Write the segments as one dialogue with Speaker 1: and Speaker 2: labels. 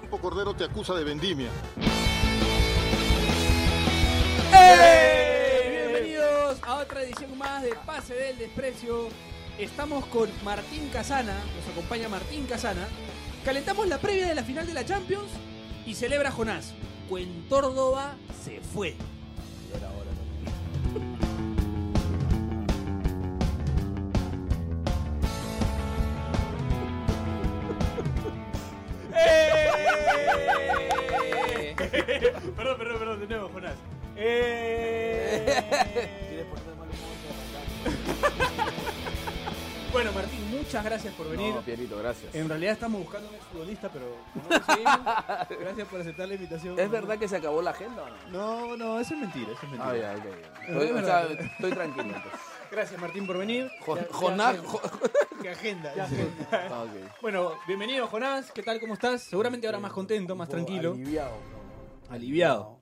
Speaker 1: Campo Cordero te acusa de vendimia.
Speaker 2: ¡Ey!
Speaker 3: ¡Eh!
Speaker 2: Bienvenidos a otra edición más de Pase del Desprecio. Estamos con Martín Casana, nos acompaña Martín Casana. Calentamos la previa de la final de la Champions y celebra Jonás. Cuentórdoba se fue.
Speaker 3: ¡Eh! Perdón, perdón, perdón, de nuevo, Jonás. Eh...
Speaker 2: Bueno, Martín, muchas gracias por venir.
Speaker 4: No, Pierito, gracias.
Speaker 3: En realidad estamos buscando un exfutbolista, pero no lo conseguimos. Gracias por aceptar la invitación.
Speaker 4: ¿Es verdad que se acabó la agenda o no?
Speaker 3: No, no, eso es mentira, eso es mentira.
Speaker 4: Ah, ya, ok, ya. Estoy, o sea, estoy tranquilo. entonces.
Speaker 3: Gracias, Martín, por venir.
Speaker 4: Jo-
Speaker 3: Ya- ya
Speaker 4: Jonás.
Speaker 3: agenda,
Speaker 4: Jo-
Speaker 3: ya agenda.
Speaker 4: Ah, ok.
Speaker 2: Bueno, bienvenido Jonás, ¿qué tal? ¿Cómo estás? Seguramente ahora más contento, más
Speaker 5: poco
Speaker 2: tranquilo.
Speaker 5: Eh, Aliviado. ¿no?
Speaker 2: Aliviado.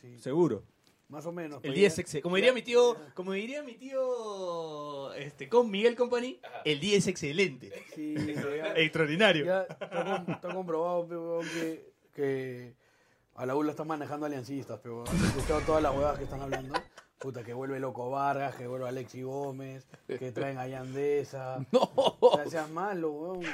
Speaker 5: Sí,
Speaker 2: Seguro.
Speaker 5: más o menos.
Speaker 2: El
Speaker 5: pero
Speaker 2: 10
Speaker 5: ya-
Speaker 2: exe. Como diría mi tío, como diría mi tío este, con Miguel Company, el 10 es excelente.
Speaker 5: Sí, pero ya-
Speaker 2: Extraordinario.
Speaker 5: ya está, com- está comprobado pe, huevón, que, que a la U lo están manejando aliancistas. Pero he escuchado todas las huevadas que están hablando. Puta, que vuelve Loco Vargas, que vuelve Alexi Gómez, que traen a Yandesa. No. O sea, seas malo, weón.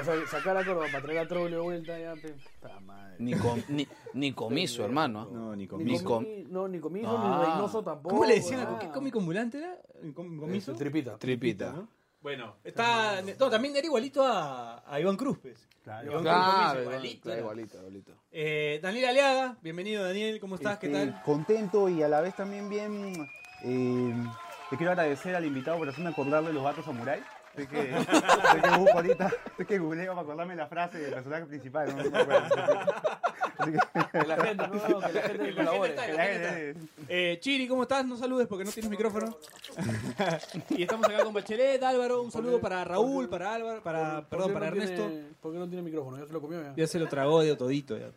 Speaker 5: O sea, sacar a Córdoba para traer a Troll de vuelta ya, pe, puta madre.
Speaker 4: Ni, com- ni, ni comiso, hermano. ¿ah?
Speaker 3: No, ni
Speaker 5: Ni
Speaker 3: conmigo.
Speaker 4: com-
Speaker 5: comi- no, ni comiso,
Speaker 4: Ah.
Speaker 5: ni Reynoso tampoco.
Speaker 2: ¿Cómo le decían a
Speaker 5: nada.
Speaker 2: qué cómico ambulante era? ¿Com- ¿Comiso?
Speaker 5: Este, Tripita.
Speaker 4: Tripita.
Speaker 2: Bueno, está. No, también era igualito a, a Iván Cruz. pues. Iván Cruz
Speaker 4: Claro,
Speaker 2: es
Speaker 4: igualito,
Speaker 2: igualito,
Speaker 4: claro,
Speaker 2: ¿no?
Speaker 4: igualito, igualito.
Speaker 2: Eh, Daniel Aliaga, bienvenido Daniel, ¿cómo estás? ¿Qué
Speaker 6: Este,
Speaker 2: tal?
Speaker 6: Contento y a la vez también bien. eh, le quiero agradecer al invitado por hacerme acordarle los gatos samurai. Sé que, sé que busco ahorita, sé que googleo para acordarme la frase del personaje principal. No, no me acuerdo. Así que-
Speaker 5: Que la gente, no, que
Speaker 2: La
Speaker 5: la gente
Speaker 2: gente
Speaker 5: colabore.
Speaker 2: está,
Speaker 6: que
Speaker 2: la
Speaker 6: la
Speaker 2: gente está.
Speaker 6: gente-
Speaker 2: Eh, Chiri, ¿cómo estás? No saludes porque no tienes micrófono. y estamos acá con Bachelet, Álvaro, un saludo para Raúl, para Álvaro, para,
Speaker 5: ¿Por qué
Speaker 2: perdón, para
Speaker 5: no tiene-
Speaker 2: Ernesto.
Speaker 5: ¿Por qué no tiene micrófono? Ya se lo comió ya.
Speaker 2: Ya se lo tragó de todito. ya.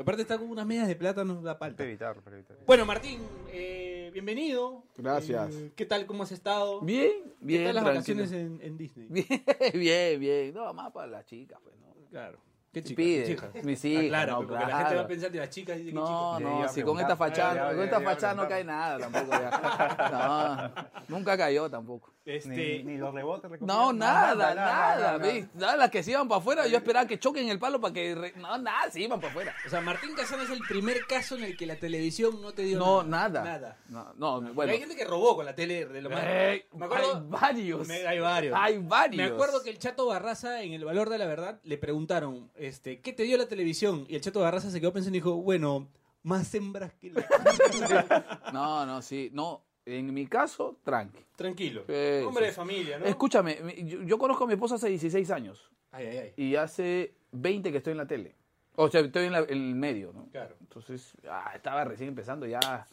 Speaker 2: Aparte está con unas medias de plátano, da palta.
Speaker 6: Para evitar, para evitar.
Speaker 2: Bueno, Martín, eh, bienvenido.
Speaker 4: Gracias.
Speaker 2: Eh, ¿Qué tal? ¿Cómo has estado?
Speaker 4: Bien, bien,
Speaker 2: ¿Qué tal las
Speaker 4: tranquilo.
Speaker 2: vacaciones en, en Disney?
Speaker 4: Bien, bien, bien. No, más para las chicas, pues, ¿no?
Speaker 2: Claro. ¿Qué
Speaker 4: Sí,
Speaker 2: chicas?
Speaker 4: pide.
Speaker 2: ¿Qué chicas?
Speaker 4: Mis hijas,
Speaker 2: Ah, claro,
Speaker 4: no,
Speaker 2: porque la gente va a
Speaker 4: claro.
Speaker 2: pensar de las chicas y dice que
Speaker 4: No,
Speaker 6: Sí,
Speaker 4: no,
Speaker 6: iba a
Speaker 4: si con esta
Speaker 6: preguntar.
Speaker 4: fachada,
Speaker 6: Ya, ya,
Speaker 4: con
Speaker 6: ya,
Speaker 4: esta
Speaker 6: ya,
Speaker 4: fachada no
Speaker 6: ya.
Speaker 4: cae nada tampoco. ya. No, nunca cayó tampoco.
Speaker 2: chicas.
Speaker 6: Ni,
Speaker 2: Este,
Speaker 6: ni los rebotes
Speaker 4: No,
Speaker 6: recogieron,
Speaker 4: nada, nada, ¿ves? Nada, las que se iban para afuera, yo esperaba que choquen el palo para que... re- No, nada, se iban para afuera.
Speaker 2: o sea, Martín Casano es el primer caso en el que la televisión no te dio
Speaker 4: No,
Speaker 2: nada.
Speaker 4: nada. No, no, bueno.
Speaker 2: Hay gente que robó con la tele de lo más.
Speaker 4: Eh,
Speaker 2: me acuerdo.
Speaker 4: hay varios.
Speaker 2: Me- hay varios.
Speaker 4: Hay varios.
Speaker 2: Me acuerdo que el Chato Barraza en El Valor de la Verdad le preguntaron, este, ¿qué te dio la televisión? Y el Chato Barraza se quedó pensando y dijo, bueno, más hembras que la...
Speaker 4: No, no, sí. No, en mi caso, tranqui.
Speaker 2: Tranquilo.
Speaker 4: Sí,
Speaker 2: Hombre
Speaker 4: sí.
Speaker 2: de familia, ¿no?
Speaker 4: Escúchame, mi- yo, yo conozco a mi esposa hace 16 años
Speaker 2: Ay, ay, ay.
Speaker 4: y hace 20 que estoy en la tele. O sea, estoy en, la- en el medio, ¿no?
Speaker 2: Claro.
Speaker 4: Entonces, ah, estaba recién empezando, ya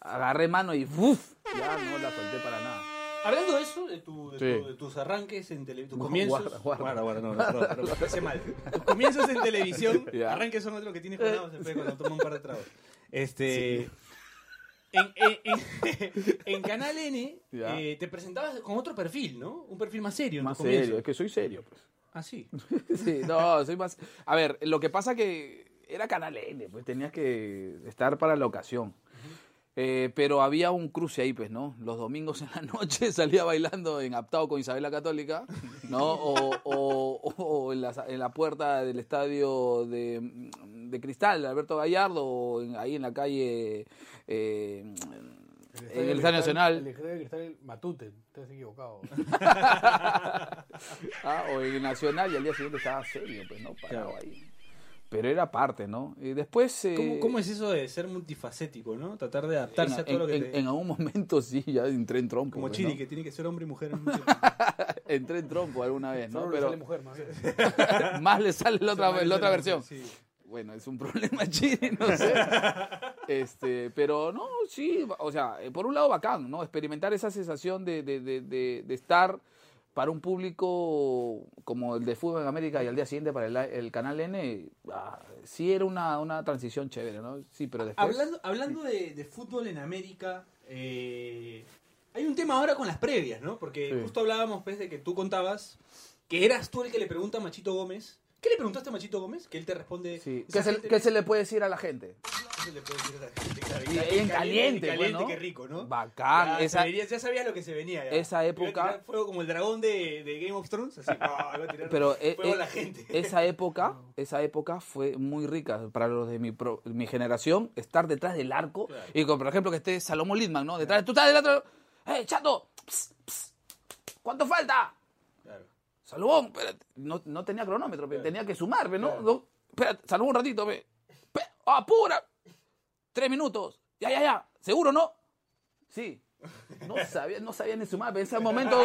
Speaker 4: agarré mano y ¡uf! Ya no la solté para nada.
Speaker 2: Hablando de eso, de, tu- de
Speaker 4: Sí.
Speaker 2: tu- de tus arranques en televisión, tus
Speaker 4: Gu-
Speaker 2: comienzos.
Speaker 4: guarda, guarda.
Speaker 2: no, no, perdón, perdón, empecé mal. Tus comienzos en televisión,
Speaker 4: Ya.
Speaker 2: arranques son otro que tienes cuidado después cuando toma un par de tragos. Este. En, en- en- en Canal N
Speaker 4: Ya.
Speaker 2: eh, te presentabas con otro perfil, ¿no? Un perfil más serio. en
Speaker 4: Más
Speaker 2: tus comienzos.
Speaker 4: serio, es que soy serio, pues.
Speaker 2: Ah, sí.
Speaker 4: Sí, no, soy más. A ver, lo que pasa que era Canal N, pues tenías que estar para la ocasión. Eh, pero había un cruce ahí, pues, ¿no? Los domingos en la noche salía bailando en Aptao con Isabel la Católica, ¿no? O, o- o en, la, en la puerta del estadio de, de Cristal, Alberto Gallardo, o en- ahí en la calle, eh, en el Estadio
Speaker 5: El
Speaker 4: Nacional,
Speaker 5: estadio de cristal Matute, te has equivocado.
Speaker 4: ah, o en el Nacional, y al día siguiente estaba serio, pues, ¿no? Parado ahí. Pero era parte, ¿no? Y después... eh,
Speaker 2: ¿Cómo, cómo es eso de ser multifacético, no? Tratar de adaptarse a todo
Speaker 4: en,
Speaker 2: lo que
Speaker 4: en-
Speaker 2: te...
Speaker 4: en algún momento sí, ya entré en trompo.
Speaker 2: Como
Speaker 4: pues,
Speaker 2: Chiri,
Speaker 4: ¿no?
Speaker 2: que tiene que ser hombre y mujer al mismo tiempo.
Speaker 4: Entré en trompo alguna vez,
Speaker 5: Solo
Speaker 4: ¿no?
Speaker 5: le
Speaker 4: Pero
Speaker 5: sale mujer, más bien.
Speaker 4: más le sale la otra, la otra
Speaker 2: Sí.
Speaker 4: versión. Bueno, es un problema Chiri, no sé. Este, pero no, sí, o sea, eh, por un lado bacán, ¿no? Experimentar esa sensación de, de- de- de- de estar para un público como el de Fútbol en América y al día siguiente para el, el Canal N, ah, sí era una, una transición chévere, ¿no? Sí, pero después...
Speaker 2: Hablando, hablando de, de fútbol en América, eh, hay un tema ahora con las previas, ¿no? Porque
Speaker 4: Sí.
Speaker 2: justo hablábamos, pues, de que tú contabas que eras tú el que le pregunta a Machito Gómez
Speaker 3: ¿Qué le preguntaste a Machito Gómez? Que él te responde.
Speaker 4: Sí.
Speaker 3: esa
Speaker 4: ¿Qué, se,
Speaker 3: gente-
Speaker 4: qué se le puede decir a la gente?
Speaker 3: ¿qué se le puede decir a esa gente? Claro,
Speaker 4: Y ahí en caliente,
Speaker 3: caliente,
Speaker 4: pues, ¿no?
Speaker 3: qué rico, ¿no?
Speaker 4: Bacán.
Speaker 3: Ya,
Speaker 4: esa-
Speaker 3: sabías, ya sabías lo que se venía. ya.
Speaker 4: esa
Speaker 3: Iba a tirar
Speaker 4: época-
Speaker 3: Fuego como el dragón de, de Game of Thrones. Así, ah, iba a tirar
Speaker 4: pero eh,
Speaker 3: fuego
Speaker 4: eh,
Speaker 3: a la gente.
Speaker 4: esa época esa época fue muy rica para los de mi, pro- mi generación estar detrás del arco
Speaker 3: Claro.
Speaker 4: y con, por ejemplo que esté Salomón Lidman no detrás tú estás del otro ¡Eh, chato Ps, ps, cuánto falta
Speaker 3: Claro.
Speaker 4: Salomón espérate. No, no tenía cronómetro pe, tenía que sumar pe, no,
Speaker 3: Claro.
Speaker 4: No, espérate, Salomón un ratito pe. Pe, apura tres minutos ya ya ya seguro no sí no sabía, no sabía ni sumar. pero En ese momento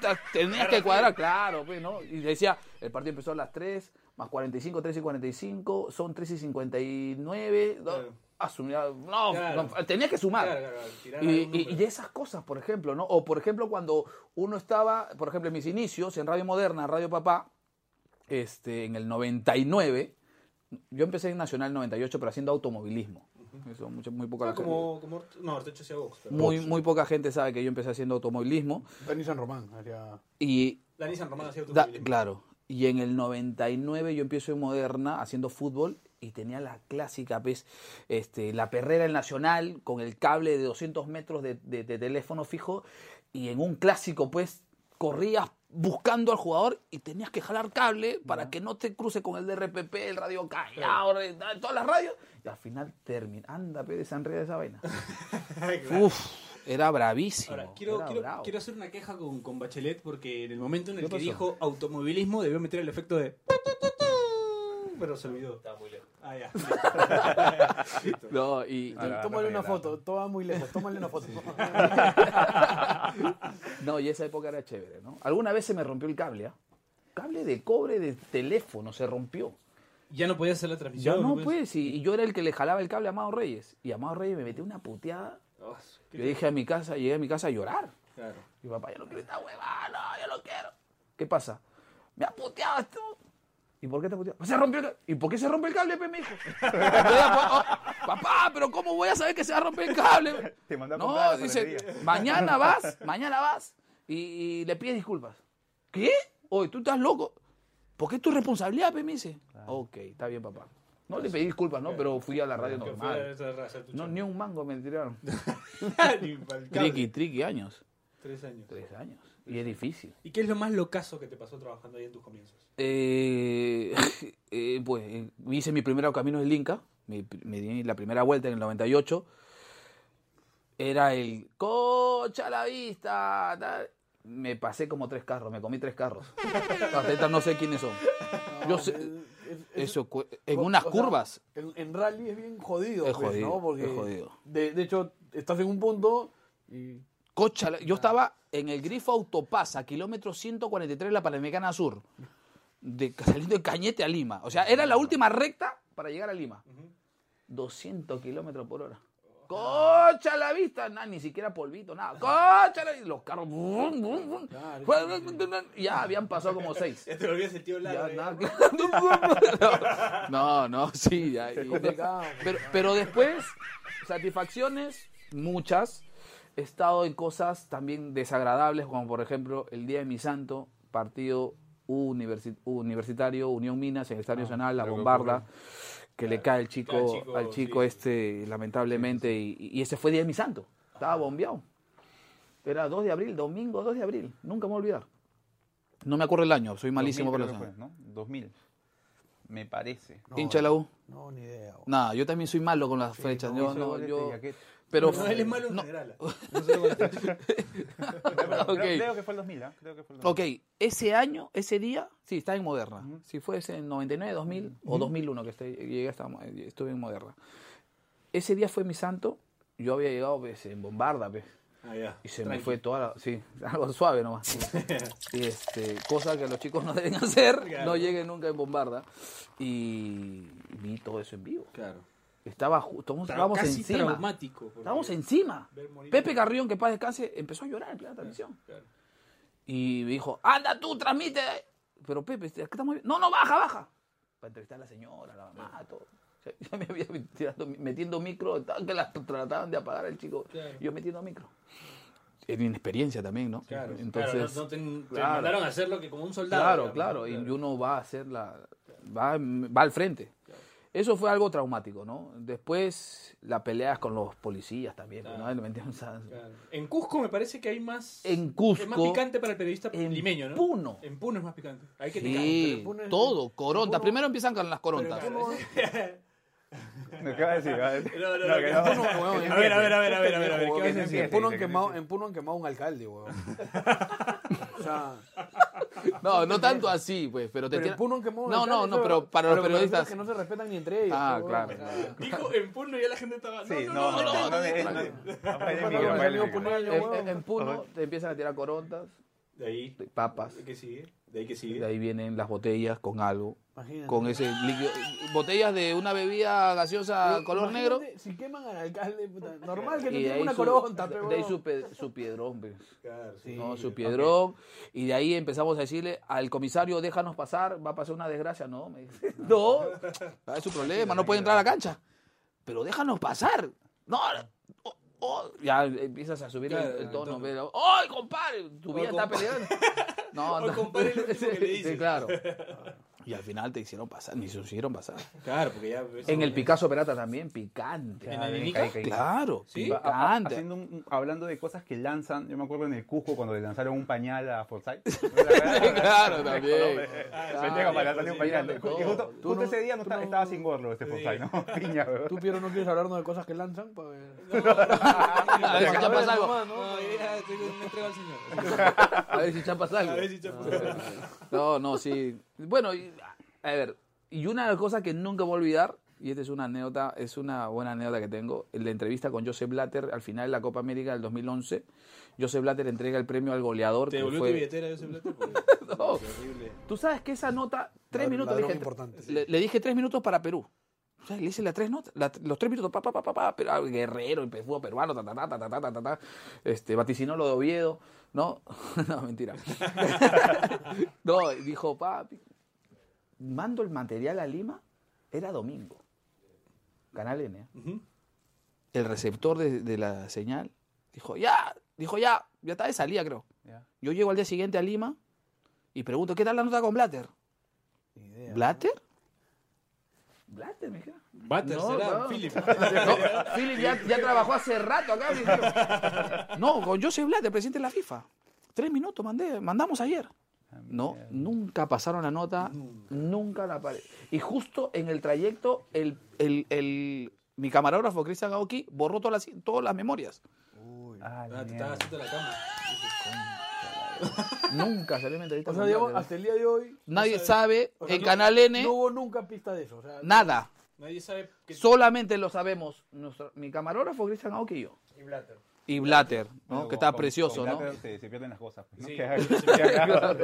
Speaker 4: ta- tenías que cuadrar, claro, pues, ¿no? Y decía, el partido empezó a las 3, más 45, 3 y 45, son 3 y 59. ¿no?
Speaker 3: Claro.
Speaker 4: Ah, su- ya, no,
Speaker 3: Claro.
Speaker 4: no, tenías que sumar.
Speaker 3: Claro, claro, tirar
Speaker 4: Y,
Speaker 3: algún
Speaker 4: y-
Speaker 3: número.
Speaker 4: y esas cosas, por ejemplo, ¿no? O por ejemplo, cuando uno estaba, por ejemplo, en mis inicios, en Radio Moderna, Radio Papá, este, en el 99, yo empecé en Nacional 98, pero haciendo automovilismo. Eso, mucho- muy poca
Speaker 3: Ah,
Speaker 4: gente-
Speaker 3: como, como. No, Artecho hacía box. pero-
Speaker 4: muy, muy poca gente sabe que yo empecé haciendo automovilismo.
Speaker 5: Dani San Román haría.
Speaker 4: Y,
Speaker 3: La Nissan Román hacía
Speaker 4: da-
Speaker 3: automovilismo.
Speaker 4: claro, y en el 99 yo empiezo en Moderna haciendo fútbol y tenía la clásica, pues, este, la perrera del Nacional con el cable de 200 metros de, de- de teléfono fijo y en un clásico, pues, corrías buscando al jugador y tenías que jalar cable para que no te cruce con el DRPP, el radio callao, todas las radios y al final termina, anda, pe, desenreda esa vaina.
Speaker 3: Ay, claro.
Speaker 4: Uf, era bravísimo.
Speaker 3: Ahora, quiero,
Speaker 4: era
Speaker 3: quiero,
Speaker 4: bravo.
Speaker 3: quiero hacer una queja con, con Bachelet porque en el momento en el
Speaker 4: ¿Qué
Speaker 3: que
Speaker 4: pasó?
Speaker 3: dijo automovilismo debió meter el efecto de... Pero se olvidó. Estaba muy lejos. Ah, ya. Listo.
Speaker 4: Ah, No, y,
Speaker 5: Tómale una foto, toma muy lejos, tómale una foto.
Speaker 4: No, y esa época era chévere, ¿no? Alguna vez se me rompió el cable, ¿ah? Cable de cobre de teléfono se rompió.
Speaker 3: Ya no podía hacer la
Speaker 4: Ya
Speaker 3: transmisión.
Speaker 4: no,
Speaker 3: podías-
Speaker 4: pues, y, y yo era el que le jalaba el cable a Amado Reyes. Y Amado Reyes me metió una puteada.
Speaker 3: Oh, qué-
Speaker 4: Le dije a mi casa, llegué a mi casa a llorar.
Speaker 3: Claro.
Speaker 4: Y papá, yo no quiero esta huevada, no, yo no quiero. ¿Qué pasa? Me ha puteado esto. ¿Y por qué te ha puteado? Se rompió el cable. ¿Y por qué se rompe el cable, pe, mi hijo? oh, papá, pero ¿cómo voy a saber que se va a romper el cable?
Speaker 6: Te mandó a comprar a
Speaker 4: No,
Speaker 6: la
Speaker 4: dice,
Speaker 6: panadería.
Speaker 4: mañana vas, mañana vas y, y le pides disculpas. ¿Qué? Oye, tú estás loco. ¿Por qué es tu responsabilidad, pe? Me dice. Ok, está bien, papá. No le pedí disculpas, ¿no? Pero fui a la radio
Speaker 3: Que fuera
Speaker 4: normal.
Speaker 3: esa raza, tu
Speaker 4: No,
Speaker 3: chamba.
Speaker 4: ni un mango me tiraron.
Speaker 3: Ni pa'l cable.
Speaker 4: Triqui, triqui, años.
Speaker 3: Tres años.
Speaker 4: Tres años. Y es difícil.
Speaker 3: ¿Y qué es lo más locazo que te pasó trabajando ahí en tus comienzos?
Speaker 4: Eh, eh, pues eh, hice mi primer camino del Inca, me, me di la primera vuelta en el 98. Era el cocha a la vista. tal. Me pasé como tres carros, me comí tres carros. Hasta ahorita no sé quiénes son. Yo sé- eso, cu- en
Speaker 5: O-
Speaker 4: unas
Speaker 5: o sea,
Speaker 4: curvas.
Speaker 5: en, en rally es bien jodido,
Speaker 4: Es
Speaker 5: pues,
Speaker 4: jodido,
Speaker 5: ¿no? Porque
Speaker 4: es jodido.
Speaker 5: De, de hecho, estás en un punto y
Speaker 4: Cocha, la- yo estaba en el grifo Autopasa, kilómetro 143 de la Panamericana Sur, de, saliendo de Cañete a Lima. O sea, era la última recta para llegar a Lima. 200 kilómetros por hora. ¡Cocha la vista! Nada, ni siquiera polvito, nada. ¡Cocha la vista! Los carros. brum, brum, brum.
Speaker 5: Claro,
Speaker 4: Ya habían pasado como seis.
Speaker 3: Ya te volvías el tío
Speaker 4: Ya,
Speaker 3: Lara.
Speaker 4: nada. No, no, sí. ya, y-
Speaker 5: complicado,
Speaker 4: pero, pero después, satisfacciones, muchas. He estado en cosas también desagradables, como por ejemplo el Día de mi Santo, partido universi- universitario, Unión Minas, en el
Speaker 3: Ah,
Speaker 4: Estadio Nacional, la bombarda, que le cae el chico,
Speaker 3: Cae el chico,
Speaker 4: al chico
Speaker 3: sí,
Speaker 4: este, lamentablemente, Y, y ese fue Día de mi Santo. Estaba
Speaker 3: Ah.
Speaker 4: bombeado. Era 2 de abril, domingo 2 de abril, nunca me voy a olvidar. No me acuerdo el año, soy malísimo para
Speaker 6: 2000
Speaker 4: los
Speaker 6: creo que
Speaker 4: años.
Speaker 6: fue, ¿no? 2000. Me parece.
Speaker 4: Hincha de la U.
Speaker 5: no, ni idea. bo.
Speaker 4: Nada, yo también soy malo con las flechas. yo,
Speaker 6: hizo
Speaker 4: no,
Speaker 6: goles de
Speaker 4: yo-
Speaker 6: Jaqueta.
Speaker 4: pero
Speaker 3: No, él es malo en
Speaker 4: no.
Speaker 3: general. ah. No solo con la-
Speaker 6: Creo,
Speaker 4: Ok.
Speaker 6: creo que fue el 2000, ¿ah? Creo que fue el 2000.
Speaker 4: Ok, ese año, ese día, sí, estaba en Moderna. Si fuese en 99, 2000 o 2001 que esté- llegué, hasta Mo- estuve en Moderna. Ese día fue mi santo. Yo había llegado pues, en bombarda, pues,
Speaker 3: Ah, ya.
Speaker 4: y se me
Speaker 3: Tranqui.
Speaker 4: fue toda la... Sí, algo suave nomás. y este, cosa que los chicos no deben hacer,
Speaker 3: Claro.
Speaker 4: no lleguen nunca en bombarda. Y vi todo eso en vivo.
Speaker 3: Claro.
Speaker 4: Estaba justo, estábamos
Speaker 3: casi
Speaker 4: encima.
Speaker 3: traumático. porque-
Speaker 4: Estábamos encima.
Speaker 3: Ver morir.
Speaker 4: Pepe Carrión, que paz descanse, empezó a llorar en plena transmisión.
Speaker 3: Claro.
Speaker 4: Y me dijo, anda tú, transmite. Pero Pepe, este, acá estamos... No, no, baja, baja. Para entrevistar a la señora, a la mamá, todo. O sea, ya me había tirado- metiendo micro, estaban que la trataban de apagar el chico.
Speaker 3: Claro.
Speaker 4: Yo metiendo micro. Era inexperiencia también, ¿no?
Speaker 3: Claro,
Speaker 4: Entonces,
Speaker 3: claro, no- no te, te
Speaker 4: claro.
Speaker 3: mandaron a hacerlo que como un soldado.
Speaker 4: claro,
Speaker 3: digamos,
Speaker 4: claro,
Speaker 3: ¿no?
Speaker 4: Y uno va a hacer la, va, va al frente. Eso fue algo traumático, ¿no? Después las peleas con los policías también, ¿no?
Speaker 2: Claro.
Speaker 4: Le metían esas-
Speaker 2: Claro. En Cusco me parece que hay más.
Speaker 4: En Cusco,
Speaker 2: Es más picante para el periodista
Speaker 4: en
Speaker 2: limeño, ¿no?
Speaker 4: Puno.
Speaker 2: En Puno es más picante. Hay que
Speaker 4: Sí,
Speaker 5: pero Puno es-
Speaker 4: todo, coronta.
Speaker 5: Puno-
Speaker 4: Primero empiezan con las corontas.
Speaker 6: ¿Qué va a decir? A ver.
Speaker 2: No, no, no,
Speaker 6: No, que
Speaker 2: no.
Speaker 6: no.
Speaker 2: A ver, a ver, a ver, a ver, a ver, a ver. ¿Qué vas a
Speaker 6: que
Speaker 2: decir?
Speaker 6: se
Speaker 5: En Puno, han
Speaker 6: dice que
Speaker 5: quemado,
Speaker 6: no
Speaker 5: en Puno han quemado un alcalde, weón. O sea,
Speaker 4: No, no tanto así, pues, pero te
Speaker 5: pero en
Speaker 4: tiran-
Speaker 5: Puno han quemado un
Speaker 4: No,
Speaker 5: alcalde.
Speaker 4: no, no,
Speaker 5: eso-
Speaker 4: pero para
Speaker 5: a
Speaker 4: los
Speaker 5: lo que me refiero
Speaker 4: periodistas.
Speaker 5: es Que no se respetan ni entre ellos.
Speaker 4: Ah,
Speaker 5: weón,
Speaker 4: claro.
Speaker 5: o sea.
Speaker 2: Dijo en Puno y ya la gente estaba.
Speaker 6: Sí,
Speaker 2: no,
Speaker 6: no,
Speaker 2: no, no, no, no.
Speaker 6: Apaga el
Speaker 5: Bueno,
Speaker 6: micro,
Speaker 5: mis
Speaker 6: apaga el
Speaker 5: amigos
Speaker 6: micro.
Speaker 5: puneños,
Speaker 4: En,
Speaker 5: weón.
Speaker 4: en Puno te empiezan a tirar corontas,
Speaker 2: De ahí.
Speaker 4: papas.
Speaker 2: ¿De qué sigue? De ahí que
Speaker 4: De
Speaker 2: sigue.
Speaker 4: ahí vienen las botellas con algo.
Speaker 5: Imagínate.
Speaker 4: Con ese líquido. Botellas de una bebida gaseosa
Speaker 5: Pero
Speaker 4: color negro.
Speaker 5: imagínate Si queman al alcalde, puta, normal que te
Speaker 4: Y de
Speaker 5: tenga
Speaker 4: ahí,
Speaker 5: una
Speaker 4: su,
Speaker 5: coronta,
Speaker 4: de-
Speaker 5: pero.
Speaker 4: de ahí su, pe- su piedrón, pues.
Speaker 2: Claro, sí.
Speaker 4: ¿no? su piedrón. Y de ahí empezamos a decirle al comisario, déjanos pasar, va a pasar una desgracia. No, me dice, no, ah, es su problema, no puede entrar a la cancha. Pero déjanos pasar. No, oh, oh. ya empiezas a subir el-
Speaker 7: Claro,
Speaker 4: el,
Speaker 7: el
Speaker 4: tono.
Speaker 7: tono.
Speaker 4: pero, ¡Ay, compadre! Tu vida está
Speaker 2: compadre.
Speaker 4: peleando. No,
Speaker 2: O compadre es lo último que le
Speaker 4: Sí,
Speaker 2: dices.
Speaker 4: claro. Y al final te hicieron pasar, ni se hicieron pasar.
Speaker 2: Claro, porque ya.
Speaker 4: En el Picasso Perata también, picante.
Speaker 2: ¿En Arenica?
Speaker 4: Claro,
Speaker 2: ¿Sí? Ah,
Speaker 6: A- a-
Speaker 4: picante.
Speaker 6: haciendo un- hablando de cosas que lanzan, yo me acuerdo en el Cusco cuando le lanzaron un pañal a Forsyth.
Speaker 4: claro, también.
Speaker 6: Me llega para lanzarle un pañal. Y
Speaker 4: Mira, no.
Speaker 6: justo
Speaker 5: Tú
Speaker 6: justo
Speaker 5: no-
Speaker 6: ese día no
Speaker 5: tú
Speaker 6: esta-
Speaker 5: no-
Speaker 6: estaba sin gorro este Forsyth, ¿no? Piña, weón.
Speaker 5: Tú, Piero, no quieres hablarnos de cosas que lanzan. Pa ver.
Speaker 4: A ver si
Speaker 5: Pa ver
Speaker 4: chapas algo.
Speaker 5: nomás, ¿no?
Speaker 2: No, ya estoy con- me entrego al señor.
Speaker 4: A ver si chapas algo.
Speaker 2: A ver si chapas
Speaker 4: No, no, sí. Bueno, y- a ver. Y una de las cosas que nunca voy a olvidar, y esta es una anécdota, es una buena anécdota que tengo, en la entrevista con Joseph Blatter al final de la Copa América del 2011, Joseph Blatter entrega el premio al goleador.
Speaker 2: Te
Speaker 4: que
Speaker 2: devolvió
Speaker 4: fue-
Speaker 2: tu billetera, yo sé, plata.
Speaker 4: No.
Speaker 2: Horrible.
Speaker 4: Tú sabes que esa nota, tres
Speaker 5: Ladrón
Speaker 4: minutos, le dije,
Speaker 5: importante.
Speaker 4: le, le dije tres minutos para Perú. O sea, le hice las tres notas, la- los tres minutos, pa, pa, pa, pa, pa, pero, ah, guerrero, el perfumo peruano, ta, ta, ta, ta, ta, ta, ta, ta, ta, este, vaticinó lo de Oviedo, ¿no? no, mentira. no, y dijo, papi, mando el material a Lima, era domingo, Canal N, ¿eh? el receptor de, de la señal dijo, ya, dijo, ya, ya está de salida, creo.
Speaker 6: Ya.
Speaker 4: Yo llego al día siguiente a Lima y pregunto, ¿qué tal la nota con Blatter? ¿Blatter? ¿Blatter, me dijeron.
Speaker 2: Butter
Speaker 4: No,
Speaker 2: será
Speaker 4: no.
Speaker 2: Philip.
Speaker 4: No, Philip ya, ya trabajó hace rato acá. me dijeron. No, con Joseph Blatter, presidente de la FIFA. Tres minutos mandé, mandamos ayer. No, nunca pasaron la nota, nunca la paré. Y justo en el trayecto, el, el- el- mi camarógrafo, Cristian Aoki, borró todas las, todas las memorias.
Speaker 6: Ah, la
Speaker 2: Ah, te
Speaker 6: mierda.
Speaker 2: estabas haciendo la cama.
Speaker 4: Nunca salió mi entrevista.
Speaker 5: O sea,
Speaker 4: con
Speaker 5: digamos,
Speaker 4: Blatter.
Speaker 5: hasta el día de hoy.
Speaker 4: Nadie sabe,
Speaker 5: o sea,
Speaker 4: en
Speaker 5: no-
Speaker 4: Canal N,
Speaker 5: No hubo nunca pista de eso. O sea,
Speaker 4: nada.
Speaker 2: Nadie sabe que
Speaker 4: Solamente lo sabemos nuestro- mi camarógrafo, Cristian Aoki y yo. Y Blatter, ¿no?
Speaker 6: Bueno,
Speaker 4: que está
Speaker 6: con-
Speaker 4: precioso,
Speaker 6: con
Speaker 4: ¿no?
Speaker 6: Blatter Se, se pierden las cosas. ¿no?
Speaker 2: Sí.
Speaker 6: Que haga- que haga-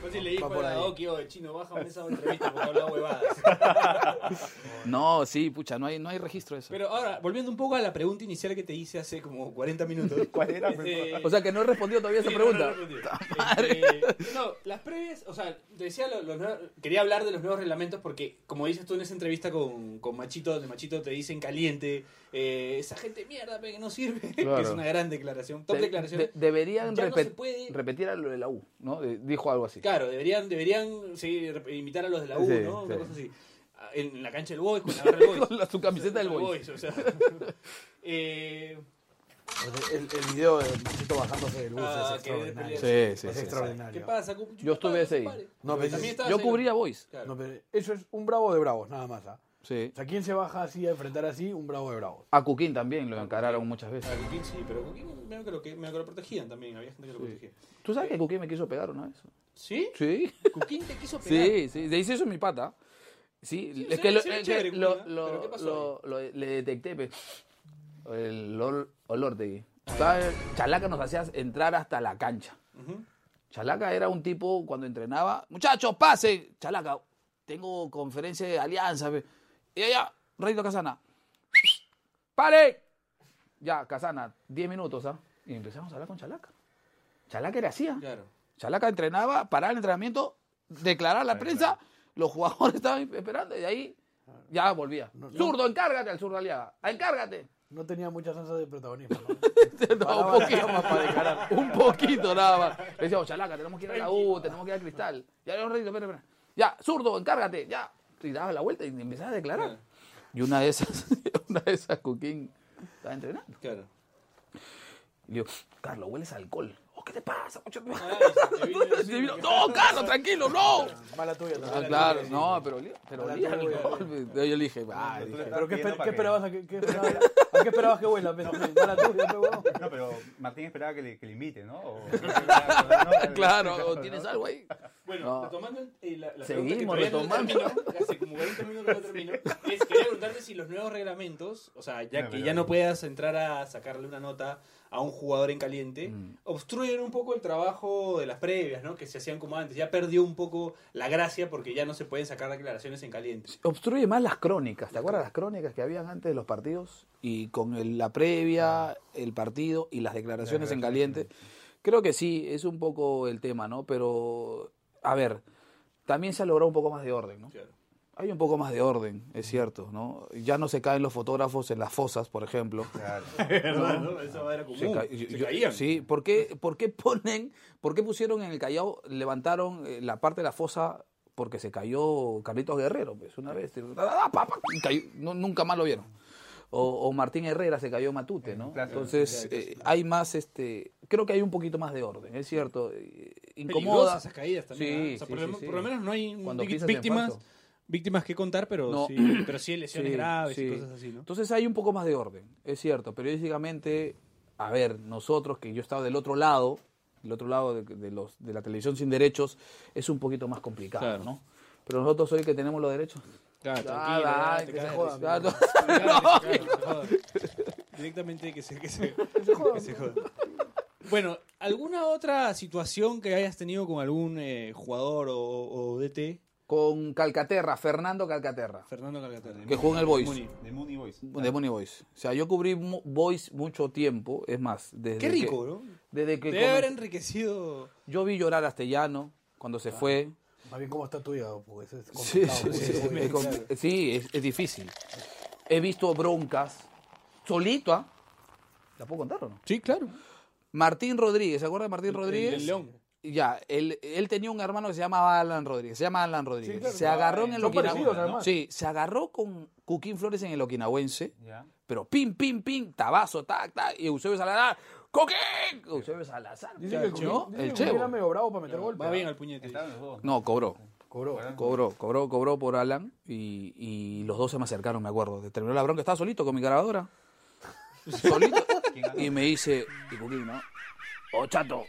Speaker 2: Pues si le dijo
Speaker 5: Va por
Speaker 2: a
Speaker 5: ahí.
Speaker 2: Aoki, oye, chino, bájame esa entrevista porque habla huevadas.
Speaker 4: No, sí, pucha, no hay, no hay registro de eso.
Speaker 2: Pero ahora, volviendo un poco a la pregunta inicial que te hice hace como 40 minutos.
Speaker 6: ¿Cuál era?
Speaker 2: Este,
Speaker 4: o sea, que no he respondido todavía esa
Speaker 2: sí,
Speaker 4: pregunta.
Speaker 2: No, no, no, no, Este, no, las previas, o sea, te decía, lo- los nuevos- quería hablar de los nuevos reglamentos porque, como dices tú en esa entrevista con, con Machito, donde Machito te dicen caliente, eh, esa gente mierda pe, que no sirve,
Speaker 4: Claro.
Speaker 2: que es una gran declaración, top
Speaker 4: De-
Speaker 2: declaración.
Speaker 4: de- deberían
Speaker 2: Ya no
Speaker 4: repet-
Speaker 2: se puede-
Speaker 4: repetir a lo de la U, ¿no? De- dijo algo así.
Speaker 2: Claro, deberían, deberían seguir, rep- imitar a los de la U,
Speaker 4: Sí,
Speaker 2: ¿no? Una
Speaker 4: sí.
Speaker 2: cosa así. Ah, En la cancha del Boys, con la barra del Boys.
Speaker 4: Con la- su camiseta del Boys.
Speaker 2: o sea. eh,
Speaker 5: o sea, el, el video de Machito bajándose del bus
Speaker 2: Ah,
Speaker 5: es
Speaker 2: que viene
Speaker 5: extraordinario.
Speaker 2: peleando.
Speaker 4: Sí, sí,
Speaker 5: es
Speaker 4: sí.
Speaker 5: extraordinario.
Speaker 2: ¿Qué pasa? Yo,
Speaker 4: estuve ese ahí.
Speaker 5: No, pero
Speaker 2: También
Speaker 5: es-
Speaker 2: estabas
Speaker 4: Yo
Speaker 2: ahí.
Speaker 4: cubría Boys.
Speaker 2: Claro.
Speaker 5: No, pero eso es un bravo de bravos, nada más. ¿ah?
Speaker 4: Sí.
Speaker 5: O sea, ¿quién se baja así a enfrentar así? Un bravo de bravos.
Speaker 4: A Cuquín también lo encararon muchas
Speaker 2: A
Speaker 4: veces.
Speaker 2: Coquín Ah, sí, pero Coquín medio que lo, que, medio que lo protegían también, había gente que lo protegía.
Speaker 4: ¿Tú sabes que Cuquín me quiso pegar una vez?
Speaker 2: ¿Sí?
Speaker 4: Sí.
Speaker 2: ¿Coquín te quiso pegar?
Speaker 4: Sí, sí. Le hice eso a mi pata. Sí,
Speaker 2: Sí,
Speaker 4: es
Speaker 2: sí,
Speaker 4: que, lo,
Speaker 2: sí,
Speaker 4: es que
Speaker 2: chévere,
Speaker 4: lo-
Speaker 2: Cuquín, ¿eh?
Speaker 4: lo-
Speaker 2: Pero ¿qué pasó
Speaker 4: lo- lo- le detecté pe, el ol- olor de ahí. ¿Sabes? Chalaca nos hacía entrar hasta la cancha.
Speaker 2: Ujú.
Speaker 4: Chalaca era un tipo cuando entrenaba, muchachos, pasen. Chalaca, tengo conferencia de alianza. pe". Y allá, Reito Casana, ¡pare! Ya, Casana, 10 minutos, ¿ah? Y empezamos a hablar con Chalaca. Chalaca era así, ¿ah?
Speaker 2: Claro.
Speaker 4: Chalaca entrenaba, paraba el entrenamiento, declaraba a la prensa, los jugadores estaban esperando y de ahí ya volvía. zurdo, encárgate al zurdo aliaga, encárgate.
Speaker 5: No tenía muchas chances de protagonismo. ¿no?
Speaker 4: No, un
Speaker 5: Paraba
Speaker 4: poquito,
Speaker 5: nada más para encarar.
Speaker 4: "Oh, un poquito nada más. Le decíamos, Chalaca, tenemos que ir a la U, tenemos que ir a Cristal. Ya le digo, Rito, espera, espera. ya, zurdo, encárgate, ya. Y daba la vuelta y empezaba a declarar.
Speaker 2: Claro.
Speaker 4: Y una de esas, una de esas, Cuquín estaba entrenando.
Speaker 2: Claro.
Speaker 4: Y le digo, Carlos, hueles a alcohol. Oh, ¿Qué te pasa? coño?
Speaker 5: Ah,
Speaker 2: te vino encima.
Speaker 4: no, Carlos, tranquilo, no.
Speaker 5: Mala tuya
Speaker 4: Ah,
Speaker 5: también.
Speaker 4: claro, no, pero olía, pero
Speaker 5: Mala
Speaker 4: olía
Speaker 5: tuya,
Speaker 4: alcohol. Yo le dije, ah, dije,
Speaker 5: Pero ¿qué, esper-
Speaker 6: Pidiendo
Speaker 5: qué
Speaker 6: pa'
Speaker 5: esperabas? ¿A qué, qué esperabas? ¿A qué esperabas que huela? pe? Mala tuya, pe, huevón.
Speaker 6: No, pero Martín esperaba que le, que le invite, ¿no? O-
Speaker 4: claro, o tienes algo ahí.
Speaker 2: Bueno,
Speaker 4: No.
Speaker 2: retomando el- eh, la, la
Speaker 4: Seguimos
Speaker 2: pregunta que todavía no
Speaker 4: retomando.
Speaker 2: termino, hace como 20 minutos que no termino, es quería preguntarte si los nuevos reglamentos, o sea, ya
Speaker 6: No,
Speaker 2: que
Speaker 6: pero-
Speaker 2: ya no puedas entrar a sacarle una nota a un jugador en caliente,
Speaker 4: Mm.
Speaker 2: obstruyen un poco el trabajo de las previas, ¿no? Que se hacían como antes, ya perdió un poco la gracia porque ya no se pueden sacar declaraciones en caliente.
Speaker 4: Obstruye más las crónicas, ¿te acuerdas las crónicas que habían antes de los partidos? Y con el- la previa, el partido y Ah. las declaraciones en caliente. Creo que sí, es un poco el tema, ¿no? Pero, a ver, también se ha logrado un poco más de orden, ¿no?
Speaker 2: Claro.
Speaker 4: Hay un poco más de orden, es cierto, ¿no? Ya no se caen los fotógrafos en las fosas, por ejemplo.
Speaker 6: Claro.
Speaker 2: ¿Verdad? ¿no? Eso era común.
Speaker 4: Se
Speaker 2: Se,
Speaker 4: ca- yo- yo-
Speaker 2: caían.
Speaker 4: Sí, ¿por qué, por qué ponen, por qué pusieron en el Callao, levantaron eh, la parte de la fosa porque se cayó Carlitos Guerrero? Pues una vez, tiró, ¡ah, ah, pa, pa! y cayó. No, nunca más lo vieron. O, o Martín Herrera se cayó Matute, ¿no?
Speaker 6: Claro.
Speaker 4: Entonces, eh, hay más, este, creo que hay un poquito más de orden, es cierto. eh,
Speaker 2: Peligrosas
Speaker 4: Incomoda.
Speaker 2: esas caídas también.
Speaker 4: Sí,
Speaker 2: ¿ah? O sea,
Speaker 4: sí,
Speaker 2: por,
Speaker 4: sí,
Speaker 2: lo,
Speaker 4: sí.
Speaker 2: por lo menos no hay
Speaker 4: Cuando
Speaker 2: víc-
Speaker 4: pisas en
Speaker 2: víctimas,
Speaker 4: falso.
Speaker 2: víctimas que contar, pero,
Speaker 4: No.
Speaker 2: sí, pero sí lesiones
Speaker 4: Sí,
Speaker 2: graves y
Speaker 4: sí.
Speaker 2: cosas así, ¿no?
Speaker 4: Entonces hay un poco más de orden, es cierto. Periodísticamente, a ver, nosotros, que yo estaba del otro lado, del otro lado de, de los, de la televisión sin derechos, es un poquito más complicado,
Speaker 2: Claro.
Speaker 4: ¿no? Pero nosotros hoy que tenemos los derechos.
Speaker 2: Claro,
Speaker 4: Ah,
Speaker 2: tranquilo, ya,
Speaker 4: ay,
Speaker 2: te
Speaker 4: que se
Speaker 2: cagas de
Speaker 4: jodan,
Speaker 2: risa.
Speaker 4: no.
Speaker 2: Directamente que se, que se, que se jodan. Bueno, ¿alguna otra situación que hayas tenido con algún eh, jugador o, o DT?
Speaker 4: Con Calcaterra, Fernando Calcaterra,
Speaker 2: Fernando Calcaterra.
Speaker 4: que jugó en el Boys.
Speaker 2: Muni.
Speaker 6: De Mooney Boys.
Speaker 4: De Money Boys. O sea, yo cubrí Mo- Boys mucho tiempo, es más. Desde
Speaker 2: Qué rico, ¿no?
Speaker 4: Que, desde que
Speaker 2: Debe haber
Speaker 4: comen-
Speaker 2: enriquecido.
Speaker 4: Yo vi llorar a Castellano cuando se fue.
Speaker 5: Más bien, ¿cómo está tuya? Pues es
Speaker 4: Sí, sí,
Speaker 5: complicado,
Speaker 4: sí,
Speaker 5: pues,
Speaker 4: es,
Speaker 5: obviamente.
Speaker 4: compl- sí, es- es difícil. He visto broncas. Solito, ¿ah? ¿La puedo contar o no?
Speaker 2: Sí, claro.
Speaker 4: Martín Rodríguez, ¿se acuerda de Martín Rodríguez?
Speaker 2: El León.
Speaker 4: Ya, él, él tenía un hermano que se llamaba Alan Rodríguez. Se llama Alan Rodríguez.
Speaker 5: claro.
Speaker 4: se agarró en el
Speaker 5: Son parecidos,
Speaker 4: Okinawense.
Speaker 5: además.
Speaker 4: Sí, se agarró con Cuquín Flores en el Okinawense.
Speaker 6: Ya.
Speaker 4: Pero pim, pim, pim, tabazo, tac, tac. Y Eusebio Salazar, ¡Coquín! Eusebio Salazar.
Speaker 5: Dice que el
Speaker 4: ¿no?
Speaker 5: Chevo.
Speaker 4: El
Speaker 5: El
Speaker 4: Chevo.
Speaker 5: era medio bravo para meter golpe.
Speaker 2: Va bien
Speaker 5: ¿ah?
Speaker 2: al puñete.
Speaker 6: Estaban los dos.
Speaker 4: No, cobró.
Speaker 5: Cobró.
Speaker 4: Cobró, cobró, cobró por Alan y, y los dos se me acercaron, me acuerdo. Terminó la bronca, estaba solito con mi grabadora. Solito.
Speaker 6: ¿Quién ganó?
Speaker 4: Y me dice, y Cuquín, ¿no? Oh, chato,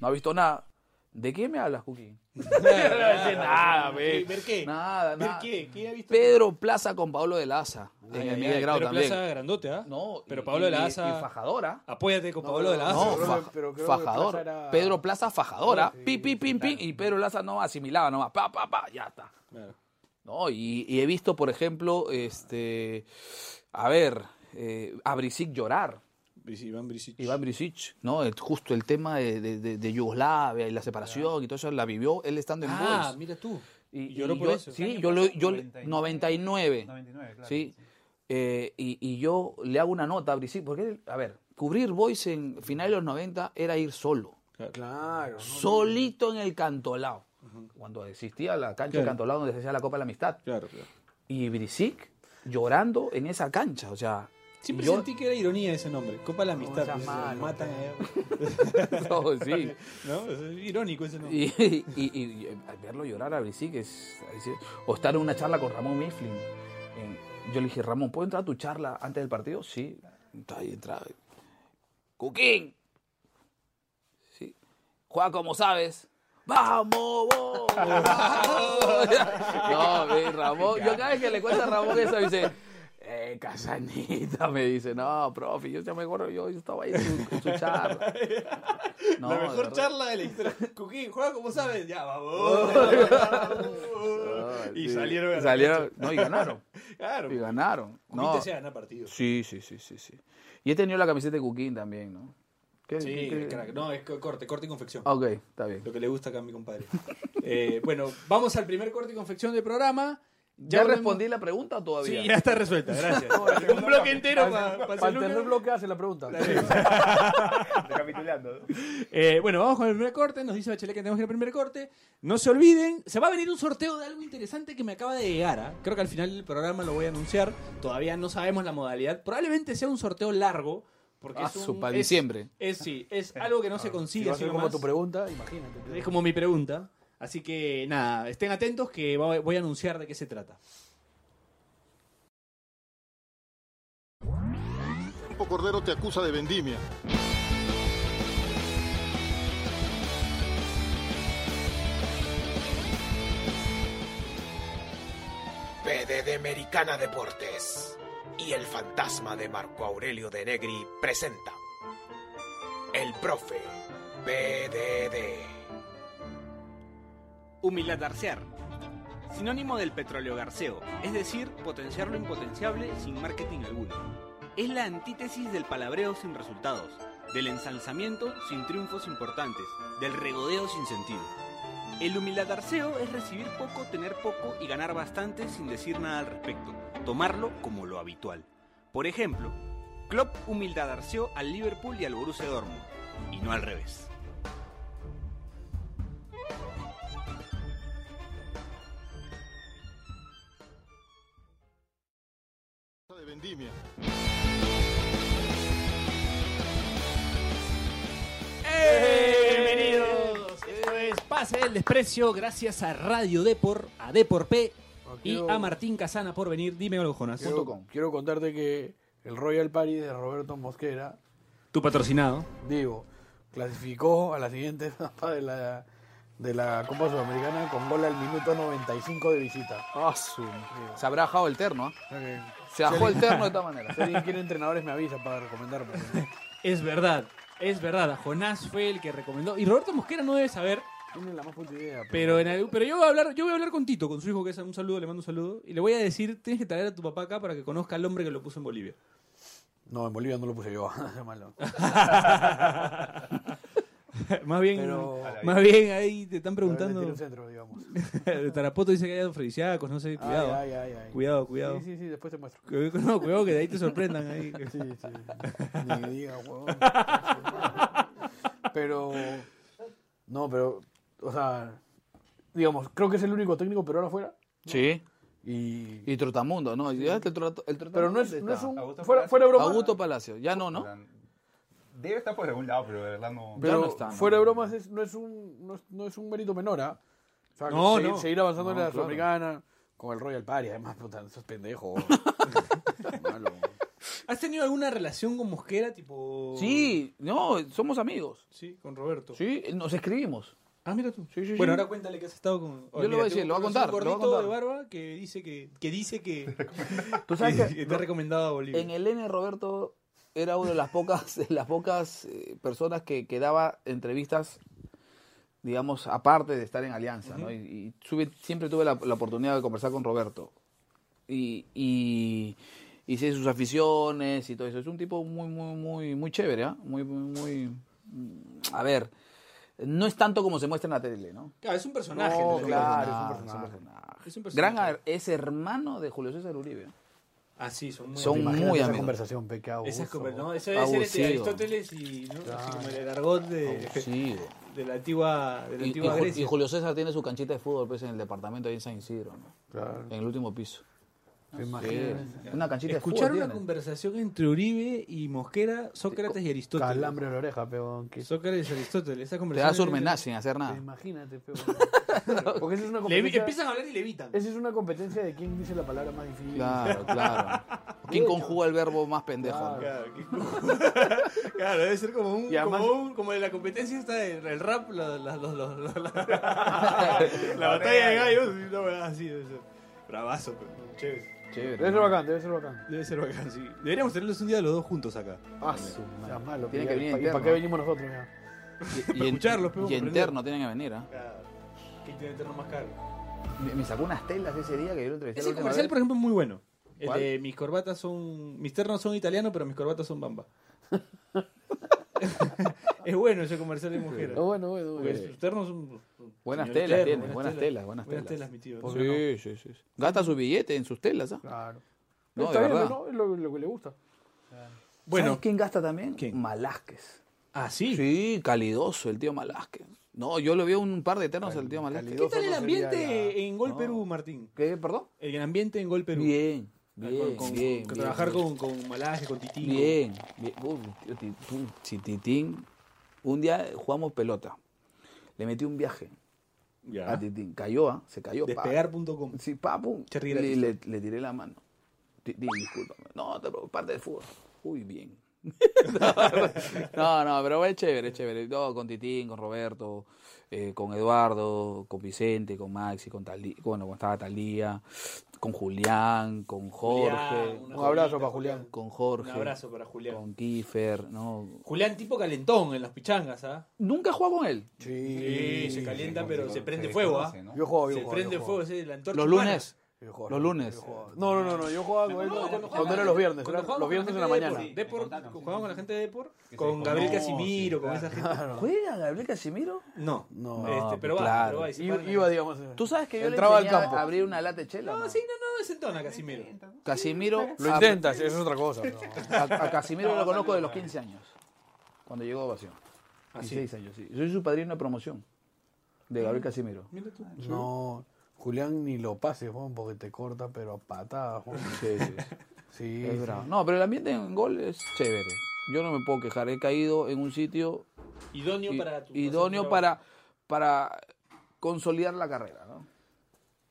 Speaker 4: no ha visto nada. ¿De qué me hablas, Cuquín?
Speaker 2: nada,
Speaker 4: ve.
Speaker 2: ¿Ver qué?
Speaker 4: Nada,
Speaker 2: ¿Ver
Speaker 4: nada.
Speaker 2: qué? ¿Quién ha visto?
Speaker 4: Pedro Plaza con Pablo de la Asa. en el
Speaker 2: Ay,
Speaker 4: Miguel
Speaker 2: ay,
Speaker 4: Grau
Speaker 2: pero
Speaker 4: también.
Speaker 2: Plaza grandote, ¿ah?
Speaker 4: No,
Speaker 2: Pero
Speaker 4: y-
Speaker 2: Pablo de
Speaker 4: y-
Speaker 2: la Ah,
Speaker 4: Y
Speaker 2: Asa.
Speaker 4: Fajadora.
Speaker 2: Apóyate con
Speaker 5: No,
Speaker 2: Pablo de la Asa.
Speaker 5: no,
Speaker 4: No,
Speaker 5: pero-
Speaker 4: fa-
Speaker 5: pero creo que
Speaker 4: fajador.
Speaker 5: Plaza era-
Speaker 4: Pedro Plaza fajadora.
Speaker 5: Sí,
Speaker 4: pi, pi, pim, pim. Y Pedro Plaza no asimilaba nomás. Pa, pa, pa. Ya está.
Speaker 2: Claro.
Speaker 4: No, y, y he visto, por ejemplo, este, a ver, eh, a Brisic llorar.
Speaker 2: Iván Brisic.
Speaker 4: Iván Brisic, ¿no? El- justo el tema de, de- de- de Yugoslavia y la separación y todo eso, la vivió él estando en
Speaker 2: Ah,
Speaker 4: Boys.
Speaker 2: mira tú.
Speaker 4: Y,
Speaker 2: y lloró por
Speaker 4: yo-
Speaker 2: eso.
Speaker 4: Sí,
Speaker 6: año
Speaker 4: yo, lo,
Speaker 6: pasado?
Speaker 4: yo,
Speaker 6: 99.
Speaker 4: 99.
Speaker 6: 99, claro.
Speaker 4: Sí. Eh, y, y yo le hago una nota a Brisic, porque, a ver, cubrir Boys en finales de los 90 era ir solo.
Speaker 5: Claro. ¿no?
Speaker 4: Solito en el Cantolao. Cuando existía la cancha del
Speaker 2: Claro.
Speaker 4: Cantolao donde se hacía la Copa de la Amistad.
Speaker 2: Claro, claro.
Speaker 4: y Brisic llorando en esa cancha. O sea,
Speaker 2: Siempre
Speaker 4: yo-
Speaker 2: sentí que era ironía ese nombre. Copa de la amistad.
Speaker 5: seas
Speaker 2: pues,
Speaker 5: malo,
Speaker 2: matan allá.
Speaker 4: no, sí.
Speaker 2: ¿No? Es irónico ese nombre.
Speaker 4: Y, y- y- y al verlo llorar a Brisic es, es- O estar en una charla con Ramón Mifflin. En- yo le dije, Ramón, ¿puedo entrar a tu charla antes del partido? Sí. Está ahí, entra. ¡Cuquín! Sí. Juega como sabes. ¡Vamos, vos! ¡Vamos! No, ve, Ramón, yo cada vez que le cuento a Ramón eso, dice, eh, Casanita, me dice, no, profe, yo ya me acuerdo, yo estaba ahí en su, en su charla. No,
Speaker 2: la
Speaker 4: de
Speaker 2: mejor
Speaker 4: verdad.
Speaker 2: charla de la historia. Cuquín, juega como sabes. Ya, vamos.
Speaker 4: Ah,
Speaker 2: y
Speaker 4: sí.
Speaker 2: salieron. a la
Speaker 4: salieron no y ganaron
Speaker 2: cancha. Claro.
Speaker 4: y ganaron no
Speaker 2: Cuquín se gana partidos.
Speaker 4: sí sí sí sí sí y he tenido la camiseta de Cuquín también no ¿Qué-
Speaker 2: Sí,
Speaker 4: qué- qué-
Speaker 2: crack. No, es co- corte, corte y confección.
Speaker 4: Ah, ok está bien
Speaker 2: Lo que le gusta acá a mi compadre. Eh, bueno, vamos al primer corte y confección del programa.
Speaker 4: ¿Ya,
Speaker 2: volvemos.
Speaker 4: respondí la pregunta o todavía?
Speaker 2: Sí, ya está resuelta, gracias. Un bloque entero para
Speaker 5: Para el tercer bloque hace la pregunta.
Speaker 6: Recapitulando.
Speaker 2: Eh, bueno, vamos con el primer corte. Nos dice Bachelet que tenemos que ir al primer corte. No se olviden, se va a venir un sorteo de algo interesante que me acaba de llegar. ¿ah? Creo que al final del programa lo voy a anunciar. Todavía no sabemos la modalidad. Probablemente sea un sorteo largo. Porque
Speaker 4: Ah,
Speaker 2: es un-
Speaker 4: su, para
Speaker 2: es-
Speaker 4: diciembre.
Speaker 2: Es, sí, es algo que no se
Speaker 5: Si
Speaker 2: consigue.
Speaker 5: Ah, va a
Speaker 2: así
Speaker 5: ser como
Speaker 2: nomás.
Speaker 5: tu pregunta, imagínate.
Speaker 2: es como mi pregunta. Así que nada, estén atentos que va- voy a anunciar de qué se trata.
Speaker 1: Campo Cordero te acusa de vendimia.
Speaker 8: PD de Americana Deportes y el fantasma de Marco Aurelio de Negri presenta El Profe PDD.
Speaker 9: Humiladarsear. Sinónimo del petróleo garceo, es decir, potenciar lo impotenciable sin marketing alguno. Es la antítesis del palabreo sin resultados, del ensalzamiento sin triunfos importantes, del regodeo sin sentido. El humiladarceo es recibir poco, tener poco y ganar bastante sin decir nada al respecto, tomarlo como lo habitual. Por ejemplo, Klopp humildadarseó al Liverpool y al Borussia Dortmund, y no al revés.
Speaker 1: Acusa de vendimia.
Speaker 2: Bienvenidos. Esto es Pase del Desprecio, gracias a Radio Depor, a Depor P y a Martín Casana por venir. Dime algo, Jonas.
Speaker 5: Quiero, quiero contarte que el Royal Party de Roberto Mosquera,
Speaker 2: Tu patrocinado.
Speaker 5: digo, clasificó a la siguiente etapa de la, de la Copa Sudamericana con gol al minuto 95 de visita.
Speaker 4: Ah, su- Se habrá bajado el terno, ¿ah?
Speaker 5: O sea que,
Speaker 4: Se bajó el terno de esta manera.
Speaker 5: si alguien quiere entrenadores me avisa para recomendarme.
Speaker 2: Es verdad, es verdad. Jonás fue el que recomendó. Y Roberto Mosquera no debe saber,
Speaker 5: Tienen la más puta idea.
Speaker 2: pero en algún- pero yo voy a hablar, yo voy a hablar con Tito, con su hijo, que es un saludo, le mando un saludo. Y le voy a decir, tienes que traer a tu papá acá para que conozca al hombre que lo puso en Bolivia.
Speaker 5: No, en Bolivia no lo puse yo. qué malo.
Speaker 2: más bien,
Speaker 5: Pero-
Speaker 2: más bien ahí te están
Speaker 5: Pero le tiré
Speaker 2: preguntando.
Speaker 5: un centro, digamos.
Speaker 2: Tarapoto dice que hay afrodisíacos, no sé, cuidado.
Speaker 5: Ay, ay, ay, ay.
Speaker 2: Cuidado, cuidado.
Speaker 5: Sí, sí, sí, después te muestro.
Speaker 2: Cu- No, cuidado que de ahí te sorprendan ahí.
Speaker 5: Sí, sí. Ni que diga, huevón. Pero. No, pero. O sea. Digamos, creo que es el único técnico peruano afuera.
Speaker 4: Sí.
Speaker 5: Y.
Speaker 4: Y Trotamundo, ¿no? Ya el Trotamundo
Speaker 5: pero no es, no es
Speaker 4: está.
Speaker 5: un.
Speaker 6: Augusto
Speaker 5: Fuera,
Speaker 6: Palacio.
Speaker 5: fuera de broma.
Speaker 4: Augusto Palacio, ya no, ¿no?
Speaker 6: Debe estar por algún lado, pero de verdad no.
Speaker 5: pero
Speaker 4: ya no está, ¿no?
Speaker 5: fuera de bromas es, no, es un, no, es, no es un mérito menor. ¿ah? O sea,
Speaker 2: No,
Speaker 5: seguir,
Speaker 2: no.
Speaker 5: seguir avanzando en
Speaker 4: No,
Speaker 5: la
Speaker 4: claro.
Speaker 5: Sudamericana con el Royal Party. Además, puta, sos pendejo. huevón. Malo, huevón.
Speaker 2: ¿Has tenido alguna relación con Mosquera, tipo...?
Speaker 4: Sí, no, somos amigos.
Speaker 2: Sí, con Roberto.
Speaker 4: Sí, nos escribimos.
Speaker 2: Ah, mira tú.
Speaker 4: Sí, sí,
Speaker 2: Bueno,
Speaker 4: sí.
Speaker 2: ahora cuéntale que has estado con...
Speaker 4: Yo le voy a decir, lo voy a
Speaker 2: conocí un
Speaker 4: contar, lo voy a
Speaker 2: gordito
Speaker 4: contar.
Speaker 2: de barba que dice que... Que dice que...
Speaker 4: Tú sabes que
Speaker 2: que te ha recomendado a Bolivia.
Speaker 4: En el N Roberto era una de las pocas, de las pocas eh, personas que, que daba entrevistas, digamos, aparte de estar en Alianza, ¿no? Y, y tuve- siempre tuve la, la oportunidad de conversar con Roberto. Y, y, y sé sus aficiones y todo eso. Es un tipo muy, muy, muy, muy chévere, ¿ah? Muy, muy, muy... mm, A ver, no es tanto como se muestra en la tele, ¿no?
Speaker 2: Claro, Ah, es un personaje.
Speaker 4: Es
Speaker 2: en
Speaker 4: un
Speaker 2: realidad.
Speaker 5: claro,
Speaker 4: personaje,
Speaker 5: es un personaje.
Speaker 4: personaje.
Speaker 2: Es un personaje.
Speaker 4: Gran, her- es hermano de Julio César Uribe. ¿eh?
Speaker 2: Ah, sí, son muy...
Speaker 4: Son
Speaker 5: Imagínate
Speaker 4: muy
Speaker 5: esa
Speaker 4: amigos.
Speaker 5: conversación, pecado.
Speaker 2: Esas como- ¿no? Eso debe ser este
Speaker 4: Abusivo.
Speaker 2: Aristóteles y... ¿no? Así como el argot de,
Speaker 4: Sí,
Speaker 2: de la antigua, de la
Speaker 4: Y, y
Speaker 2: antigua
Speaker 4: Ju-
Speaker 2: Grecia.
Speaker 4: y Julio César tiene su canchita de fútbol pues, en el departamento ahí en San Isidro, ¿no?
Speaker 5: Mm.
Speaker 4: en el último piso. Sí, Una canchita
Speaker 2: Escuchar una
Speaker 4: de fútbol. tiene.
Speaker 2: conversación entre Uribe y Mosquera, Sócrates y Aristóteles.
Speaker 5: Calambre en la oreja, peón. que-
Speaker 2: Sócrates y Aristóteles, esa
Speaker 4: Te da
Speaker 2: conversación.
Speaker 4: surmenaz sin hacer
Speaker 2: Ah.
Speaker 4: nada.
Speaker 5: Imagínate, peón. Porque esa es una
Speaker 2: Levi-
Speaker 5: competencia.
Speaker 2: empiezan a hablar y levitan.
Speaker 5: Esa es una competencia de quién dice la palabra más difícil.
Speaker 4: Claro, claro. ¿Quién conjuga el verbo más pendejo? no?
Speaker 2: Claro, que- claro, debe ser como un,
Speaker 5: Y además-
Speaker 2: como un- como de la competencia está el rap, la, la- los- los- los- la- la batalla de gallos, y una huevada así Ah, debe ser. Bravazo, pero chévere.
Speaker 4: Chévere,
Speaker 5: Debe ser
Speaker 4: ¿no?
Speaker 5: bacán, debe ser bacán.
Speaker 2: Debe ser bacán, sí. Deberíamos tenerlos un día los dos juntos acá.
Speaker 5: Ah, O sea, malo,
Speaker 4: Tiene que
Speaker 5: pe,
Speaker 4: venir
Speaker 5: ya, ¿y pa- ¿Y
Speaker 4: interno.
Speaker 5: para qué venimos nosotros? ya?
Speaker 4: Y, y, en-
Speaker 2: escucharlos, pero
Speaker 4: y
Speaker 2: aprender.
Speaker 4: interno tienen que venir. ¿ah?
Speaker 2: Que tiene terreno más caro.
Speaker 4: Me, me sacó unas telas ese día que yo lo entrevisté. la
Speaker 2: Ese
Speaker 4: última
Speaker 2: comercial,
Speaker 4: vez.
Speaker 2: por ejemplo, es muy bueno. El
Speaker 4: ¿Cuál?
Speaker 2: de mis corbatas son. Mis ternos son italianos, pero mis corbatas son bamba. es bueno ese comercial de mujeres.
Speaker 5: No, bueno, bueno,
Speaker 4: Oh,
Speaker 2: Porque
Speaker 5: bueno.
Speaker 2: sus ternos son.
Speaker 4: Buenas
Speaker 2: Señor
Speaker 4: telas
Speaker 2: Eterno,
Speaker 4: tiene,
Speaker 2: buenas
Speaker 4: buenas
Speaker 2: telas.
Speaker 4: telas, buenas
Speaker 2: Buenas
Speaker 4: telas.
Speaker 2: telas, mi tío.
Speaker 5: ¿Por qué
Speaker 4: Sí, sí, sí. sí. Gasta su billete en sus telas, ¿ah?
Speaker 5: Claro.
Speaker 4: No,
Speaker 5: Está
Speaker 4: de
Speaker 5: bien,
Speaker 4: verdad.
Speaker 5: ¿no? Es lo, lo que le gusta.
Speaker 4: ¿Sabes quién gasta también? Malásquez.
Speaker 2: Ah, sí.
Speaker 4: Sí, calidoso el tío Malásquez. No, yo lo vi un par de eternos al tío Malásquez.
Speaker 2: ¿Qué tal el
Speaker 5: no sería
Speaker 2: ambiente
Speaker 5: la-
Speaker 2: en Gol
Speaker 4: No.
Speaker 2: Perú, Martín?
Speaker 4: ¿Qué? ¿Perdón?
Speaker 2: El ambiente en Gol Perú.
Speaker 4: Bien,
Speaker 2: Con-
Speaker 4: bien,
Speaker 2: con, con-
Speaker 4: bien,
Speaker 2: con
Speaker 4: bien,
Speaker 2: trabajar
Speaker 4: bien.
Speaker 2: con, con Malaje, con Titín.
Speaker 4: Bien, bien. Uy, tío, ti- pum, si Titín, un día jugamos pelota. Le metí un viaje
Speaker 2: con- Ya.
Speaker 4: a Titín. Cayó, ¿ah? se cayó. pa.
Speaker 2: Despegar.com.
Speaker 4: Sí, papu.
Speaker 2: Te ríe
Speaker 4: Le,
Speaker 2: gratis.
Speaker 4: le- le tiré la mano. Ti- di- discúlpame. No, te preocupes, parte del fútbol. Uy, bien. no, no, pero es chévere, es chévere. No, con Titín, con Roberto, eh, con Eduardo, con Vicente, con Maxi, con Talía, bueno, cuando estaba Talía, con Julián, con Jorge.
Speaker 2: Julián, una
Speaker 5: Un abrazo
Speaker 2: joyita,
Speaker 5: para Julián.
Speaker 4: Con Jorge.
Speaker 2: Un abrazo para Julián.
Speaker 4: Con Kiefer, no.
Speaker 2: Julián, tipo calentón en las pichangas, ¿ah?
Speaker 4: Nunca jugó con él.
Speaker 5: Sí.
Speaker 2: Sí, se calienta, pero se prende fuego, ¿ah?
Speaker 6: desconoce, ¿no?
Speaker 5: Yo juego, yo
Speaker 2: Se
Speaker 5: juego,
Speaker 2: prende
Speaker 5: yo
Speaker 2: fuego,
Speaker 5: juego.
Speaker 2: ese es la antorcha
Speaker 4: Los
Speaker 2: humana.
Speaker 4: lunes.
Speaker 5: Yo juego,
Speaker 4: Los
Speaker 5: yo
Speaker 4: lunes.
Speaker 5: juego. No, no, no, no, yo jugaba con él
Speaker 2: No, cuando
Speaker 5: cuando era los viernes, era los viernes en la mañana.
Speaker 2: Depor,
Speaker 6: contaron, sí,
Speaker 2: jugamos con la gente de Depor,
Speaker 6: se
Speaker 2: con Gabriel
Speaker 6: conoce,
Speaker 2: Casimiro, con esa gente.
Speaker 4: ¿Juega Gabriel Casimiro?
Speaker 2: No,
Speaker 5: No.
Speaker 2: este, pero va,
Speaker 4: Claro.
Speaker 2: pero va. y se
Speaker 5: I-
Speaker 2: paran.
Speaker 5: Iba, digamos. eh,
Speaker 4: Tú sabes que yo
Speaker 5: Entraba al
Speaker 4: le enseñé
Speaker 5: campo.
Speaker 4: a abrir una lata de chela.
Speaker 2: No,
Speaker 4: ¿no?
Speaker 2: sí, no, no, es entona Casimiro.
Speaker 4: Casimiro.
Speaker 5: Lo intentas, eso es otra cosa. pero-
Speaker 4: A, a Casimiro lo conozco de los 15 años, cuando llegó a Ovación.
Speaker 2: Ah, sí.
Speaker 4: 16 años, sí. Soy su padrino de promoción, de Gabriel Casimiro.
Speaker 2: Mm. Mira tú.
Speaker 5: No, Julián ni lo pases, Juan, porque te corta, pero a patadas, Juan.
Speaker 4: Sí, sí, sí.
Speaker 5: Sí,
Speaker 4: Es
Speaker 5: sí.
Speaker 4: bravo. No, pero el ambiente en gol es chévere. Yo no me puedo quejar. He caído en un sitio
Speaker 2: Idóneo
Speaker 4: i-
Speaker 2: para tu.
Speaker 4: idóneo para, para consolidar la carrera, ¿no?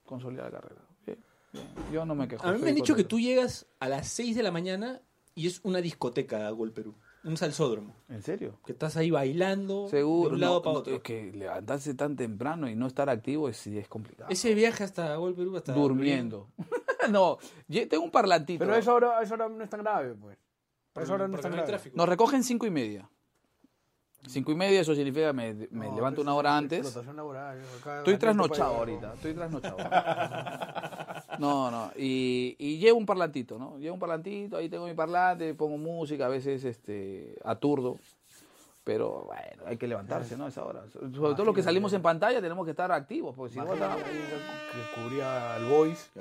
Speaker 4: Consolidar la carrera. Bien, bien. Yo no me quejo.
Speaker 2: A mí me
Speaker 4: estoy
Speaker 2: han dicho que
Speaker 4: contento.
Speaker 2: tú llegas a las 6 de la mañana y es una discoteca Gol Perú. Un salsódromo.
Speaker 4: ¿En serio?
Speaker 2: Que estás ahí bailando
Speaker 4: Seguro.
Speaker 2: de un lado
Speaker 4: no,
Speaker 2: para
Speaker 4: no,
Speaker 2: otro.
Speaker 4: es que levantarse tan temprano y no estar activo es, sí es complicado.
Speaker 2: Ese viaje hasta Gol Perú hasta.
Speaker 4: Durmiendo. no, ye- tengo un parlantito.
Speaker 5: Pero eso ahora, eso ahora no es tan grave, pues.
Speaker 2: Porque
Speaker 5: Eso ahora no
Speaker 2: porque
Speaker 5: es tan
Speaker 2: no hay
Speaker 5: grave.
Speaker 2: tráfico.
Speaker 4: Nos recogen cinco y media. Cinco y media, eso significa que me, me
Speaker 5: No,
Speaker 4: levanto
Speaker 5: pues,
Speaker 4: una hora
Speaker 5: es
Speaker 4: antes.
Speaker 5: explotación laboral, acá
Speaker 4: Estoy
Speaker 5: gané
Speaker 4: trasnochado
Speaker 5: tu país,
Speaker 4: ahorita, estoy trasnochado. No, no, y, y llevo un parlantito, ¿no? Llevo un parlantito, ahí tengo mi parlante, pongo música, a veces este, aturdo, pero bueno, hay que levantarse, ¿no? A esa hora. Sobre todo los que salimos en pantalla tenemos que estar activos, porque si no
Speaker 5: Imagínate Que cubría al Boys.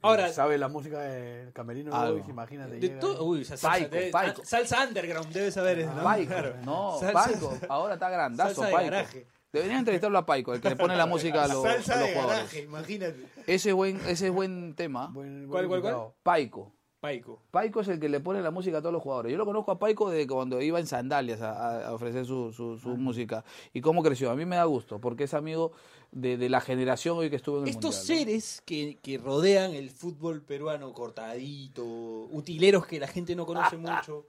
Speaker 2: Ahora,
Speaker 5: Sabe la múntica del camerino del
Speaker 4: Algo.
Speaker 5: Boys, imagínate.
Speaker 2: de
Speaker 5: llega
Speaker 2: todo-
Speaker 5: ahí.
Speaker 2: Uy, esa salsa,
Speaker 4: Paico,
Speaker 2: debe-
Speaker 4: paico.
Speaker 2: ah, salsa underground, debes saber eso, ¿no?
Speaker 4: Paico,
Speaker 2: Claro.
Speaker 4: no,
Speaker 2: Salsa-
Speaker 4: Paico, ahora está grandazo,
Speaker 2: Salsa de
Speaker 4: Paico.
Speaker 2: garaje.
Speaker 4: Deberían entrevistarlo a Paico, el que le pone la música a los, a los
Speaker 2: Salsa de
Speaker 4: jugadores.
Speaker 2: garaje, imagínate.
Speaker 4: Ese es buen, ese es buen tema.
Speaker 5: Buen-
Speaker 2: ¿Cuál,
Speaker 5: buen
Speaker 2: cuál, cuál?
Speaker 5: invitado.
Speaker 4: Paico.
Speaker 2: Paico.
Speaker 4: Paico es el que le pone la música a todos los jugadores. Yo lo conozco a Paico desde cuando iba en sandalias a, a- a ofrecer su, su-
Speaker 2: Ah.
Speaker 4: su música. Y cómo creció. A mí me da gusto, porque es amigo de, de la generación hoy que estuvo en el
Speaker 2: Estos
Speaker 4: Mundial,
Speaker 2: seres que, que rodean el fútbol peruano cortadito, utileros que la gente no conoce mucho.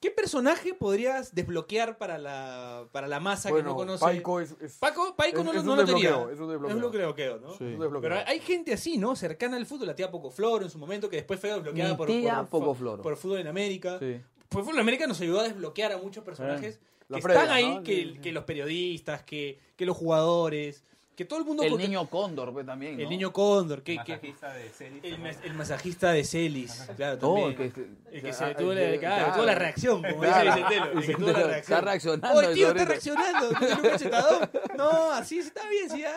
Speaker 2: ¿Qué personaje podrías desbloquear para la, para la masa que no
Speaker 5: Bueno,
Speaker 2: conoce?
Speaker 5: Paico es. es-
Speaker 2: Paco, Paico
Speaker 5: Es-
Speaker 2: no,
Speaker 5: es
Speaker 2: no
Speaker 5: un
Speaker 2: lo tenía.
Speaker 5: desbloqueo, es un desbloqueo.
Speaker 2: desbloqueo, ¿no?
Speaker 4: Sí.
Speaker 5: es un desbloqueo.
Speaker 2: Pero hay gente así, ¿no? Cercana al fútbol. La tía Pocoflor en su momento, que después fue desbloqueada
Speaker 4: Mi
Speaker 2: por,
Speaker 4: tía
Speaker 2: por-
Speaker 4: Pocofloro.
Speaker 2: por Fútbol en América.
Speaker 4: ¿no? Sí.
Speaker 2: Pues Fútbol en América nos ayudó a desbloquear a muchos personajes que
Speaker 5: Eh, La
Speaker 2: están
Speaker 5: previa,
Speaker 2: ahí,
Speaker 5: ¿no? Sí,
Speaker 2: que,
Speaker 5: sí.
Speaker 2: que los periodistas, que, que los jugadores, que todo el mundo...
Speaker 4: El
Speaker 2: porque-
Speaker 4: niño Cóndor pues, también.
Speaker 2: el
Speaker 4: ¿no?
Speaker 2: niño cóndor, que, que-
Speaker 6: Masajista de series.
Speaker 2: el, mas- el masajista de Celis, claro,
Speaker 4: No,
Speaker 2: también.
Speaker 4: el que-
Speaker 2: El que
Speaker 4: ah,
Speaker 2: se
Speaker 4: el
Speaker 2: tuvo la,
Speaker 4: que-
Speaker 2: claro,
Speaker 4: claro.
Speaker 2: tuvo la reacción, como
Speaker 4: Claro.
Speaker 2: dice Vicentelo. el que tuvo la
Speaker 4: Está
Speaker 2: reacción.
Speaker 4: reaccionando
Speaker 2: Oye,
Speaker 4: el
Speaker 2: tío, está
Speaker 4: sobrino.
Speaker 2: reaccionando. ¿no tiene un cachetadón? No, así está bien, si ya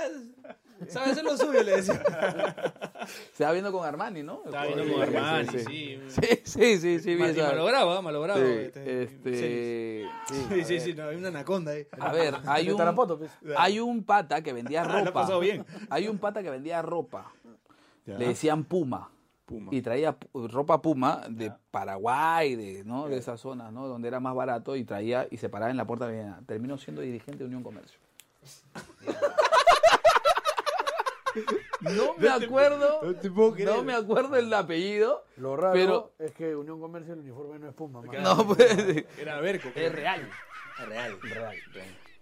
Speaker 2: sabe hacer lo suyo, le decía.
Speaker 4: Se va viendo con Armani, ¿no?
Speaker 2: Está viendo con Armani, sí.
Speaker 4: Sí, sí, sí, sí, vi
Speaker 2: Martín
Speaker 4: esa-
Speaker 2: malogrado, ¿eh? malogrado.
Speaker 4: Sí,
Speaker 2: este, Celis.
Speaker 4: este...
Speaker 2: Sí, sí, sí, no, hay una anaconda ahí.
Speaker 4: A ver, hay
Speaker 5: De
Speaker 4: un,
Speaker 5: Tarapoto, pues.
Speaker 4: hay un pata que vendía
Speaker 2: La ha
Speaker 4: ropa.
Speaker 2: pasado bien.
Speaker 4: Hay un pata que vendía ropa. Le decían Puma. Y traía pu- ropa Puma de Paraguay, de, ¿no? de esa zona, ¿no? donde era más barato y traía y se paraba en la puerta de la avenida. Terminó siendo dirigente de Unión Comercio. No me acuerdo, no me acuerdo el apellido,
Speaker 5: Lo raro
Speaker 4: pero
Speaker 5: es que Unión Comercio el uniforme no es Puma. man.
Speaker 4: no pues,
Speaker 2: Era Berco.
Speaker 4: es real. Real.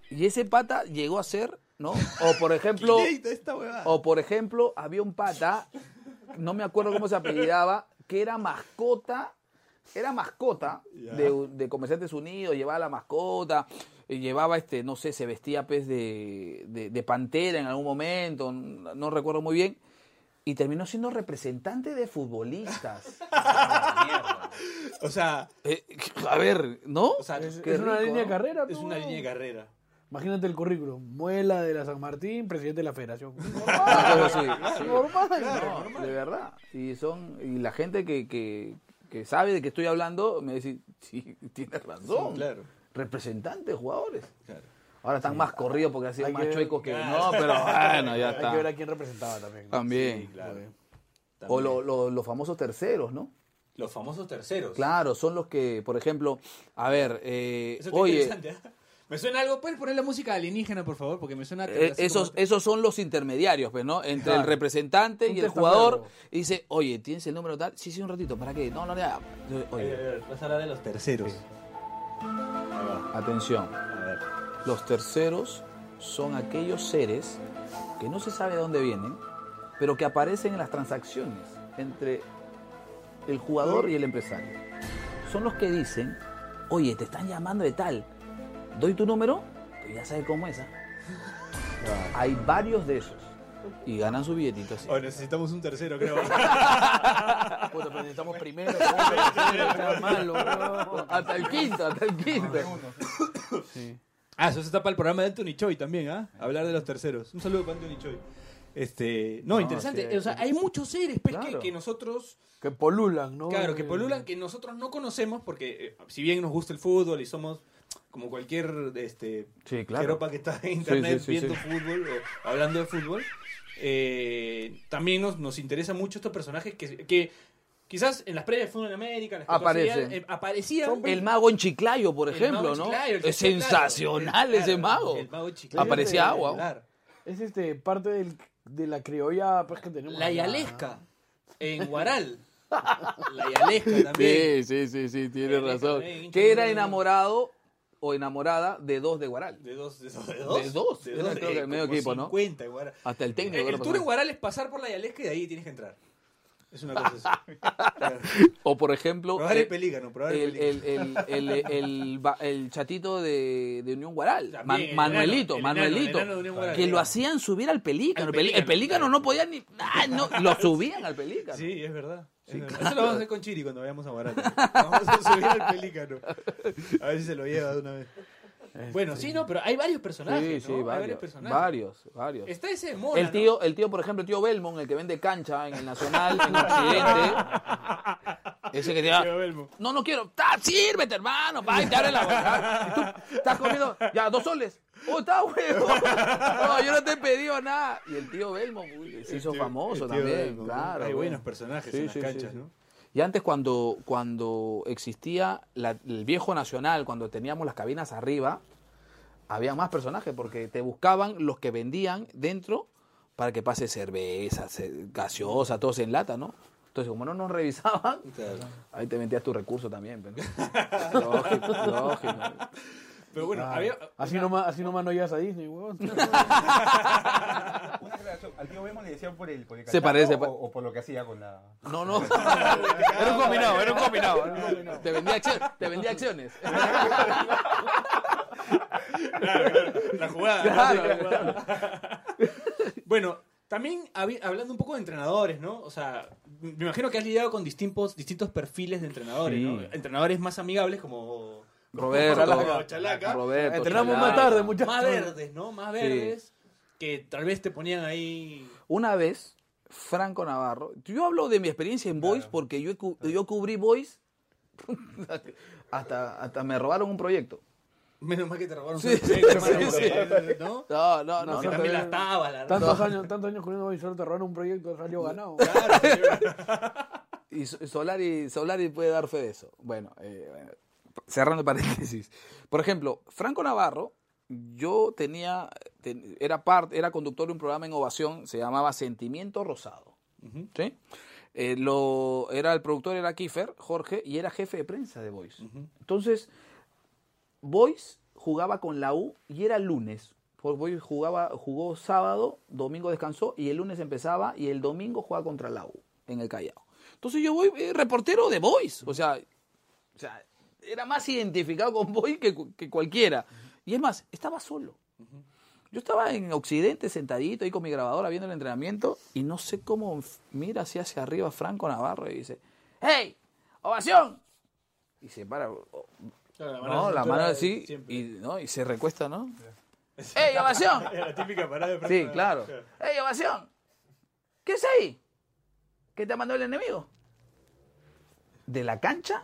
Speaker 4: Y ese pata llegó a ser, ¿no? O por ejemplo,
Speaker 2: Esta huevada.
Speaker 4: o por ejemplo, había un pata, no me acuerdo cómo se apellidaba, que era mascota, era mascota de, de Comerciantes Unidos, llevaba la mascota, eh, llevaba este, no sé, se vestía pez de, de- de pantera en algún momento, no no recuerdo muy bien. Y terminó siendo representante de futbolistas.
Speaker 2: O sea,
Speaker 4: Eh, a ver, ¿no?
Speaker 2: Ah, o sea,
Speaker 5: Es,
Speaker 4: Qué
Speaker 5: es una
Speaker 4: rico,
Speaker 5: línea de
Speaker 4: ¿no?
Speaker 5: carrera,
Speaker 2: es
Speaker 5: pues,
Speaker 2: una
Speaker 5: weón.
Speaker 2: línea de carrera.
Speaker 5: Imagínate el currículum. Muela de la San Martín, presidente de la federación.
Speaker 4: Una
Speaker 5: Normal.
Speaker 4: cosa así, Ah, sí.
Speaker 5: normal.
Speaker 4: No, de verdad. Y son y la gente que, que, que sabe de qué estoy hablando me dice, sí, tienes razón.
Speaker 2: claro.
Speaker 4: Representantes, jugadores. Ahora están más corridos porque han sido
Speaker 5: Hay
Speaker 4: más
Speaker 5: que-
Speaker 4: chuecos que... No, pero bueno, ya
Speaker 5: Hay que ver
Speaker 4: está.
Speaker 5: a quién representaba también. ¿no?
Speaker 4: También. O
Speaker 2: También.
Speaker 4: lo- lo- los famosos terceros, ¿no?
Speaker 2: Los famosos terceros.
Speaker 4: Claro, son los que, por ejemplo, a ver, eh,
Speaker 2: Eso está
Speaker 4: oye,
Speaker 2: interesante. ¿eh? Me suena algo. ¿Puedes poner la música alienígena, por favor? Porque me suena.
Speaker 4: Eh,
Speaker 2: así
Speaker 4: esos,
Speaker 2: como-
Speaker 4: esos son los intermediarios, pues, ¿no? Entre el representante
Speaker 5: Un
Speaker 4: y el
Speaker 5: testaferro.
Speaker 4: jugador. Y dice, oye, ¿tienes el número tal? Sí, sí, un ratito, ¿para qué? No, no, ya. Oye,
Speaker 2: Vas a hablar de los terceros.
Speaker 4: atención. Los terceros son aquellos seres que no se sabe de dónde vienen, pero que aparecen en las transacciones entre el jugador y el empresario. Son los que dicen, oye, te están llamando de tal, doy tu número, tú ya sabes cómo es. ¿ah?". Hay varios de esos y ganan su billetito así. Pues,
Speaker 2: O necesitamos un tercero, creo.
Speaker 5: Puta, pero necesitamos primero. segundo, tercero, o sea, malo, weón.
Speaker 4: Hasta el quinto, hasta el quinto.
Speaker 2: Ah, eso está para el programa de Anthony Choi también, ¿ah? Hablar de los terceros. Un saludo para Anthony Choi. Este, no, interesante.
Speaker 4: sí,
Speaker 2: o sea, hay muchos seres pues, que-
Speaker 4: Claro.
Speaker 2: que, nosotros,
Speaker 5: Que polulan, ¿no?
Speaker 2: claro, que polulan, que nosotros no conocemos, porque eh, si bien nos gusta el fútbol y somos como cualquier este,
Speaker 4: Sí,
Speaker 2: jeropa que está en internet
Speaker 4: sí, sí,
Speaker 2: viendo
Speaker 4: sí.
Speaker 2: fútbol o hablando de fútbol, eh, también nos, nos interesan mucho estos personajes que, que quizás en las previas de Fútbol en América, en las que
Speaker 4: Aparecen.
Speaker 2: conseguían, eh, aparecían.
Speaker 4: El mago en Chiclayo, por
Speaker 2: El
Speaker 4: ejemplo,
Speaker 2: mago
Speaker 4: ¿no?
Speaker 2: Chiclayo, el que
Speaker 4: es
Speaker 2: está, claro,
Speaker 4: sensacional
Speaker 2: el-
Speaker 4: ese
Speaker 2: claro,
Speaker 4: mago.
Speaker 2: el mago Chiclayo.
Speaker 4: Aparecía agua.
Speaker 2: Claro.
Speaker 5: Es este, parte del, de la criolla pues, que tenemos.
Speaker 2: La
Speaker 5: acá,
Speaker 2: Yalesca, en Guaral. La Yalesca también.
Speaker 4: Sí, sí, sí, sí, tiene
Speaker 2: Tiene
Speaker 4: razón.
Speaker 2: también, hincha
Speaker 4: Que era
Speaker 2: de-
Speaker 4: enamorado o enamorada de dos de Guaral.
Speaker 2: De dos, de dos. De dos,
Speaker 4: De dos, era creo que
Speaker 2: eh,
Speaker 4: medio
Speaker 2: como
Speaker 4: equipo, ¿no?
Speaker 2: 50 en Guaral.
Speaker 4: Hasta el técnico.
Speaker 2: El,
Speaker 4: creo
Speaker 2: Eh, el
Speaker 4: que
Speaker 2: tour en
Speaker 4: pasó.
Speaker 2: Guaral es pasar por la Yalesca y de ahí tienes que entrar. Es una cosa así.
Speaker 4: o por ejemplo,
Speaker 2: Probar el
Speaker 4: eh,
Speaker 2: pelícano, probar el,
Speaker 4: el,
Speaker 2: pelícano.
Speaker 4: el, el, el, el ba- el chatito de, de Unión Guaral,
Speaker 2: También,
Speaker 4: Man-
Speaker 2: el enano,
Speaker 4: Manuelito,
Speaker 2: el enano,
Speaker 4: Manuelito,
Speaker 2: el enano de Unión Guaral.
Speaker 4: que lo hacían subir al pelícano.
Speaker 2: Al
Speaker 4: El peli-
Speaker 2: pelícano,
Speaker 4: el pelícano
Speaker 2: claro.
Speaker 4: no podía ni. ah, no, lo subían al pelícano.
Speaker 2: Sí, es verdad. es verdad. Eso lo vamos a hacer con Chiri cuando vayamos a Guaral. Vamos a subir al pelícano. A ver si se lo lleva de una vez. Bueno, sí, no, pero hay varios personajes.
Speaker 4: Este. sí,
Speaker 2: ¿no? Hay
Speaker 4: varios,
Speaker 2: personajes.
Speaker 4: varios, varios.
Speaker 2: Está ese de Mona,
Speaker 4: El tío, el tío, por ejemplo, el tío Belmont, el que vende cancha en el Nacional, en Occidente. Ese que te
Speaker 2: ¿no?
Speaker 4: da,
Speaker 2: Tío Belmo.
Speaker 4: no, no quiero. ¡Ah, sírvete, hermano! Va y te abre la boca. Tú estás comiendo, ya, dos soles. ¡Oh, está huevo! No, yo no te he pedido nada. Y el tío Belmont, uy, se hizo
Speaker 2: El tío-
Speaker 4: famoso
Speaker 2: el tío
Speaker 4: también,
Speaker 2: Belmo, ¿no?
Speaker 4: claro.
Speaker 2: Hay
Speaker 4: bueno.
Speaker 2: buenos personajes
Speaker 4: Sí,
Speaker 2: en las
Speaker 4: sí, sí,
Speaker 2: canchas,
Speaker 4: sí.
Speaker 2: ¿no?
Speaker 4: Y antes cuando, cuando existía la- el viejo nacional, cuando teníamos las cabinas arriba, había más personajes porque te buscaban los que vendían dentro para que pase cerveza, ce- gaseosa, todo se en lata, ¿no? Entonces, como no nos revisaban, ahí te metías tu recurso también. pues, ¿no? lógico, lógico.
Speaker 2: Pero bueno,
Speaker 5: Ah,
Speaker 2: había,
Speaker 5: así, nomás, así nomás no llegas a Disney, weón.
Speaker 6: Una aclaración, Al tío Vemos le decían por el, por el
Speaker 4: Se
Speaker 6: cachaco
Speaker 4: parece,
Speaker 6: o,
Speaker 4: pa-
Speaker 6: o por lo que hacía con la.
Speaker 4: No, no. Era un combinado, era un combinado. Te vendía, accio- te vendía acciones.
Speaker 2: la jugada. ¿no?
Speaker 4: Claro.
Speaker 2: La jugada. bueno, también habi- hablando un poco de entrenadores, ¿no? O sea, me imagino que has lidiado con distintos, distintos perfiles de entrenadores, ¿no?
Speaker 4: Sí.
Speaker 2: Entrenadores más amigables como...
Speaker 4: Roberto.
Speaker 2: como Chalaca.
Speaker 4: Roberto.
Speaker 5: Entrenamos más
Speaker 4: Chalaca.
Speaker 5: tarde, muchachos.
Speaker 2: Más verdes, ¿no? Más verdes. Que tal vez te ponían ahí...
Speaker 4: Una vez, Franco Navarro, yo hablo de mi experiencia en Voice porque yo, cu- yo cubrí Voice hasta, hasta me robaron un proyecto.
Speaker 2: Menos mal que te robaron
Speaker 4: Sí,
Speaker 2: un
Speaker 4: sí,
Speaker 2: proyecto,
Speaker 4: sí,
Speaker 2: hermano,
Speaker 4: sí.
Speaker 2: porque, ¿no?
Speaker 4: No, no, no.
Speaker 2: Que también las tabas, la-
Speaker 5: Tantos años, tantos años corriendo hoy solo te robaron un proyecto, salió ganado.
Speaker 4: Y So- Solari, Solari puede dar fe de eso. Bueno, eh, bueno, cerrando paréntesis. Por ejemplo, Franco Navarro, yo tenía, ten- era, parte era conductor de un programa en Ovación, se llamaba Sentimiento Rosado. ¿sí? Eh, lo, era el productor era Kiefer, Jorge, y era jefe de prensa de Voice. Entonces, Boys jugaba con la U y era lunes. Por- Boys jugaba, jugó sábado, domingo descansó y el lunes empezaba y el domingo jugaba contra la U en el Callao. Entonces yo voy eh, reportero de Boys. O sea, o sea, era más identificado con Boy que, cu- que cualquiera. Y es más, estaba solo. Yo estaba en Occidente sentadito ahí con mi grabadora viendo el entrenamiento y no sé cómo f- mira así hacia arriba Franco Navarro y dice, ¡Hey! ¡Ovación! Y se para,
Speaker 2: Claro,
Speaker 4: no, la
Speaker 2: cintura
Speaker 4: mano así
Speaker 2: siempre.
Speaker 4: y, ¿no? y se recuesta, ¿no? ¡Ey, evasión!
Speaker 10: Era la típica parada de
Speaker 4: Sí,
Speaker 10: prensa.
Speaker 4: claro. ¡Ey, evasión! ¿Qué es ahí? ¿Qué te ha mandado el enemigo? De la cancha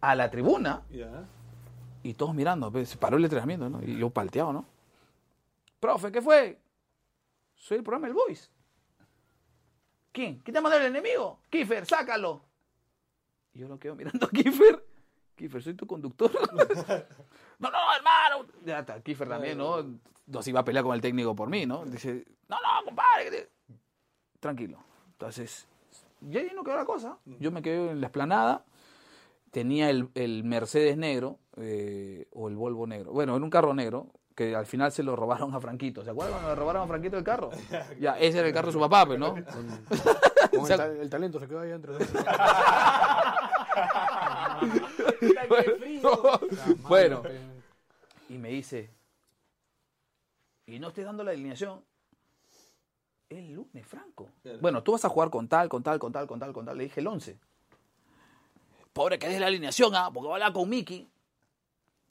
Speaker 4: a la tribuna
Speaker 10: Ya.
Speaker 4: y todos mirando. pues, se paró el entrenamiento, ¿no? Y yo palteado, ¿no? Profe, ¿qué fue? Soy el programa El Voice. ¿Quién? ¿Quién te ha mandado el enemigo? Kiefer, sácalo. Y yo lo quedo mirando a Kiefer. Kiefer, soy tu conductor. no, no, hermano. Ya está, Kiefer también, ¿no? No se iba a pelear con el técnico por mí, ¿no? Dice, no, no, compadre. que te- Tranquilo. Entonces, ya ahí no quedó la cosa. Yo me quedé en la esplanada. Tenía el, el Mercedes negro eh, o el Volvo negro. Bueno, en un carro negro que al final se lo robaron a Franquito. ¿Se acuerdan cuando le robaron a Franquito el carro? Ya, ese era el carro de su papá, pues, ¿no?
Speaker 5: Con
Speaker 4: Se ac-
Speaker 5: el, ta- el talento se quedó ahí dentro.
Speaker 4: bueno, y me dice, y no estés dando la alineación el lunes, Franco. Bueno, tú vas a jugar con tal, con tal, con tal, con tal, con tal. Le dije el 11. Pobre que des la alineación, ¿ah? porque va a hablar con Miki.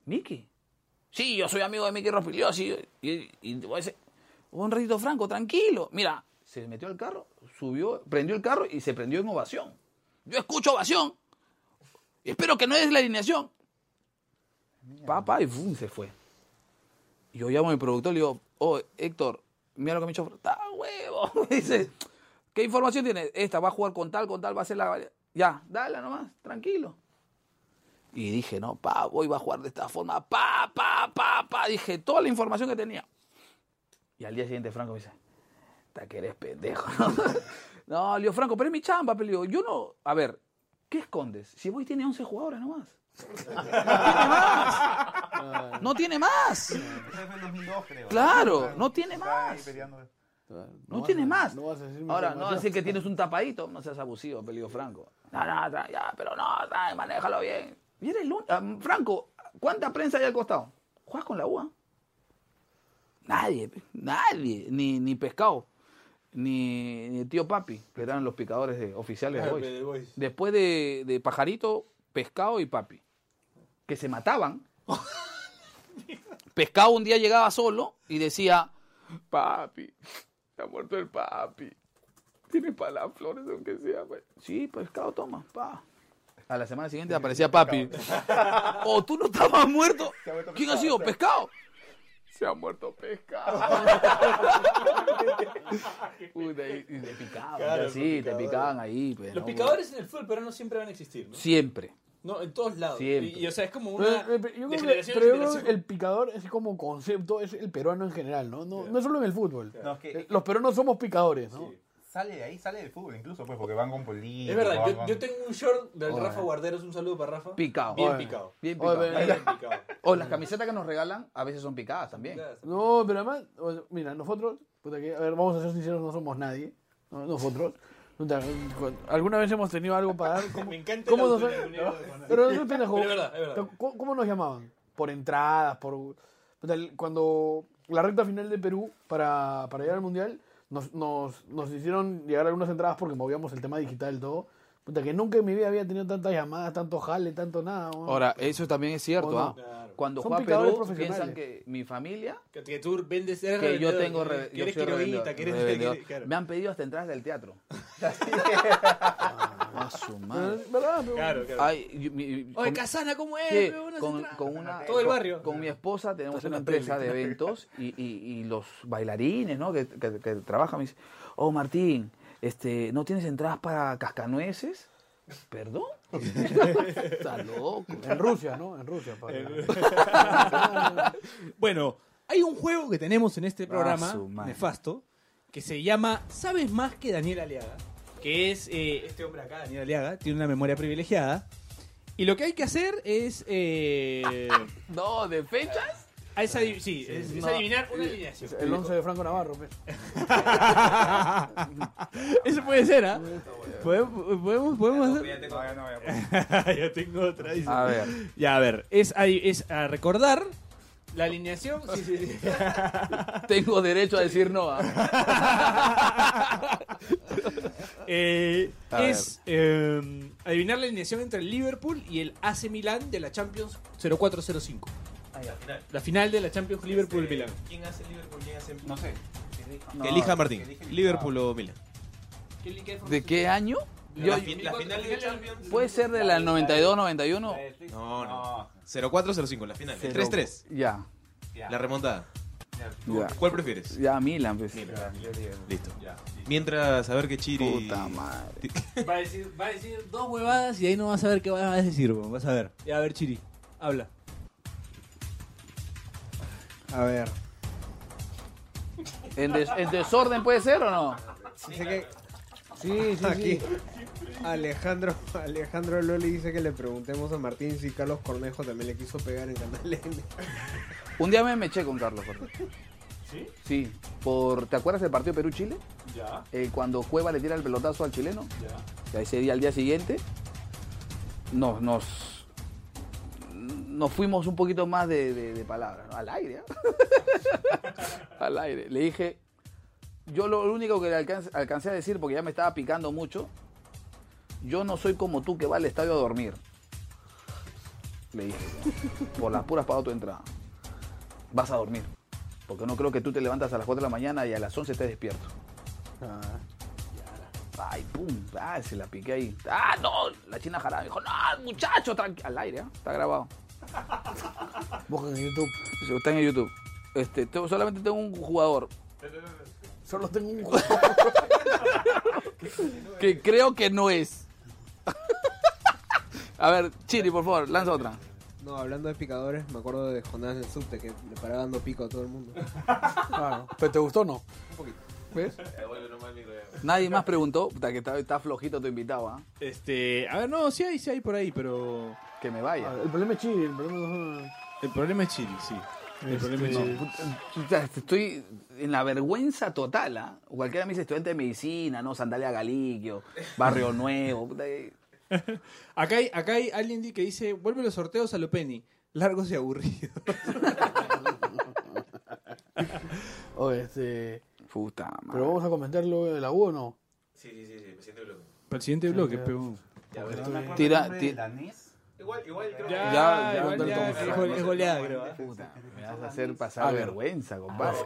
Speaker 4: ¿Miki? Sí, yo soy amigo de Miki Rospigliosi. Y, y te voy a decir, un ratito, Franco, tranquilo. Mira, se metió al carro, subió, prendió el carro y se prendió en ovación. Yo escucho ovación. Espero que no des la alineación. Papá, y ¡fum! se fue. Y yo llamo a mi productor y le digo, oh, Héctor, mira lo que me ha hecho. ¡Está huevo! Me dice, ¿qué información tienes? Esta, va a jugar con tal, con tal, va a ser la... Ya, dale nomás, tranquilo. Y dije, no, pa, voy a jugar de esta forma. Pa, pa, pa, pa. Dije toda la información que tenía. Y al día siguiente Franco me dice, "Ta que eres pendejo. ¿no?" no, le digo, Franco, pero es mi chamba. Pero le digo, yo no... A ver, ¿qué escondes? Si voy tiene 11 jugadores nomás. No tiene más.
Speaker 6: fue en 2002, creo.
Speaker 4: Claro, no tiene
Speaker 6: Estaba ahí
Speaker 4: más.
Speaker 6: peleando.
Speaker 4: No tiene más.
Speaker 5: No vas a decir mi
Speaker 4: Ahora, no
Speaker 5: información.
Speaker 4: decir que tienes un tapadito, no seas abusivo, peligro Franco. No, no, tra- ya, pero no, tra- manéjalo bien. Y eres lu- ah, Franco, ¿cuánta prensa hay al costado? ¿Juegas con la UA? Nadie, pe, nadie, ni, ni pescado, ni, ni tío papi, que eran los picadores de, oficiales
Speaker 5: Ah,
Speaker 4: de Boys. Después de, de Pajarito, Pescado y Papi, que se mataban. pescado un día llegaba solo y decía, papi, se ha muerto el papi. Tiene para las flores, aunque sea. pues". Sí, pescado, toma, pa. A la semana siguiente aparecía papi. O tú no estabas muerto.
Speaker 6: Se ha muerto
Speaker 4: ¿Quién ha
Speaker 6: pescado,
Speaker 4: sido?
Speaker 6: se ha-
Speaker 4: Pescado. Se ha muerto pescado. Puta, y, y te picaban.
Speaker 10: Claro,
Speaker 4: sí,
Speaker 10: los
Speaker 4: te
Speaker 10: picadores.
Speaker 4: picaban ahí. pues,
Speaker 11: Los
Speaker 4: ¿no?
Speaker 11: picadores en el fútbol peruano siempre van a existir, ¿no?
Speaker 4: Siempre.
Speaker 11: No, en todos lados.
Speaker 4: Siempre.
Speaker 11: Y, y, o sea, es como
Speaker 5: Pero,
Speaker 11: una.
Speaker 5: eh, pero
Speaker 11: de
Speaker 5: yo creo que,
Speaker 11: generación en
Speaker 5: pero yo creo que
Speaker 11: generación.
Speaker 5: el picador es como concepto, es el peruano en general, ¿no? No, no es solo en el fútbol. Eh,
Speaker 6: No, es
Speaker 4: Eh,
Speaker 6: que-
Speaker 5: Los peruanos somos picadores, ¿no?
Speaker 6: Sale de ahí, sale del fútbol incluso, pues, porque van con políticos.
Speaker 11: Es verdad,
Speaker 6: van
Speaker 11: yo,
Speaker 6: con-
Speaker 11: yo tengo un short del Rafa Guarderos, un saludo para Rafa.
Speaker 4: Picado.
Speaker 11: Bien
Speaker 5: Oye.
Speaker 11: picado.
Speaker 4: Bien
Speaker 5: Oye,
Speaker 4: picado.
Speaker 5: pero-
Speaker 11: Bien picado.
Speaker 4: O las camisetas que nos regalan a veces son picadas también.
Speaker 5: No, pero además, o sea, mira, nosotros, puta que, a ver, vamos a ser sinceros, no somos nadie. No- nosotros. Puta, cuando- ¿Alguna vez hemos tenido algo para dar? ¿Cómo,
Speaker 10: Me encanta
Speaker 5: cómo
Speaker 10: la
Speaker 5: nos,
Speaker 10: autonomía de Juan.
Speaker 5: pero no es pendejo.
Speaker 11: Pero es verdad, es verdad.
Speaker 5: ¿Cómo, cómo nos llamaban? Por entradas, por. puta, el- Cuando la recta final de Perú para, para llegar al mundial, nos, nos, nos hicieron llegar algunas entradas porque movíamos el tema digital y todo. Puta, que nunca en mi vida había tenido tantas llamadas, tanto jale, tanto nada. weón.
Speaker 4: Ahora, eso también es cierto.
Speaker 5: O no.
Speaker 4: ¿ah?
Speaker 11: Claro.
Speaker 4: Cuando
Speaker 5: Son
Speaker 4: juega
Speaker 5: picadores
Speaker 4: Perú, piensan
Speaker 5: profesionales.
Speaker 4: que mi familia,
Speaker 11: Que, que tú vendes. eres
Speaker 4: que yo
Speaker 11: revendedor,
Speaker 4: tengo.
Speaker 11: que-
Speaker 4: re-
Speaker 11: que
Speaker 4: yo
Speaker 11: eres
Speaker 4: soy
Speaker 11: quiroguita,
Speaker 4: revendedor,
Speaker 11: que eres.
Speaker 4: revendedor.
Speaker 11: que- claro.
Speaker 4: Me han pedido hasta entradas del teatro. A su madre.
Speaker 5: ¿Verdad? pero-
Speaker 10: Claro, claro.
Speaker 4: Ay, y- mi-
Speaker 11: Oye,
Speaker 4: con-
Speaker 11: Casana, ¿cómo es?
Speaker 4: sí,
Speaker 11: pe? Unas
Speaker 4: con,
Speaker 11: entradas.
Speaker 4: con una,
Speaker 11: Todo el
Speaker 4: con-
Speaker 11: barrio.
Speaker 4: Con mi esposa tenemos
Speaker 5: Estás en
Speaker 4: una
Speaker 5: la tele.
Speaker 4: empresa de eventos y, y- y los bailarines ¿no? que, que, que trabajan me dicen, oh Martín, este, ¿no tienes entradas para cascanueces? ¿Perdón? Está loco.
Speaker 5: En Rusia, ¿no? En Rusia. para-
Speaker 2: Bueno, hay un juego que tenemos en este
Speaker 4: Ah,
Speaker 2: programa,
Speaker 4: su madre.
Speaker 2: nefasto, que se llama ¿Sabes más que Daniel Aliaga? Que es eh, este hombre acá, Daniel Aliaga, tiene una memoria privilegiada. Y lo que hay que hacer es... eh,
Speaker 4: No, de fechas.
Speaker 2: a esa di- sí, es, es
Speaker 4: no.
Speaker 2: adivinar una alineación.
Speaker 5: Pues, El 11 de Franco Navarro, pues.
Speaker 2: Eso puede ser, ¿ah? Podemos, podemos, podemos hacer...
Speaker 6: Todavía no, ya, pues.
Speaker 10: Yo tengo otra. dice.
Speaker 4: A ver.
Speaker 2: Ya, a ver, es, a- es a recordar...
Speaker 11: La alineación, sí, sí, sí.
Speaker 4: Tengo derecho a decir no. ¿ah?
Speaker 2: Eh,
Speaker 4: A
Speaker 2: es em, eh, adivinar la alineación entre el Liverpool y el AC Milan de la Champions 0405. La final de la Champions Liverpool-Milan.
Speaker 12: Este, ¿Quién hace Liverpool? ¿Quién hace
Speaker 6: No sé.
Speaker 12: Que elija Martín. Liverpool o Milan.
Speaker 4: ¿De qué año? Yo-
Speaker 12: la, fi- la final de Champions.
Speaker 4: puede ser de la 92-91.
Speaker 12: No,
Speaker 6: Ah.
Speaker 12: no. 04-05, la final. El 3-3.
Speaker 4: Ya,
Speaker 12: La remontada.
Speaker 4: ya.
Speaker 12: ¿Cuál prefieres?
Speaker 4: Ya, Milan, pues.
Speaker 12: Milan. Listo. Mientras, a ver qué Chiri.
Speaker 4: Puta madre.
Speaker 2: Va a, decir, va a decir dos huevadas y ahí no vas a ver qué vas a decir, weón. vas a ver. Ya, a ver, Chiri, habla.
Speaker 5: A ver.
Speaker 4: ¿En, des- en desorden puede ser o no?
Speaker 13: Dice que. Sí, sí, sí. Alejandro, Alejandro Loli dice que le preguntemos a Martín si Carlos Cornejo también le quiso pegar en Canal N.
Speaker 4: Un día me meché con Carlos. Jorge.
Speaker 13: ¿Sí?
Speaker 4: Sí, por, ¿te acuerdas del partido Perú-Chile?
Speaker 11: Ya.
Speaker 4: Eh, cuando Cueva le tira el pelotazo al chileno. Ya ese día, al día siguiente, nos, nos, nos fuimos un poquito más de, de- de palabras, ¿no? al aire. ¿ah? al aire. Le dije, yo lo único que le alcance- alcancé a decir, porque ya me estaba picando mucho, yo no soy como tú que va al estadio a dormir. Le dije, por las puras pago tu entrada. Vas a dormir. Porque no creo que tú te levantas a las 4 de la mañana y a las 11 estés despierto. Ay, pum, ah, se la piqué ahí. Ah, no, la china jarada. Dijo, no, muchacho, tranqui-". Al aire, ¿ah? está grabado.
Speaker 5: Busquen en YouTube.
Speaker 4: Está en YouTube. Este, tengo- solamente tengo un jugador
Speaker 5: Solo tengo un juego.
Speaker 4: que creo que no es. a ver, Chiri, por favor, lanza otra.
Speaker 13: No, hablando de picadores, me acuerdo de Jonás del Subte que le paraba dando pico a todo el mundo.
Speaker 5: Claro. ¿Pero te gustó o no?
Speaker 4: ¿Ves? Nadie más preguntó. Puta, que está, está flojito tu invitado, ¿ah?
Speaker 2: Este, a ver, no, sí hay, sí hay por ahí, pero.
Speaker 4: Que me vaya.
Speaker 5: El problema es Chile, el problema es.
Speaker 2: El problema es Chiri, sí. El problema es
Speaker 4: No,
Speaker 2: Chiri.
Speaker 4: puta, puta, estoy en la vergüenza total, ¿ah? Cualquiera me dice estudiante de medicina, ¿no? Sandalia Galiquio, Barrio Nuevo. puta, eh.
Speaker 2: Acá hay, acá hay alguien di- que dice, vuelve los sorteos a lo Penny. Largos y aburridos.
Speaker 5: Oye, este.
Speaker 4: Puta madre.
Speaker 5: Pero vamos a comentar lo de la U o no.
Speaker 12: Sí, sí, sí, sí. Me siento loco.
Speaker 2: Para el siguiente bloque, peón.
Speaker 4: Tira- ti-
Speaker 12: Igual, igual. creo
Speaker 2: Ya,
Speaker 4: Ya, ya,
Speaker 2: igual,
Speaker 4: ya,
Speaker 2: ya,
Speaker 4: ya,
Speaker 2: es
Speaker 4: ya,
Speaker 2: gol-
Speaker 4: ya,
Speaker 2: es goleada, creo. ¿ah?
Speaker 4: Puta, me vas a hacer pasar
Speaker 5: Ah,
Speaker 4: vergüenza, compadre.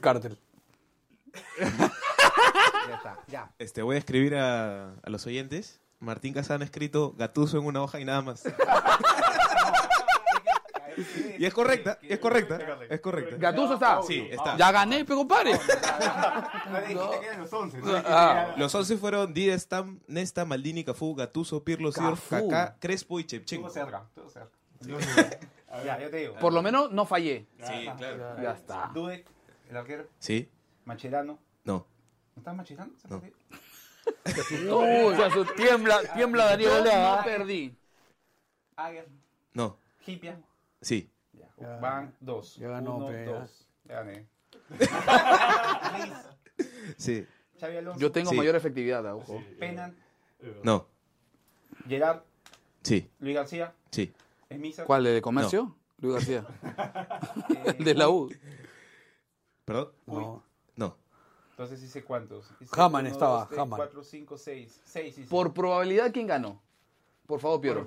Speaker 5: Cartel.
Speaker 13: Ya está, ya.
Speaker 12: Este, voy a escribir a, a los oyentes. Martín Casán ha escrito Gatuso en una hoja y nada más. y es correcta, es correcta, es correcta.
Speaker 4: Gatuso está.
Speaker 12: Sí, está.
Speaker 4: Ya gané, pero compadre.
Speaker 6: No le Ah, dijiste que eran los 11. ¿no?
Speaker 4: Ah,
Speaker 12: Los 11 fueron Dida, Stam, Nesta, Maldini, Cafú, Gatuso, Pirlo, Sidorf,
Speaker 4: Cafú.
Speaker 12: Kaká, Crespo y Chepchenko.
Speaker 6: Todo
Speaker 12: Sí,
Speaker 6: cerca, todo cerca. Ya, yo te digo.
Speaker 4: por lo menos no fallé.
Speaker 12: claro.
Speaker 4: Ya está.
Speaker 6: Dudek, el arquero.
Speaker 12: Sí,
Speaker 6: Macherano.
Speaker 12: no.
Speaker 6: ¿No estás Macherano? ¿Se
Speaker 12: No.
Speaker 6: perdió?
Speaker 4: Uy, se asustó. tiembla, tiembla Daniel Olea. No perdí.
Speaker 6: Ager.
Speaker 12: No,
Speaker 6: Hipia.
Speaker 12: sí.
Speaker 6: Van dos.
Speaker 5: Ya ganó,
Speaker 6: Uno,
Speaker 12: pues.
Speaker 5: pe,
Speaker 6: dos. Ya gané.
Speaker 12: Sí.
Speaker 6: Xavi Alonso.
Speaker 4: Yo tengo
Speaker 12: Sí.
Speaker 4: mayor efectividad, ah, ojo.
Speaker 6: Penan.
Speaker 12: No.
Speaker 6: Gerard.
Speaker 12: Sí.
Speaker 6: Luis García.
Speaker 12: Sí.
Speaker 6: Emisa.
Speaker 4: ¿Cuál? ¿El de comercio? Luis García.
Speaker 6: eh,
Speaker 4: El de la U.
Speaker 12: ¿Perdón?
Speaker 5: No.
Speaker 12: No.
Speaker 6: Entonces hice cuántos. Hice
Speaker 5: Haman
Speaker 6: uno,
Speaker 5: estaba,
Speaker 6: dos, tres,
Speaker 5: Haman.
Speaker 6: Cuatro, cinco, seis. Seis hice.
Speaker 4: Por probabilidad, ¿quién ganó? Por favor, Piero.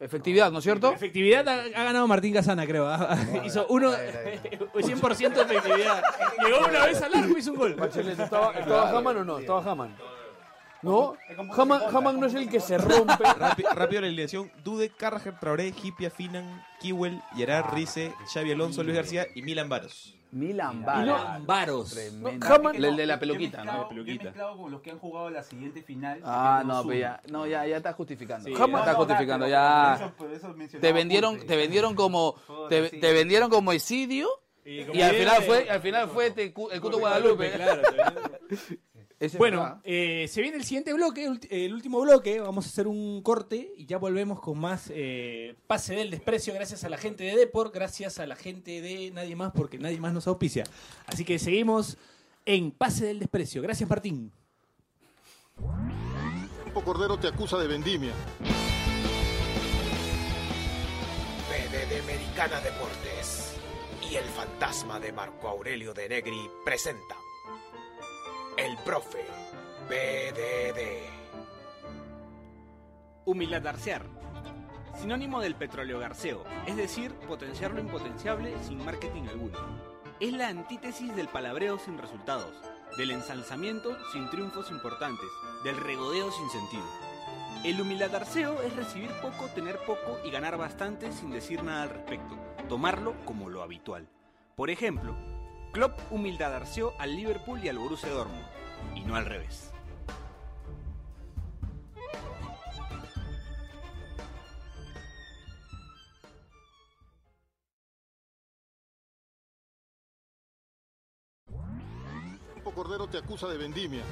Speaker 4: Efectividad, ¿no es
Speaker 2: La
Speaker 4: cierto?
Speaker 2: Efectividad ha, ha ganado Martín Casana, creo. ¿ah? hizo uno, 100% de efectividad. Llegó una vez al arco y hizo un gol.
Speaker 5: Bachelet, ¿estaba, estaba Haman o no? Estaba Haman. ¿No? Haman, Haman no es el que se rompe.
Speaker 12: Rápi- rápido la alineación. Dude, Carragher, Traoré, Hipia, Finan, Kiwel, Gerard, Rice, Xavi Alonso, Luis García y Milan Varos.
Speaker 4: Milan
Speaker 2: Varos. Varos.
Speaker 4: Tremendo.
Speaker 5: No, Haman-
Speaker 4: el de la peluquita, ¿no?
Speaker 6: Yo he mezclado con los que han jugado la siguiente final.
Speaker 4: Ah,
Speaker 6: que
Speaker 4: no,
Speaker 6: quedó
Speaker 4: pero
Speaker 6: uno.
Speaker 4: ya, no, ya, ya estás justificando.
Speaker 5: Jamás-
Speaker 4: Ya estás
Speaker 6: No, no,
Speaker 4: justificando,
Speaker 6: no,
Speaker 4: ya.
Speaker 6: pero por eso- por eso
Speaker 4: Te
Speaker 6: mencionaba
Speaker 4: vendieron,
Speaker 6: Ponte.
Speaker 4: te vendieron como, te,
Speaker 6: sí.
Speaker 4: te vendieron como Esidio y al final fue, al final fue este cu- el Cuto Guadalupe. Ese
Speaker 2: Bueno,
Speaker 4: va.
Speaker 2: eh, se viene el siguiente bloque, ulti- el último bloque. Vamos a hacer un corte y ya volvemos con más eh, Pase del Desprecio. Gracias a la gente de Deport, gracias a la gente de Nadie Más, porque nadie más nos auspicia. Así que seguimos en Pase del Desprecio. Gracias, Martín.
Speaker 1: Campo Cordero te acusa de vendimia.
Speaker 8: PDD Americana Deportes y el fantasma de Marco Aurelio de Negri presenta El Profe PDD.
Speaker 9: Humildarsear. Sinónimo del petroleogarceo, es decir, potenciar lo impotenciable sin marketing alguno. Es la antítesis del palabreo sin resultados, del ensalzamiento sin triunfos importantes, del regodeo sin sentido. El humilagarceo es recibir poco, tener poco y ganar bastante sin decir nada al respecto, tomarlo como lo habitual. Por ejemplo, Klopp humildadarceó al Liverpool y al Borussia Dortmund, y no al revés.
Speaker 1: Campo Cordero te acusa de vendimia.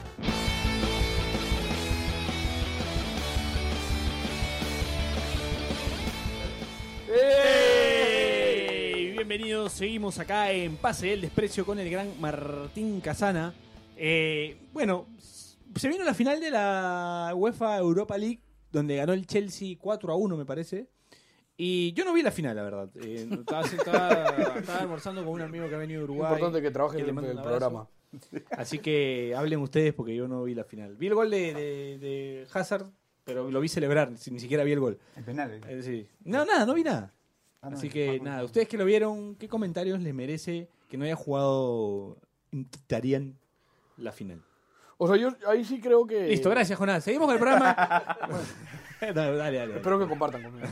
Speaker 2: ¡Ey! Bienvenidos, seguimos acá en Pase del Desprecio con el gran Martín Casana. Eh, bueno, s- se vino la final de la UEFA Europa League, donde ganó el Chelsea 4 a 1, me parece. Y yo no vi la final, la verdad. Eh, estaba, estaba- estaba almorzando con un amigo que ha venido de Uruguay.
Speaker 5: Importante que trabaje
Speaker 2: le
Speaker 5: el-
Speaker 2: mando un
Speaker 5: el
Speaker 2: abrazo.
Speaker 5: programa.
Speaker 2: Así que hablen ustedes porque yo no vi la final. Vi el gol de, de- de Hazard, pero lo vi celebrar, si- ni siquiera vi el gol.
Speaker 6: El penal.
Speaker 2: Eh, sí. No, nada, no vi nada.
Speaker 6: Ah, no,
Speaker 2: Así
Speaker 6: no,
Speaker 2: que
Speaker 6: no, no.
Speaker 2: nada, ustedes que lo vieron, ¿qué comentarios les merece que no haya jugado Darían la final?
Speaker 5: O sea, yo ahí sí creo que.
Speaker 2: Listo, gracias, Jonás. Seguimos con el programa. No, dale, dale, dale.
Speaker 5: Espero que compartan conmigo.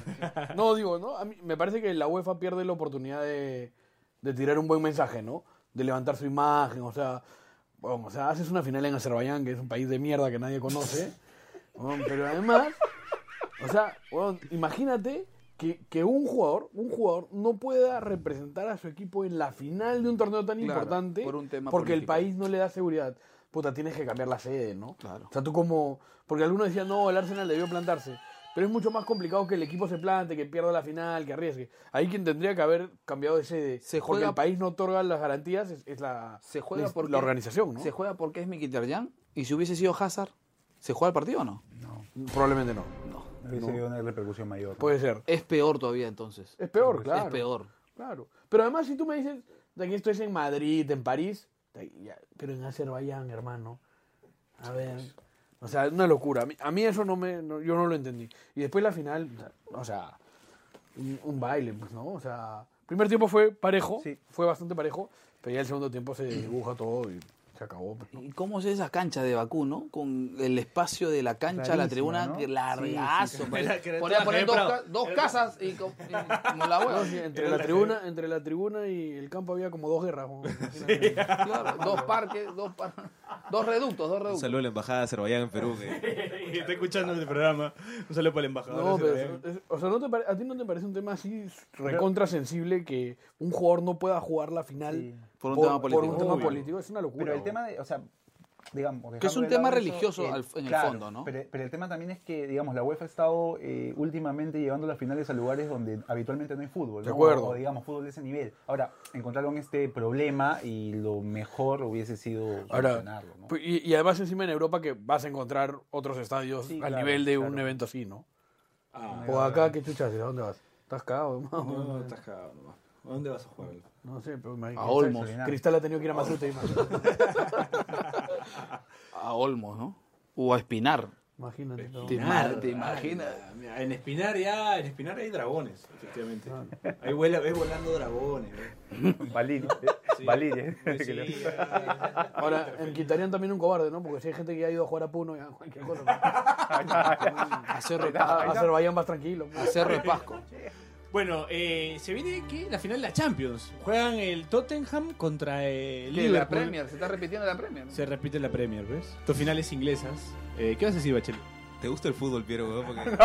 Speaker 5: No, digo, ¿no? A mí me parece que la UEFA pierde la oportunidad de, de tirar un buen mensaje, ¿no? De levantar su imagen, o sea, bueno, o sea, haces una final en Azerbaiyán, que es un país de mierda que nadie conoce, bueno, pero además, o sea, bueno, imagínate que, que un jugador, un jugador no pueda representar a su equipo en la final de un torneo tan
Speaker 4: Claro,
Speaker 5: importante
Speaker 4: por un tema
Speaker 5: porque el
Speaker 4: político.
Speaker 5: país no le da seguridad. Puta, tienes que cambiar la sede, ¿no? O sea, tú como. Porque algunos decían, no, el Arsenal debió plantarse. Pero es mucho más complicado que el equipo se plante, que pierda la final, que arriesgue. Ahí quien tendría que haber cambiado de sede.
Speaker 4: Se
Speaker 5: Porque
Speaker 4: juega-
Speaker 5: el país no otorga las garantías, es, es la,
Speaker 4: Se juega
Speaker 5: es
Speaker 4: porque
Speaker 5: la organización, ¿no?
Speaker 4: Se juega porque es Mkhitaryan y si hubiese sido Hazard, ¿se juega el partido o no?
Speaker 5: Probablemente no.
Speaker 6: Hubiese habido una repercusión mayor.
Speaker 5: Puede ser.
Speaker 4: Es peor todavía entonces.
Speaker 5: Es peor, claro.
Speaker 4: Es peor.
Speaker 5: Claro. Pero además, si tú me dices, de aquí esto es en Madrid, en París, de- ya, pero en Azerbaiyán, hermano. A ver. O sea, una locura. A mí, a mí eso no me. no- yo no lo entendí. Y después la final, o sea, un, un baile, pues, ¿no? O sea, primer tiempo fue parejo, fue bastante parejo, pero ya el segundo tiempo se dibuja todo y se acabó. pues, ¿no?
Speaker 4: ¿Y cómo es esa cancha de Bakú, no? Con el espacio de la cancha a la
Speaker 5: Rarísima,
Speaker 4: tribuna
Speaker 5: ¿no?
Speaker 4: que largazo. pues.
Speaker 5: Sí, sí,
Speaker 4: parece.
Speaker 5: que era-
Speaker 4: Podrían
Speaker 5: que
Speaker 4: poner
Speaker 5: era
Speaker 4: dos,
Speaker 5: Prado.
Speaker 4: ca- dos casas y, co- y como la hueva.
Speaker 5: No, sí, entre, la tribuna, entre la tribuna y el campo había como dos guerras. ¿no? Imagínate.
Speaker 4: Claro, dos parques, dos, par- dos reductos, dos
Speaker 12: Un
Speaker 4: reductos.
Speaker 12: saludo a la embajada de Azerbaiyán en Perú. que-
Speaker 10: Está escuchando el programa. Un saludo para el embajador.
Speaker 5: No,
Speaker 10: de
Speaker 5: pero
Speaker 10: Azerbaiyán.
Speaker 5: es- es- o sea, ¿no te pare- ¿a ti no te parece un tema así recontra sensible que un jugador no pueda jugar la final
Speaker 4: Por un tema político.
Speaker 5: un tema
Speaker 4: Obvio.
Speaker 5: político? Es una locura.
Speaker 6: Pero el
Speaker 5: bro.
Speaker 6: tema de, o sea, digamos...
Speaker 4: Que es un
Speaker 6: dejando de
Speaker 4: tema
Speaker 6: lado
Speaker 4: religioso
Speaker 6: eh,
Speaker 4: al- en el
Speaker 6: claro,
Speaker 4: fondo, ¿no?
Speaker 6: Pero, pero el tema también es que, digamos, la UEFA ha estado eh, últimamente llevando las finales a lugares donde habitualmente no hay fútbol.
Speaker 5: De
Speaker 6: ¿no?
Speaker 5: acuerdo.
Speaker 6: O, digamos, fútbol de ese nivel. Ahora, encontraron este problema y lo mejor hubiese sido
Speaker 5: Ahora,
Speaker 6: solucionarlo, ¿no?
Speaker 5: Pues, Y, y además encima en Europa que vas a encontrar otros estadios
Speaker 6: Sí,
Speaker 5: al
Speaker 6: claro,
Speaker 5: nivel de un
Speaker 6: claro.
Speaker 5: evento así, ¿no?
Speaker 4: pues,
Speaker 2: Ah,
Speaker 5: o acá, ¿qué chuchas? ¿A dónde vas? ¿Estás cagado?
Speaker 2: no, no, no, estás cagado nomás. ¿A dónde vas a jugar?
Speaker 5: No sé, pero me
Speaker 4: A Olmos.
Speaker 5: Cristal Oh. ha tenido que ir a Matute y
Speaker 4: A Olmos, ¿no? O a Espinar.
Speaker 5: Imagínate. ¿no?
Speaker 4: Te,
Speaker 2: Espinar,
Speaker 4: mar- te
Speaker 2: ay,
Speaker 4: imaginas.
Speaker 2: la- mira, en Espinar ya, en Espinar hay dragones, efectivamente. Ahí vuela, ves volando dragones.
Speaker 6: Balín,
Speaker 2: Sí.
Speaker 6: Balín,
Speaker 2: Pues sí, ya.
Speaker 5: Ahora, en Quitarían también un cobarde, ¿no? Porque si hay gente que ya ha ido a jugar a Puno, ya cualquier cosa. a
Speaker 4: Cerro de Pasco.
Speaker 5: Azerbaiyán más tranquilo. pues.
Speaker 4: A Cerro de Pasco.
Speaker 2: Bueno, eh, se viene que la final de la Champions. Juegan el Tottenham contra el
Speaker 4: Que La
Speaker 2: Liverpool.
Speaker 4: Premier, se está repitiendo la Premier.
Speaker 2: Se repite la Premier, ¿ves? Dos finales inglesas. Eh, ¿Qué vas a decir, Bachelet?
Speaker 12: ¿Te gusta el fútbol, Piero? weón? Porque-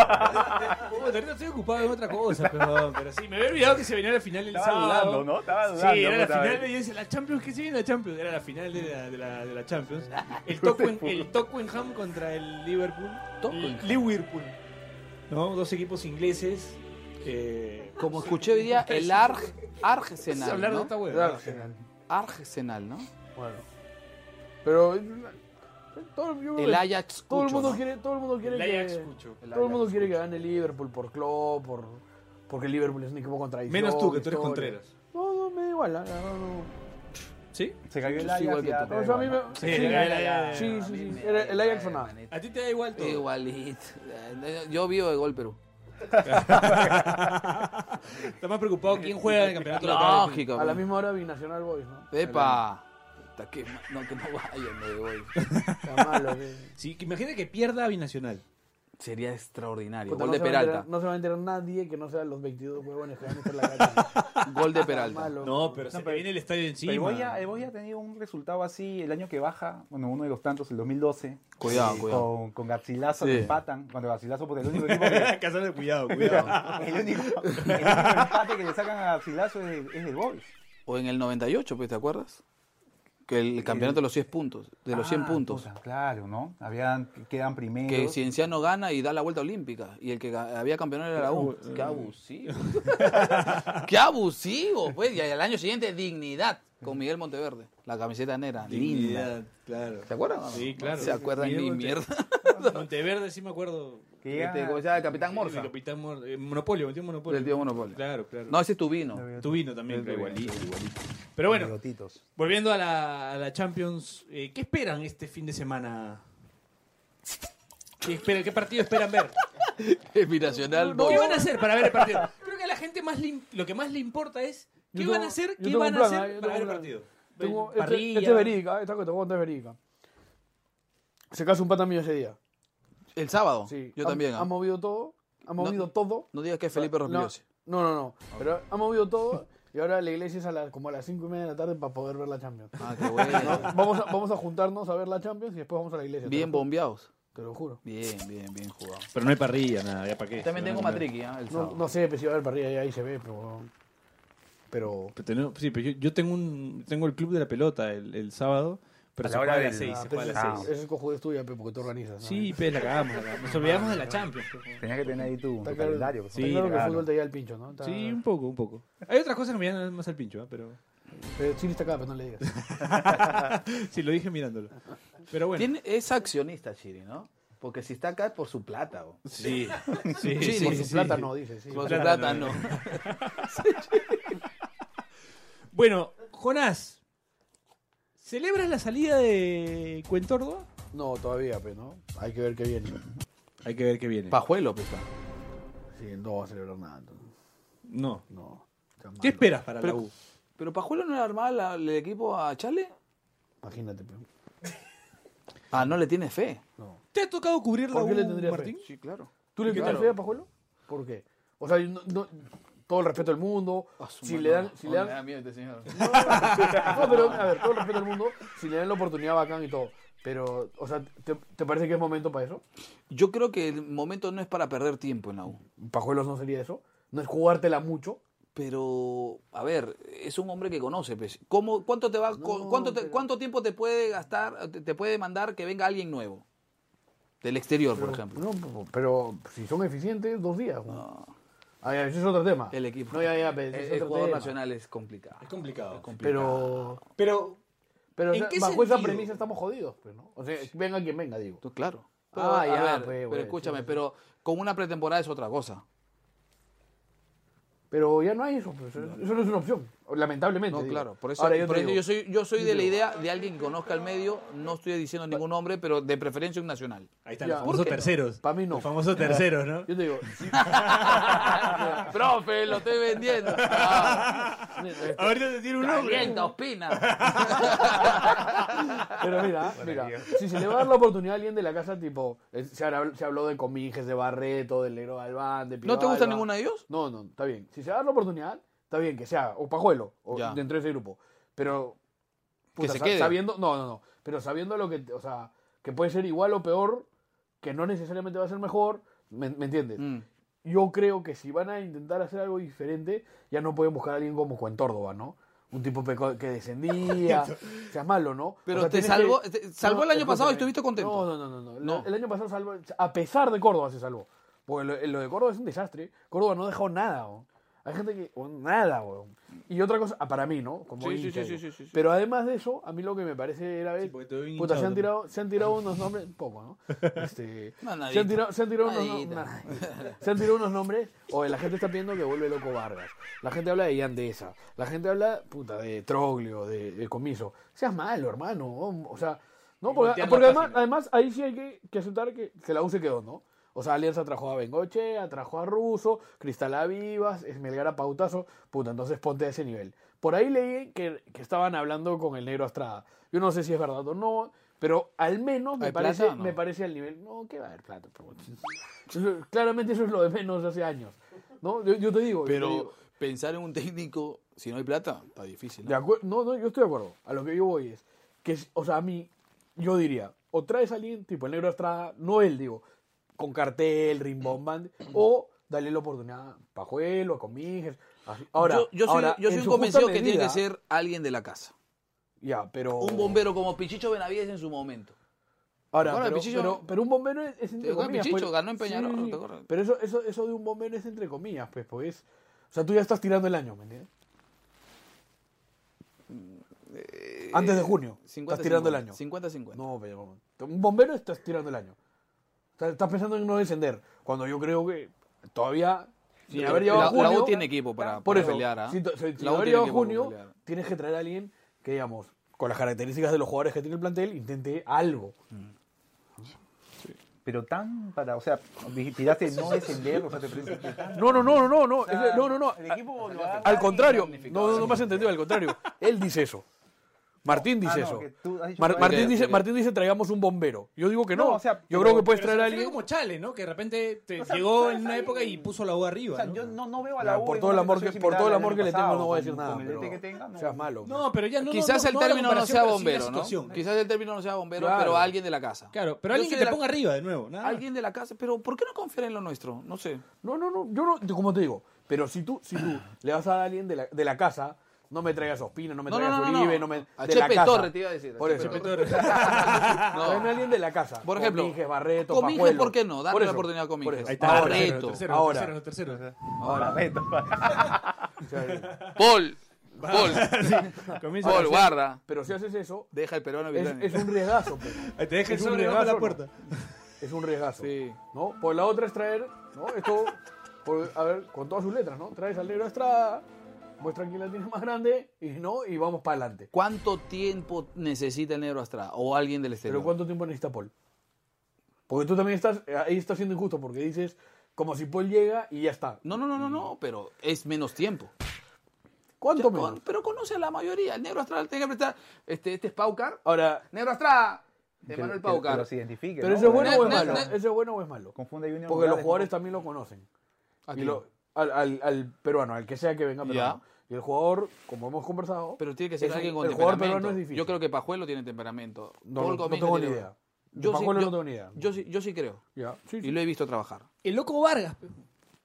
Speaker 2: Oh, ahorita estoy ocupado en otra cosa, pero, pero sí, me había olvidado que se venía la final el
Speaker 6: Estaba
Speaker 2: sábado.
Speaker 6: dudando, ¿no? Estaba dudando.
Speaker 2: Sí, era la
Speaker 6: puta
Speaker 2: final
Speaker 6: madre.
Speaker 2: y yo decía, la Champions, ¿qué se viene la Champions? Era la final de la, de la, de la Champions. El Tottenham, el Tottenham contra el Liverpool.
Speaker 4: Tottenham.
Speaker 2: Liverpool. ¿No? Dos equipos ingleses. Eh,
Speaker 4: Como escuché hoy día, el Arg,
Speaker 2: Vamos a
Speaker 4: Arsenal.
Speaker 2: hablar de
Speaker 4: ¿no?
Speaker 2: esta hueá.
Speaker 5: Claro, genial.
Speaker 4: Arsenal, ¿no?
Speaker 5: Bueno. Pero es una- todo, yo creo
Speaker 4: El
Speaker 5: que
Speaker 4: Ajax
Speaker 5: todo el
Speaker 4: Cucho,
Speaker 5: mundo
Speaker 4: ¿no?
Speaker 5: quiere, todo el mundo quiere
Speaker 2: El
Speaker 5: que
Speaker 2: Ajax Cucho.
Speaker 5: todo el mundo quiere que gane Liverpool por Klopp, por porque Liverpool es un equipo con tradición.
Speaker 2: Menos tú, que tú eres
Speaker 5: historia.
Speaker 2: Contreras.
Speaker 5: No, no, me da igual, la verdad, no.
Speaker 2: ¿Sí?
Speaker 6: Se cayó el
Speaker 4: Yo soy igual
Speaker 6: Ajax
Speaker 4: que
Speaker 6: y ya
Speaker 4: tú.
Speaker 6: te da
Speaker 5: O sea, a mí me-
Speaker 6: igual, ¿no?
Speaker 2: Sí, ya, ya, ya, ya.
Speaker 5: Sí, sí, sí, era el Ajax o nada.
Speaker 2: A ti te da igual todo.
Speaker 4: Igualito. Yo vivo de gol Perú.
Speaker 2: Está más preocupado quién juega en el campeonato local.
Speaker 4: Lógico,
Speaker 5: A la
Speaker 4: pues.
Speaker 5: misma hora Binacional Boys, ¿no?
Speaker 4: ¡Epa! Puta, que ma- no, que no vayan, me voy.
Speaker 5: Está malo, que-
Speaker 2: Sí, que imagínate que pierda a Binacional.
Speaker 4: Sería extraordinario.
Speaker 5: Puta,
Speaker 4: Gol
Speaker 5: no
Speaker 4: de
Speaker 5: se va a
Speaker 4: Peralta.
Speaker 5: enterar- no se va a enterar nadie que no sean los 22 huevones que van a estar en la calle.
Speaker 4: Gol de
Speaker 5: Está
Speaker 4: Peralta.
Speaker 5: malo.
Speaker 2: No, pero se te viene el estadio encima.
Speaker 6: El Boya, el Boya ha tenido un resultado así el año que baja, bueno, uno de los tantos, el 2012.
Speaker 4: Cuidado,
Speaker 6: Sí,
Speaker 4: cuidado.
Speaker 6: eh, Con, con Garcilaso
Speaker 4: Sí.
Speaker 6: que empatan. Cuando Garcilaso, porque el único equipo que.
Speaker 2: Casano, cuidado, cuidado.
Speaker 6: el, único, el único empate que le sacan a Garcilaso es, del- es del Boys.
Speaker 4: O en el 98, pues, ¿te acuerdas? Que el campeonato de los 100 puntos. De los 100
Speaker 6: Ah,
Speaker 4: puntos.
Speaker 6: puta, claro, ¿no? Habían, quedan primeros.
Speaker 4: Que Cienciano gana y da la vuelta olímpica. Y el que ga- había campeón era la U. Qué abusivo. Qué abusivo, pues. Y al año siguiente, dignidad con Miguel Monteverde. La camiseta negra. Linda.
Speaker 2: claro.
Speaker 4: ¿Se acuerdan?
Speaker 2: Sí, claro.
Speaker 4: No se acuerdan
Speaker 2: Miguel
Speaker 4: ni
Speaker 2: Monte-
Speaker 4: mierda.
Speaker 2: Monteverde, sí me acuerdo.
Speaker 6: Que ya-
Speaker 4: Este, ¿Cómo se llama? El Capitán Morza.
Speaker 2: El Capitán Mor- eh, Monopolio, metió Monopolio.
Speaker 4: El tío Monopolio.
Speaker 2: Claro, claro.
Speaker 4: No, ese es tu vino.
Speaker 2: Tu vino también,
Speaker 4: El
Speaker 2: pero
Speaker 4: Tubino.
Speaker 2: igualito, igualito. Pero bueno,
Speaker 6: Bigotitos.
Speaker 2: volviendo a la, a la Champions, eh, ¿qué esperan este fin de semana? ¿Qué, esperan, ¿Qué partido esperan ver?
Speaker 4: Es binacional.
Speaker 2: ¿Qué
Speaker 4: Boys.
Speaker 2: van a hacer para ver el partido? Creo que a la gente más le im- lo que más le importa es qué
Speaker 5: Yo
Speaker 2: van a
Speaker 5: tengo-
Speaker 2: hacer,
Speaker 5: yo
Speaker 2: qué
Speaker 5: tengo
Speaker 2: van a
Speaker 5: un plan, ¿eh?
Speaker 2: hacer
Speaker 5: Yo
Speaker 2: para ver el
Speaker 5: tengo un
Speaker 2: partido.
Speaker 5: Tengo-
Speaker 2: Ven,
Speaker 5: este-
Speaker 2: Parrilla.
Speaker 5: Este es verídica, esta que te cuento es verídica. Se casa un pata mío ese día.
Speaker 4: El sábado.
Speaker 5: Sí.
Speaker 4: Yo
Speaker 5: Ha-
Speaker 4: también. ah.
Speaker 5: Ha movido todo, ha movido todo.
Speaker 4: No digas que es Felipe Rospigliosi.
Speaker 5: No, no, no. Pero ha movido todo y ahora la iglesia es a las- como a las 5 y media de la tarde para poder ver la Champions.
Speaker 4: Ah, qué bueno.
Speaker 5: Vamos, a, vamos a juntarnos a ver la Champions y después vamos a la iglesia. te
Speaker 4: Bien
Speaker 5: lo juro.
Speaker 4: bombeados.
Speaker 5: Te lo juro.
Speaker 4: Bien, bien, bien jugado.
Speaker 2: Pero no hay parrilla, nada, ya para qué.
Speaker 4: También tengo matriqui, ¿ah? El
Speaker 5: No,
Speaker 4: sábado.
Speaker 5: no sé pues, si va a haber parrilla ahí, ahí se ve, pero. Pero.
Speaker 2: Pero tenemos- sí, pero yo, yo tengo un tengo el club de la pelota el, el sábado, pero
Speaker 6: A
Speaker 2: se
Speaker 6: la hora
Speaker 2: juega a las
Speaker 6: del-
Speaker 2: 6,
Speaker 5: Ah,
Speaker 2: se
Speaker 5: pues,
Speaker 2: juega a las
Speaker 5: ese-
Speaker 6: seis.
Speaker 5: ese es cojudo tuya, pe, porque tú organizas. ¿no?
Speaker 2: 6. Sí, pero la cagamos, la cagamos. Nos olvidamos de la Champions.
Speaker 6: Tenía que tener ahí tu
Speaker 5: Está
Speaker 6: tu
Speaker 5: claro,
Speaker 6: calendario. pues,
Speaker 5: está
Speaker 2: Sí,
Speaker 5: claro que el
Speaker 6: claro.
Speaker 5: fútbol te lleva el pincho, ¿no? Está-
Speaker 2: Sí, un poco, un poco. Hay otras cosas que me dan más al pincho, ¿ah? pero
Speaker 5: Pero Chile está acá, pero no le digas.
Speaker 2: sí lo dije mirándolo. Pero bueno.
Speaker 4: Tiene- es accionista Chiri, ¿no? Porque si está acá es por su plata. bo.
Speaker 2: Sí. Sí,
Speaker 4: Sí,
Speaker 2: sí,
Speaker 5: Por
Speaker 2: sí.
Speaker 5: su plata no, dice. Sí.
Speaker 4: Por su
Speaker 2: plata
Speaker 4: plata
Speaker 2: no.
Speaker 4: no.
Speaker 2: Bueno, Jonás, ¿celebras la salida de Cuentordo?
Speaker 5: No, todavía, pero ¿no? Hay que ver qué viene.
Speaker 2: Hay que ver qué viene.
Speaker 4: Pajuelo, pues. está.
Speaker 5: Sí, no va a celebrar nada. entonces,
Speaker 2: No.
Speaker 5: No. Está
Speaker 2: ¿Qué
Speaker 5: malo.
Speaker 2: esperas para
Speaker 4: Pero-
Speaker 2: la U?
Speaker 4: Pero Pajuelo no le armaba la- el equipo a Chale.
Speaker 5: Imagínate, pero.
Speaker 4: Ah, no le tiene fe.
Speaker 5: No.
Speaker 2: ¿Te ha tocado cubrir la
Speaker 5: ¿Por qué le
Speaker 2: U,
Speaker 5: tendría fe?
Speaker 2: Martín?
Speaker 4: Sí, claro.
Speaker 5: ¿Tú le
Speaker 4: Claro.
Speaker 5: quitas fe a Pajuelo? ¿Por qué? O sea, yo no- no- todo el respeto del mundo.
Speaker 4: A su
Speaker 5: Si
Speaker 4: mano.
Speaker 5: le dan. Si
Speaker 4: Oh,
Speaker 5: le dan
Speaker 4: me da miedo este señor.
Speaker 5: No, pero a ver, todo el respeto del mundo, si le dan la oportunidad bacán y todo. Pero, o sea, ¿te, te parece que es momento para eso?
Speaker 4: Yo creo que el momento no es para perder tiempo en la U.
Speaker 5: Pajuelos no sería eso. No es jugártela mucho.
Speaker 4: Pero, a ver, es un hombre que conoce. Pues. ¿Cómo, cuánto, te va, co- cuánto, te-
Speaker 5: pero-
Speaker 4: ¿Cuánto tiempo te puede gastar, te, te puede mandar que venga alguien nuevo? Del exterior, por ejemplo.
Speaker 5: No, pero- pero si son eficientes, dos días. No. eso es otro tema.
Speaker 4: El equipo.
Speaker 5: No, ya, ya, pero
Speaker 4: el,
Speaker 5: ese es
Speaker 4: el
Speaker 5: otro
Speaker 4: jugador
Speaker 5: tema.
Speaker 4: nacional es complicado.
Speaker 2: Es complicado.
Speaker 5: Pero,
Speaker 2: Pero,
Speaker 5: pero o
Speaker 2: ¿En
Speaker 5: sea,
Speaker 2: qué
Speaker 5: bajo esa
Speaker 2: sentido?
Speaker 5: premisa estamos jodidos, pues, ¿no? O sea, venga quien venga, digo.
Speaker 4: Tú, claro. Pero,
Speaker 5: Ah,
Speaker 4: a
Speaker 5: ya,
Speaker 4: ver,
Speaker 5: pues,
Speaker 4: pero
Speaker 5: bueno,
Speaker 4: escúchame,
Speaker 5: sí, sí.
Speaker 4: pero con una pretemporada es otra cosa.
Speaker 5: Pero ya no hay eso. pues, Eso no es una opción. Lamentablemente.
Speaker 4: No,
Speaker 5: digo.
Speaker 4: claro. Por eso,
Speaker 5: Ahora,
Speaker 4: yo,
Speaker 5: yo te
Speaker 4: por eso
Speaker 5: digo,
Speaker 4: yo soy, yo soy
Speaker 5: yo
Speaker 4: de la
Speaker 5: digo-
Speaker 4: idea de alguien que conozca el medio, no estoy diciendo ningún nombre, pero de preferencia un nacional.
Speaker 2: ahí están
Speaker 5: Ya,
Speaker 2: los
Speaker 5: ¿por
Speaker 2: famosos
Speaker 5: qué no?
Speaker 2: terceros.
Speaker 5: Pa' mí no.
Speaker 2: Los famosos terceros, ¿no?
Speaker 5: yo te digo, sí,
Speaker 4: Profe, lo estoy vendiendo. Ah,
Speaker 2: Ahorita te tiene un nombre.
Speaker 4: Calienta, opina.
Speaker 5: Pero mira, mira, si se le va a dar la oportunidad a alguien de la casa, tipo, eh, se, habrá- se habló de Cominges, de Barreto, del Negro Galván, de
Speaker 4: ¿No te gusta
Speaker 5: Pivalba.
Speaker 4: ninguno de ellos?
Speaker 5: No, no, está bien. Si se va a dar la oportunidad, está bien que sea o Pajuelo o
Speaker 4: Ya.
Speaker 5: dentro de ese grupo. Pero puta,
Speaker 4: se
Speaker 5: sa-
Speaker 4: quede.
Speaker 5: sabiendo, no, no, no, pero sabiendo lo que, o sea, que puede ser igual o peor, que no necesariamente va a ser mejor, ¿me, me entiendes?
Speaker 4: Mm.
Speaker 5: Yo creo que si van a intentar hacer algo diferente, ya no pueden buscar a alguien como Cuentórdoba, ¿no? Un tipo peco- que descendía, o sea malo, ¿no?
Speaker 4: Pero
Speaker 5: O sea,
Speaker 4: te
Speaker 5: tienes
Speaker 4: salvó- te salvó el año
Speaker 5: escúchame.
Speaker 4: pasado y estuviste contento.
Speaker 5: No, no, no, no. no.
Speaker 4: No.
Speaker 5: El año pasado salvó, a pesar de Córdoba se salvó. Porque lo, lo de Córdoba es un desastre. Córdoba no dejó nada, weón. Hay gente que, weón, nada, weón. Y otra cosa, ah, para mí, ¿no? Como
Speaker 4: Sí, sí,
Speaker 5: hincha,
Speaker 4: sí,
Speaker 5: digo.
Speaker 4: sí, sí, sí, sí.
Speaker 5: Pero además de eso, a mí lo que me parece era
Speaker 2: Sí,
Speaker 5: ver,
Speaker 2: porque te veo bien
Speaker 5: puta, se
Speaker 2: hinchado
Speaker 5: han tirado, se han tirado unos nombres, poco, ¿no? Este,
Speaker 4: No, nadita.
Speaker 5: se han tirado, se han tirado unos,
Speaker 4: Nadita.
Speaker 5: no- nah. se han tirado unos nombres, o la gente está pidiendo que vuelve loco Vargas. La gente habla de Yandesa, la gente habla, puta, de Troglio, de, de Comiso. Seas malo, hermano. O sea, no, porque,
Speaker 2: voltear la
Speaker 5: porque además,
Speaker 2: página.
Speaker 5: además ahí sí hay que, que aceptar que, que la U se quedó, ¿no? O sea, Alianza trajo a Bengoche, atrajo a Russo, Cristal a Vivas, Esmelgar a Pautazo. Puta, entonces ponte a ese nivel. Por ahí leí que, que estaban hablando con el negro Astrada. Yo no sé si es verdad o no, pero al menos me
Speaker 4: ¿Hay plata
Speaker 5: parece,
Speaker 4: o no?
Speaker 5: me parece al nivel. No, ¿qué va a haber plata? Pero- Claramente eso es lo de menos hace años. ¿no? Yo, yo te digo. yo te digo.
Speaker 4: Pero pensar en un técnico si no hay plata está difícil. ¿no?
Speaker 5: De acuer- no, no, yo estoy de acuerdo. A lo que yo voy es que, si- o sea, a mí, yo diría, o traes a alguien tipo el negro Estrada, no él, digo, con cartel, rimbombante,
Speaker 4: Mm.
Speaker 5: o dale la oportunidad a Pajuelo, a Comíges. así. Ahora,
Speaker 4: yo, yo soy,
Speaker 5: ahora,
Speaker 4: yo soy
Speaker 5: en
Speaker 4: un
Speaker 5: su justa
Speaker 4: convencido que tiene
Speaker 5: medida-
Speaker 4: que ser alguien de la casa.
Speaker 5: Ya, pero.
Speaker 4: Un bombero como Pichicho Benavides en su momento.
Speaker 5: Ahora,
Speaker 4: Ahora,
Speaker 5: pero,
Speaker 4: Pichicho-
Speaker 5: pero- pero un bombero es, es
Speaker 4: ¿Te
Speaker 5: entre
Speaker 4: acuerdas de
Speaker 5: comillas.
Speaker 4: Pichicho?
Speaker 5: pues.
Speaker 4: Ganó en
Speaker 5: Sí,
Speaker 4: Peñarol,
Speaker 5: sí, sí.
Speaker 4: ¿te acuerdas?
Speaker 5: Pero eso, eso, eso de un bombero es entre comillas, pues, pues. O sea, tú ya estás tirando el año, ¿me entiendes?
Speaker 4: Mm,
Speaker 5: Antes de
Speaker 4: eh,
Speaker 5: junio. estás tirando el año.
Speaker 4: 50-50.
Speaker 5: No, pero un bombero estás tirando el año. O sea, estás pensando en no descender. Cuando yo creo que todavía. Sin
Speaker 4: Sí,
Speaker 5: haber llegado
Speaker 4: la-
Speaker 5: a junio.
Speaker 4: la U tiene equipo para-
Speaker 5: por
Speaker 4: para
Speaker 5: eso,
Speaker 4: pelear, ¿ah?
Speaker 5: Sin, sin- sin
Speaker 4: La U tiene
Speaker 5: haber llegado a
Speaker 4: equipo para
Speaker 5: junio,
Speaker 4: pelear.
Speaker 5: tienes que traer a alguien que, digamos, con las características de los jugadores que tiene el plantel, intente algo.
Speaker 6: Pero tan para, o sea, di- tiraste no descender, o sea, te parece que tan-
Speaker 5: No, no, no, no, no,
Speaker 6: O sea,
Speaker 5: es- no, no, no.
Speaker 6: El equipo lo agarra
Speaker 5: Al
Speaker 6: y-
Speaker 5: contrario, no, no, no me has entendido, al contrario. Él dice eso. Martín dice
Speaker 6: Ah, no,
Speaker 5: eso.
Speaker 6: que tú has dicho
Speaker 5: Mar-
Speaker 6: que-
Speaker 5: Martín,
Speaker 6: Ok,
Speaker 5: dice,
Speaker 6: ok.
Speaker 5: Martín dice traigamos un bombero. Yo digo que no.
Speaker 6: No, o sea,
Speaker 5: yo
Speaker 6: pero-
Speaker 5: creo que puedes
Speaker 6: pero
Speaker 5: traer
Speaker 6: se
Speaker 5: a
Speaker 6: refiere
Speaker 5: alguien.
Speaker 10: como Chale, ¿no? Que de repente te
Speaker 6: O sea,
Speaker 10: llegó
Speaker 6: ¿sabes
Speaker 10: en una
Speaker 6: alguien?
Speaker 10: época y puso la U arriba.
Speaker 6: O sea,
Speaker 10: ¿no?
Speaker 6: yo no, no veo a
Speaker 5: Ya,
Speaker 6: la U
Speaker 5: por
Speaker 6: en
Speaker 5: todo el
Speaker 6: una
Speaker 5: amor que
Speaker 6: situación
Speaker 5: por todo el
Speaker 6: similar al
Speaker 5: amor que
Speaker 6: año
Speaker 5: le tengo no voy a
Speaker 6: pasado,
Speaker 5: decir nada.
Speaker 6: Con el
Speaker 5: pero
Speaker 6: DT que tenga, no.
Speaker 5: Seas malo.
Speaker 10: No, pero ya no.
Speaker 4: Quizás
Speaker 10: no-
Speaker 4: el
Speaker 10: no la
Speaker 4: término no
Speaker 10: comparación,
Speaker 4: sea
Speaker 10: pero sí la
Speaker 4: bombero, ¿no?
Speaker 10: situación.
Speaker 4: Quizás el término no sea bombero,
Speaker 10: Claro.
Speaker 4: pero alguien de la casa.
Speaker 10: Claro, pero
Speaker 4: Yo
Speaker 10: alguien
Speaker 4: soy
Speaker 10: que te
Speaker 4: de la-
Speaker 10: ponga arriba de nuevo. nada más.
Speaker 4: Alguien de la casa, pero ¿por qué no confiar en lo nuestro? No sé.
Speaker 5: No, no, no, yo no, como te digo, pero si tú, si tú le vas a dar a alguien de la, de la casa, no me traigas a Ospina, no me
Speaker 4: No,
Speaker 5: traigas
Speaker 4: no, no,
Speaker 5: a
Speaker 4: no,
Speaker 5: Uribe,
Speaker 4: no.
Speaker 5: no, me.
Speaker 4: A
Speaker 5: de
Speaker 4: Chepe
Speaker 5: la casa.
Speaker 4: Torre te iba a decir, a
Speaker 5: Por
Speaker 4: Chepe
Speaker 5: eso.
Speaker 4: Torre. Ah.
Speaker 5: no. Traeme a alguien de la casa.
Speaker 4: Por ejemplo,
Speaker 5: Cominges, Barreto,
Speaker 4: Cominges,
Speaker 5: Pajuelo.
Speaker 4: ¿por qué no? Darle
Speaker 5: Por
Speaker 4: la
Speaker 5: eso,
Speaker 4: oportunidad a
Speaker 5: por
Speaker 4: Cominges.
Speaker 5: eso.
Speaker 4: Ahí está, Barreto. tercero, tercero,
Speaker 5: Ahora.
Speaker 10: Tercero, tercero, tercero.
Speaker 5: Ahora.
Speaker 4: Paul, Paul,
Speaker 10: Sí, comienza
Speaker 4: Paul,
Speaker 10: la-
Speaker 4: Oh, guarda.
Speaker 5: Pero si haces eso,
Speaker 4: Deja el peruano
Speaker 5: es,
Speaker 4: Villani.
Speaker 5: es un riesgazo. pues.
Speaker 10: Ahí Te deja el
Speaker 5: Es un
Speaker 10: sobre debajo de la
Speaker 5: riesgazo,
Speaker 10: puerta.
Speaker 5: Es un riesgazo.
Speaker 4: Sí.
Speaker 5: ¿no? Por la otra es traer, ¿no? Esto, por- a ver, con todas sus letras, ¿no? Traes al negro Estrada, muestra quién la tiene más grande y no, y vamos para adelante.
Speaker 4: ¿Cuánto tiempo necesita el negro Astrada o alguien del exterior?
Speaker 5: Pero ¿cuánto tiempo necesita Paul? Porque tú también estás, eh, ahí estás siendo injusto, porque dices, como si Paul llega y ya está.
Speaker 4: No, no, no, no, no, pero es menos tiempo.
Speaker 5: ¿Cuánto menos?
Speaker 4: Con- pero conoce a la mayoría. El negro astral tiene que prestar. Este, este es Paucar.
Speaker 5: Ahora,
Speaker 4: Negro astral.
Speaker 6: Que-
Speaker 4: Emanuel
Speaker 6: que-
Speaker 4: Paucar.
Speaker 6: Que los identifique.
Speaker 5: ¿pero
Speaker 6: ¿no?
Speaker 5: ese es bueno
Speaker 4: Net-
Speaker 5: o es
Speaker 4: net-
Speaker 5: malo?
Speaker 4: net-
Speaker 5: ¿Ese es bueno o es malo?
Speaker 6: Confunde Junior
Speaker 5: Porque los
Speaker 6: Morales
Speaker 5: jugadores
Speaker 6: con-
Speaker 5: también lo conocen.
Speaker 4: ¿A
Speaker 5: Y
Speaker 4: quién?
Speaker 5: lo- al, al- al peruano, al que sea que venga peruano. Y el jugador, como hemos conversado,
Speaker 4: Pero tiene que ser
Speaker 5: es un-
Speaker 4: alguien con
Speaker 5: el jugador
Speaker 4: temperamento.
Speaker 5: peruano es difícil.
Speaker 4: Yo creo que Pajuelo tiene temperamento.
Speaker 5: No,
Speaker 4: Paul
Speaker 5: no
Speaker 4: Comín
Speaker 5: tengo
Speaker 4: tiene-
Speaker 5: ni idea. De
Speaker 4: Yo sí,
Speaker 5: Pajuelo
Speaker 4: yo-
Speaker 5: no tengo ni idea.
Speaker 4: Yo sí, yo sí creo.
Speaker 5: Ya, sí, sí.
Speaker 4: Y lo he visto trabajar.
Speaker 10: El loco Vargas. pe.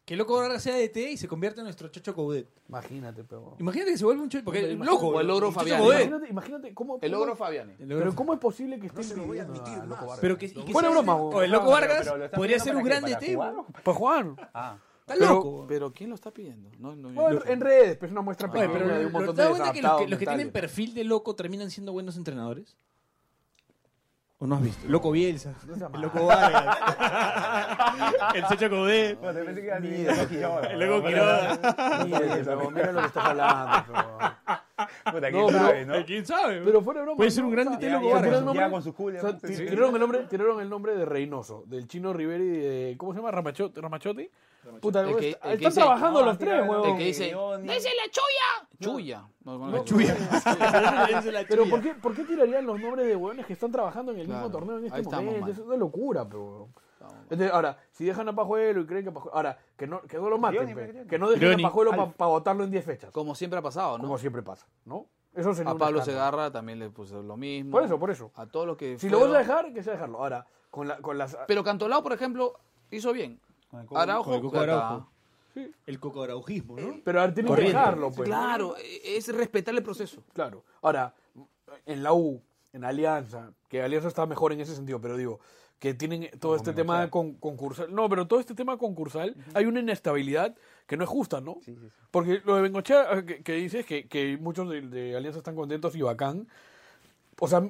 Speaker 10: Que el loco Vargas sea DT y se convierte en nuestro Chocho Coudet.
Speaker 5: Imagínate, pero...
Speaker 10: Imagínate que se vuelve un Chocho. Porque
Speaker 4: Pero
Speaker 10: el
Speaker 4: imagínate-
Speaker 10: loco.
Speaker 4: o el logro
Speaker 10: Chocho
Speaker 4: Fabián.
Speaker 10: Coudet.
Speaker 5: Imagínate, imagínate cómo...
Speaker 4: El logro
Speaker 5: cómo-
Speaker 4: Fabiani.
Speaker 10: El logro
Speaker 5: Pero ¿cómo es posible que esté no
Speaker 10: Pero que, y que
Speaker 5: Fuera
Speaker 10: sea-
Speaker 5: broma, bo.
Speaker 10: O el loco
Speaker 6: No, pero-
Speaker 10: Vargas
Speaker 6: pero lo están
Speaker 10: podría
Speaker 6: pidiendo
Speaker 10: ser un
Speaker 6: para qué,
Speaker 10: grande
Speaker 6: para
Speaker 10: tema.
Speaker 6: jugar o-
Speaker 5: Para Pues Juan.
Speaker 6: Ah.
Speaker 10: Está
Speaker 5: Pero-
Speaker 10: loco.
Speaker 4: Pero ¿quién lo está pidiendo? No, no, yo-
Speaker 5: Bueno, en redes, pues una muestra
Speaker 10: Oye,
Speaker 5: pequeña
Speaker 10: pero
Speaker 5: de un
Speaker 10: lo- lo
Speaker 5: montón
Speaker 10: te
Speaker 5: de
Speaker 10: das cuenta que los
Speaker 5: desadaptados
Speaker 10: que, los que
Speaker 5: mentales.
Speaker 10: tienen perfil de loco terminan siendo buenos entrenadores. ¿O no has visto? Loco Bielsa. El loco Vargas. el Chocho Coudet.
Speaker 6: Bueno, te pensé que iba a decir
Speaker 5: Mira,
Speaker 6: el Quiroga,
Speaker 10: El loco
Speaker 6: ¿no?
Speaker 10: Quiroga.
Speaker 5: Mira, pero mira lo que estás hablando. pero-
Speaker 6: Puta,
Speaker 5: No,
Speaker 6: quién
Speaker 5: pero-
Speaker 6: sabe, ¿no?
Speaker 10: ¿Quién sabe?
Speaker 5: Pero fuera de broma.
Speaker 10: Puede ser un gran
Speaker 5: grande
Speaker 10: DT loco Vargas.
Speaker 6: Ya con su culia, ¿no? Sí, sí.
Speaker 5: tiraron, el nombre, tiraron el nombre de Reynoso, del chino Rivera y de. ¿Cómo se llama? Ramachote. Ramachote. Puta,
Speaker 4: El
Speaker 5: huevón,
Speaker 4: que-
Speaker 5: está-
Speaker 4: el que
Speaker 5: están
Speaker 4: dice-
Speaker 5: trabajando
Speaker 6: no,
Speaker 5: los tres,
Speaker 6: tiraron el
Speaker 5: huevón.
Speaker 4: El que dice.
Speaker 6: Johnny.
Speaker 4: ¡Désele chulla! Chulla. No, no, no.
Speaker 5: Pero ¿por qué, ¿por qué tirarían los nombres de huevones que están trabajando en el mismo
Speaker 4: Claro,
Speaker 5: torneo en este
Speaker 4: ahí estamos
Speaker 5: momento?
Speaker 4: mal.
Speaker 5: Eso es una locura, pero. huevón.
Speaker 4: Estamos mal.
Speaker 5: Entonces, ahora, si dejan a Pajuelo y creen que Pajuelo. Ahora, que no, que no lo maten,
Speaker 6: Grioni,
Speaker 5: pe,
Speaker 6: Grioni.
Speaker 5: que no dejen
Speaker 10: Grioni.
Speaker 5: a Pajuelo para votarlo en 10 fechas.
Speaker 4: Como siempre ha pasado, ¿no?
Speaker 5: Como siempre pasa, ¿no? Eso sería
Speaker 4: A
Speaker 5: un
Speaker 4: Pablo
Speaker 5: escándalo.
Speaker 4: Segarra también le puso lo mismo.
Speaker 5: Por eso, por eso.
Speaker 4: A todos los que.
Speaker 5: Si lo vas a
Speaker 4: fueron.
Speaker 5: dejar, que sea dejarlo. Ahora, con, la, con las.
Speaker 4: Pero Cantolao, por ejemplo, hizo bien.
Speaker 6: Con el Coco-
Speaker 10: con el
Speaker 4: Araujo.
Speaker 10: Coco
Speaker 4: acá.
Speaker 10: Araujo. El coco araujismo, ¿no?
Speaker 5: Pero ahora tienen que
Speaker 10: Corriente.
Speaker 5: dejarlo, pues.
Speaker 4: Claro, e- es respetar el proceso.
Speaker 5: Claro. Ahora, en la U, en Alianza, que Alianza está mejor en ese sentido, pero digo, que tienen todo este tema con- concursal. No, pero todo este tema concursal, hay una inestabilidad que no es justa, ¿no? Porque lo de Bengochea, eh, que, que dices que, que muchos de, de Alianza están contentos y bacán, o sea,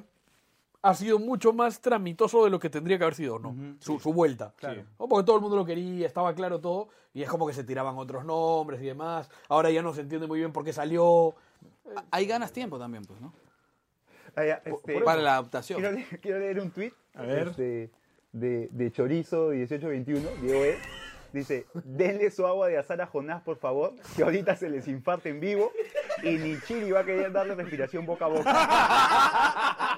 Speaker 5: ha sido mucho más tramitoso de lo que tendría que haber sido, ¿no? su, su vuelta. ¿No? Porque todo el mundo lo quería, estaba claro todo, y es como que se tiraban otros nombres y demás. Ahora ya no se entiende muy bien por qué salió.
Speaker 4: A- Ahí ganas tiempo también, pues, ¿no?
Speaker 6: Ah, ya, este,
Speaker 4: Para la adaptación.
Speaker 6: Quiero leer, quiero leer un tweet.
Speaker 10: A ver.
Speaker 6: Este, de, de Chorizo 1821, Diego E. Dice, denle su agua de azar a Jonás, por favor, que ahorita se les infarte en vivo y ni Chiri va a querer darle respiración boca a boca.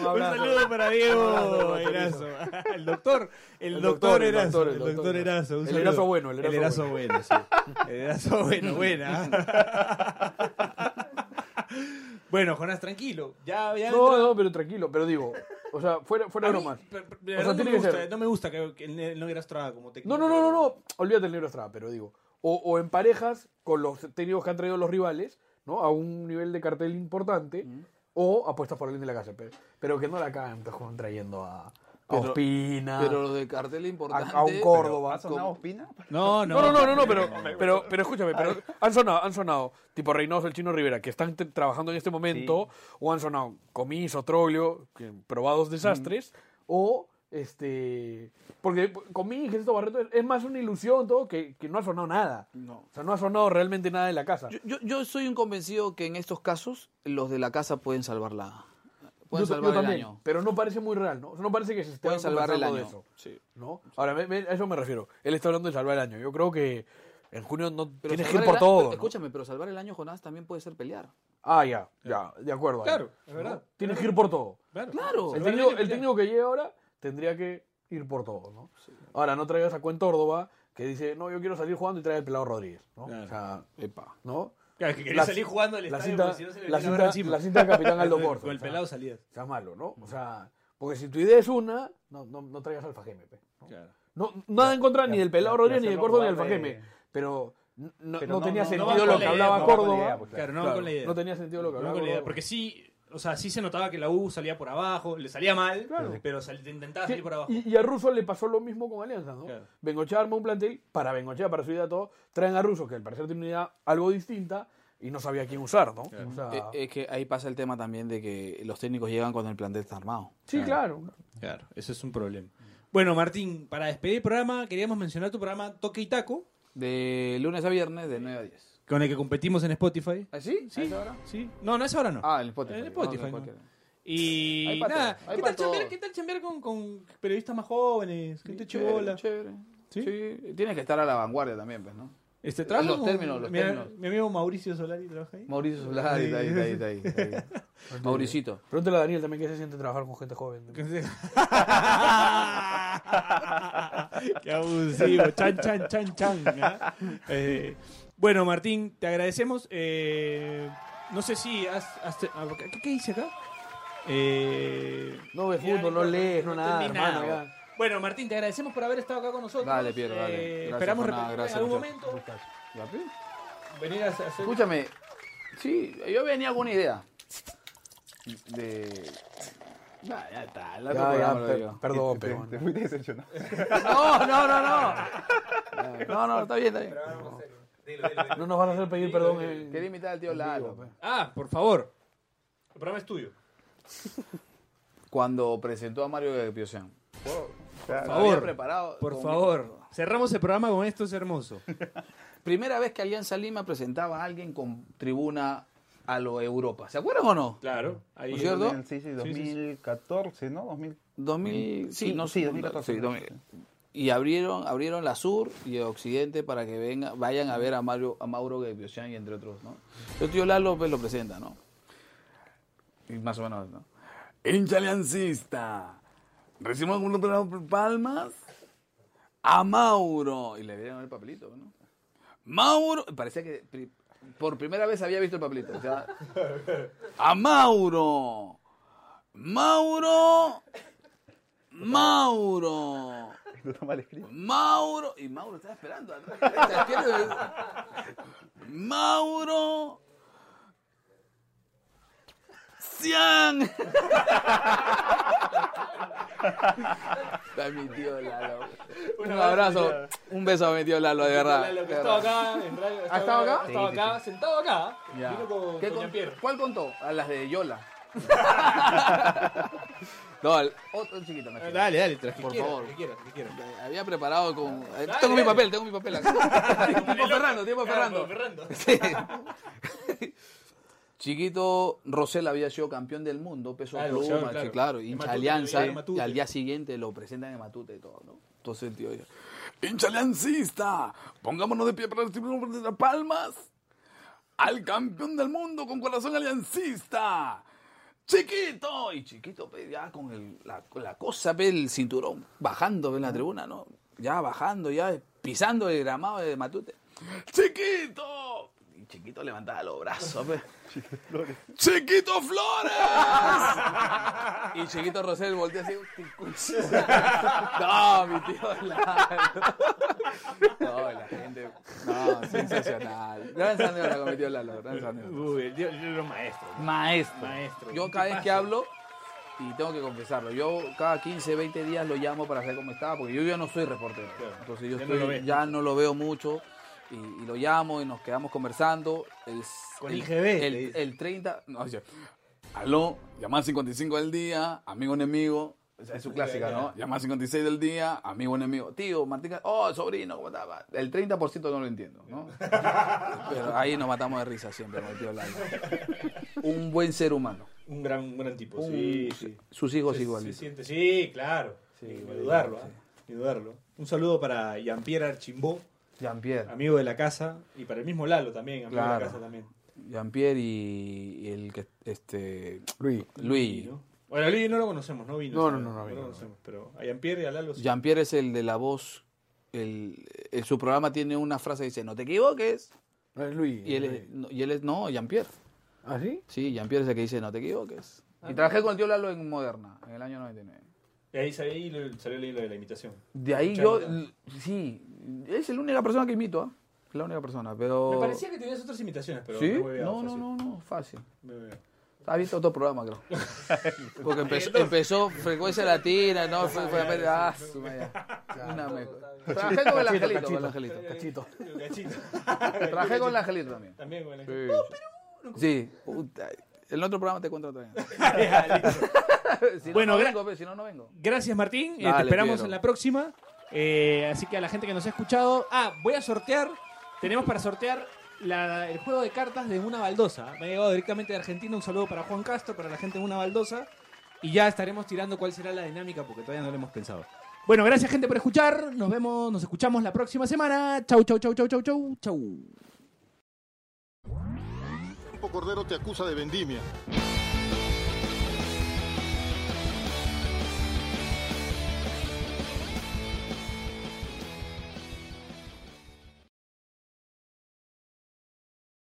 Speaker 2: Un,
Speaker 6: abrazo.
Speaker 2: saludo para Diego
Speaker 6: Un abrazo, doctor
Speaker 2: Erazo. El doctor, el,
Speaker 6: El
Speaker 2: doctor,
Speaker 6: doctor, el
Speaker 2: Erazo.
Speaker 6: doctor, el
Speaker 2: el doctor,
Speaker 6: doctor.
Speaker 2: Erazo. un
Speaker 6: El
Speaker 2: saludo.
Speaker 6: Erazo bueno, el Erazo
Speaker 2: bueno.
Speaker 6: bueno.
Speaker 2: sí. El Erazo bueno, buena. bueno, Jonás, tranquilo. Ya, ya
Speaker 5: No, no, pero tranquilo, pero digo, o sea, fuera, fuera
Speaker 2: A mí,
Speaker 5: bromas.
Speaker 2: per- per- de
Speaker 5: O sea,
Speaker 2: verdad no,
Speaker 5: tiene
Speaker 2: me
Speaker 5: que
Speaker 2: gusta,
Speaker 5: ser.
Speaker 2: no me gusta que, que el, el no Erazo traga como técnico.
Speaker 5: No, no, no, no, no. Olvídate del negro Estrada, pero digo. O, o en parejas con los técnicos que han traído los rivales, ¿no? A un nivel de cartel importante. O apuestas por alguien de la casa. Pero, pero que no la cagan, pues, con trayendo a, a Pero-
Speaker 6: Ospina.
Speaker 5: Pero los de cartel importante.
Speaker 6: A- a un Córdoba. ¿Ha sonado
Speaker 5: como-
Speaker 6: Ospina?
Speaker 2: No,
Speaker 5: no, no, no, no, no, pero, pero, pero escúchame, pero han sonado, han sonado, tipo Reynoso, el Chino Rivera, que están te- trabajando en este momento, o han sonado Comiso, Troglio, que- probados desastres, o este, porque Comis, Jesús Barreto, es, es más una ilusión todo que, que no ha sonado nada. O sea, no ha sonado realmente nada de la casa. Yo, yo soy un convencido que en estos casos los de la casa pueden salvarla. Pueden Yo- yo salvar el también, año.
Speaker 6: Pero
Speaker 5: no parece muy real, ¿no? O sea, no parece que se esté
Speaker 6: Pueden
Speaker 5: salvar el
Speaker 6: conversando
Speaker 5: año.
Speaker 6: de eso.
Speaker 5: Sí.
Speaker 6: ¿No?
Speaker 5: Ahora, me- me- a eso me refiero. Él está hablando de salvar el año. Yo creo que en junio no tienes que ir salvar por el año- todo. pero ¿no? Escúchame, pero salvar el año, Jonás, también puede ser pelear.
Speaker 6: Ah, ya, ya, de acuerdo.
Speaker 5: Claro,
Speaker 6: ahí.
Speaker 5: es verdad.
Speaker 6: Tienes que ir por todo.
Speaker 5: Claro.
Speaker 6: El
Speaker 4: Eh,
Speaker 5: El
Speaker 6: técnico,
Speaker 5: técnico-
Speaker 6: el técnico que llegue ahora tendría que ir por todo, ¿no?
Speaker 5: Ahora, no traigas a Cuento Córdoba que dice, no, yo quiero salir jugando y trae el pelado Rodríguez.
Speaker 6: ¿no?
Speaker 5: Claro.
Speaker 6: O sea,
Speaker 5: ¿no?
Speaker 2: Claro, que quería
Speaker 6: La-
Speaker 2: salir jugando al
Speaker 6: la
Speaker 2: estadio
Speaker 6: cinta-
Speaker 2: porque si no se le
Speaker 6: la
Speaker 2: venía
Speaker 6: cinta-
Speaker 2: barra encima.
Speaker 6: la cinta del capitán Aldo
Speaker 2: Con el-
Speaker 6: Corzo,
Speaker 2: Con el
Speaker 6: o sea.
Speaker 2: pelado salías.
Speaker 6: Está malo, ¿no? O sea, porque si tu idea es una, no, no, no traigas al Fajeme, pe, ¿no?
Speaker 5: No, nada en contra ni del pelado Rodríguez, ni de
Speaker 6: hacerlo
Speaker 5: Córdoba, ni del
Speaker 6: jugar de-
Speaker 5: Fajeme. Pero n- no,
Speaker 6: Pero
Speaker 5: no
Speaker 6: no-
Speaker 5: tenía
Speaker 6: no- no
Speaker 5: sentido
Speaker 6: va con
Speaker 5: lo que
Speaker 6: la idea,
Speaker 5: hablaba
Speaker 6: no va con la
Speaker 5: Córdoba.
Speaker 6: idea, pues,
Speaker 2: Claro, no, con la idea.
Speaker 5: no tenía sentido lo que
Speaker 2: No
Speaker 5: hablaba
Speaker 2: con la idea,
Speaker 5: Córdoba.
Speaker 2: porque sí, o sea, sí se notaba que la U salía por abajo, le salía mal,
Speaker 5: Claro.
Speaker 2: pero sal- intentaba
Speaker 5: Sí,
Speaker 2: salir por abajo.
Speaker 5: y, y a Russo le pasó lo mismo con Alianza, ¿no? Bengochea arma un plantel para Bengochea, para su idea, todo. Traen a Russo, que al parecer tiene una idea algo distinta y no sabía quién usar, ¿no? O sea,
Speaker 2: Eh,
Speaker 4: Es que ahí pasa el tema también de que los técnicos llegan cuando el plantel está armado.
Speaker 5: sí, claro.
Speaker 2: Claro, ese es un problema. Bueno, Martín, para despedir el programa, queríamos mencionar tu programa Toque y Taco,
Speaker 4: De lunes a viernes, de 9 a 10.
Speaker 2: con el que competimos en Spotify.
Speaker 4: ¿Ah, sí?
Speaker 2: Sí.
Speaker 4: ¿A esa hora?
Speaker 2: Sí. No, no, es ahora no.
Speaker 4: Ah, el Spotify.
Speaker 2: En Spotify,
Speaker 4: Ah, ok,
Speaker 2: ¿no?
Speaker 4: cualquiera.
Speaker 2: Y
Speaker 4: Hay pa'
Speaker 2: nada,
Speaker 4: todo, hay
Speaker 2: ¿qué
Speaker 4: pa'
Speaker 2: tal, chambear,
Speaker 4: todo.
Speaker 2: ¿qué tal chambear con, con periodistas más jóvenes? Gente chivola.
Speaker 4: Eh, Chévere. ¿Sí? tienes que estar a la vanguardia también, pues, ¿no?
Speaker 2: Este trabajo
Speaker 4: Los
Speaker 2: con-
Speaker 4: términos, los
Speaker 2: mi,
Speaker 4: términos.
Speaker 2: mi amigo Mauricio Solari trabaja ahí.
Speaker 4: Mauricio Solari, está ahí, está ahí, está ahí, está ahí. Mauricito.
Speaker 5: Pregúntale a Daniel también qué se siente trabajar con gente joven.
Speaker 2: Qué abusivo. Chan, chan, chan, chan. ¿ah? Eh, bueno, Martín, te agradecemos. Eh, no sé si has, has- ah, ¿qué, qué hice acá? Eh,
Speaker 5: No ves fútbol, no lees, no nada,
Speaker 2: entendí
Speaker 5: hermano.
Speaker 2: nada.
Speaker 5: ya.
Speaker 2: Bueno, Martín, te agradecemos por haber estado acá con nosotros.
Speaker 4: Dale, Piero, dale.
Speaker 2: Eh,
Speaker 4: Gracias,
Speaker 2: esperamos
Speaker 4: Jonás,
Speaker 2: repetirte
Speaker 4: gracias,
Speaker 2: en algún
Speaker 4: muchachos.
Speaker 2: momento.
Speaker 4: ¿Ya, pe?
Speaker 2: Venir a hacer...
Speaker 4: Escúchame, sí, yo venía con una idea. De. Nah, ya está, el otro
Speaker 6: Ya, ya,
Speaker 4: programa lo
Speaker 6: per-
Speaker 4: digo.
Speaker 6: perdón, pero te, fuiste decepcionado.
Speaker 4: No, no, no, no. No, no, está bien, está bien.
Speaker 5: No nos van a hacer pedir
Speaker 2: eh,
Speaker 5: perdón. en-
Speaker 4: Quería invitar al tío Lalo. pues. pe.
Speaker 2: Ah, por favor. El programa es tuyo.
Speaker 4: Cuando presentó a Mario de Piocen.
Speaker 2: Por
Speaker 4: Lo había
Speaker 2: favor,
Speaker 4: preparado
Speaker 2: por
Speaker 4: con-
Speaker 2: favor. Cerramos el programa con esto, es hermoso.
Speaker 4: Primera vez que Alianza Lima presentaba a alguien con tribuna a lo Europa. ¿Se acuerdan o no?
Speaker 2: Claro.
Speaker 4: ¿No es cierto? Sí,
Speaker 6: Sí, sí,
Speaker 4: sí, sí.
Speaker 6: 2014, ¿no? 2000.
Speaker 4: 2000, Mm, sí, no
Speaker 6: sí,
Speaker 4: sé,
Speaker 6: 2014.
Speaker 4: sí, 2000. Y abrieron, abrieron la sur y occidente para que venga, vayan a ver a Mario, a Mauro Gabriosian y entre otros, ¿no? El tío Lalo pues, lo presenta, ¿no? Y más o menos, ¿no? Hincha aliancista. Recibimos un otro lado palmas a Mauro. Y le dieron el papelito, ¿no? Mauro. Parecía que pri- por primera vez había visto el papelito. o sea, a Mauro. Mauro. Mauro. Mauro. Y Mauro estaba esperando. atrás. Mauro. Cian. Está mi tío Lalo. Un abrazo. Un beso a mi tío Lalo, de verdad.
Speaker 2: Lo que
Speaker 4: de
Speaker 2: estaba
Speaker 4: verdad.
Speaker 2: acá en radio.
Speaker 4: ¿Ha estado acá?
Speaker 2: Ha estado
Speaker 4: Sí, sí,
Speaker 2: acá, sentado acá.
Speaker 4: Ya.
Speaker 2: Vino con,
Speaker 4: ¿Qué
Speaker 2: con
Speaker 4: con-
Speaker 2: Jean-Pierre.
Speaker 4: ¿Cuál contó? A las de Yola. no, al otro chiquito. me
Speaker 2: Eh, Dale, dale, tras que
Speaker 4: Por
Speaker 2: quieras,
Speaker 4: favor.
Speaker 2: que quieras, que quieras.
Speaker 4: eh, Había preparado con. eh,
Speaker 2: Dale,
Speaker 4: tengo mi
Speaker 2: dale.
Speaker 4: papel, tengo mi papel acá. tiempo Ferrando, tiempo
Speaker 2: Claro, Ferrando.
Speaker 4: Ferrando. Sí. Chiquito, Rosell había sido campeón del mundo, peso
Speaker 14: Ah, el
Speaker 4: pluma,
Speaker 14: boxeador,
Speaker 4: sí,
Speaker 14: claro.
Speaker 4: claro,
Speaker 14: En
Speaker 4: hincha
Speaker 14: Matute,
Speaker 4: alianza,
Speaker 14: ahí en Matute.
Speaker 4: y al día siguiente lo presentan en Matute y todo, ¿no? Entonces el tío dice, hincha aliancista, pongámonos de pie para el tribuno de las palmas, al campeón del mundo con corazón aliancista, chiquito, y chiquito, pe, ya con el- la, con la cosa, pe, el cinturón, bajando pe, en la tribuna, ¿no? Ya bajando, ya pisando el gramado de Matute. ¡Chiquito! Y chiquito levantaba los brazos, pe. ¡Chiquito Flores! y Chiquito Rosel voltea así. no, mi tío Lalo. No, la gente. No, sensacional. Gran anécdota con mi tío Lalo. Gran anécdota.
Speaker 2: Uy, el tío, el tío era un maestro. ¿no?
Speaker 4: Maestro.
Speaker 2: Maestro.
Speaker 4: Yo cada vez que hablo, y tengo que confesarlo, yo cada 15, 20 días lo llamo para saber cómo está, porque yo ya no soy reportero. Entonces yo
Speaker 2: Ya
Speaker 4: ya,
Speaker 2: no lo ves
Speaker 4: ya no lo veo mucho. Y, y lo llamo y nos quedamos conversando. El,
Speaker 2: Con
Speaker 4: el-
Speaker 2: IGB,
Speaker 4: El,
Speaker 2: le dice.
Speaker 4: el 30. No, o sea, aló, llamada 55 del día, amigo enemigo. Esa Es su clásica, ¿no? Llamada 56 del día, amigo enemigo. Tío, Martín, Ca- oh, sobrino, ¿cómo estaba? El 30% no lo entiendo, ¿no? Pero ahí nos matamos de risa siempre con el tío Lalo. Un buen ser humano.
Speaker 9: Un gran, un gran tipo,
Speaker 4: Un-
Speaker 9: sí, sí.
Speaker 4: Sus hijos
Speaker 9: Se-
Speaker 4: igual.
Speaker 9: se siente- sí, claro. Ni dudarlo, ¿ah? Ni dudarlo. Un saludo para Jean-Pierre Archimbó,
Speaker 4: Jean-Pierre.
Speaker 9: amigo de la casa, y para el mismo Lalo también, amigo de la
Speaker 4: Claro.
Speaker 9: casa también.
Speaker 4: Jean-Pierre y, y el que. Este, Luis.
Speaker 9: Bueno, a Luis no lo conocemos, no vino.
Speaker 4: No,
Speaker 9: o sea,
Speaker 4: no, no, no vino,
Speaker 9: lo conocemos, pero a Jean-Pierre y a Lalo sí.
Speaker 4: Jean-Pierre es el de la voz. El, el- su programa tiene una frase que dice: No te equivoques.
Speaker 13: No es Luis.
Speaker 4: Y él,
Speaker 13: es
Speaker 4: es- no, y él es. No, Jean-Pierre.
Speaker 13: ¿Ah, sí?
Speaker 4: Sí, Jean-Pierre es el que dice: No te equivoques.
Speaker 9: Ah.
Speaker 4: y trabajé con el tío Lalo en Moderna, en el año 99.
Speaker 9: Y ahí salió, ahí lo- salió el hilo de la imitación.
Speaker 4: De ahí yo.
Speaker 9: Escuchando.
Speaker 4: l- Sí, es la única persona que imito, ¿ah? Es La única persona, pero.
Speaker 9: Me parecía que tenías otras imitaciones, pero
Speaker 4: ¿Sí?
Speaker 9: me voy a-
Speaker 4: No, no,
Speaker 9: fácil.
Speaker 4: no, no, fácil.
Speaker 9: Me voy a-
Speaker 4: Ha visto otro programa, creo. Porque empezó, empezó Frecuencia Latina, ¿no? Fue, fue- ah, su madre. Una mezcla. Trabajé con el angelito, con el angelito.
Speaker 13: Cachito.
Speaker 4: Trabajé con el angelito también.
Speaker 9: También con el
Speaker 4: Sí, Sí, Sí, puta, el otro programa te cuento otra vez. Si no,
Speaker 2: Bueno,
Speaker 4: no
Speaker 2: gra-
Speaker 4: vengo, pe, si no, no vengo.
Speaker 2: Gracias, Martín. Eh, te
Speaker 4: Dale,
Speaker 2: esperamos
Speaker 4: Piero.
Speaker 2: en la próxima. Eh, así que a la gente que nos ha escuchado. Ah, voy a sortear. Tenemos para sortear la- el juego de cartas de una baldosa. Me ha llegado directamente de Argentina. Un saludo para Juan Castro, para la gente de una baldosa. Y ya estaremos tirando cuál será la dinámica porque todavía no lo hemos pensado. Bueno, gracias, gente, por escuchar. Nos vemos, nos escuchamos la próxima semana. Chau, chau, chau, chau, chau, chau, chau.
Speaker 1: Cordero te acusa de vendimia.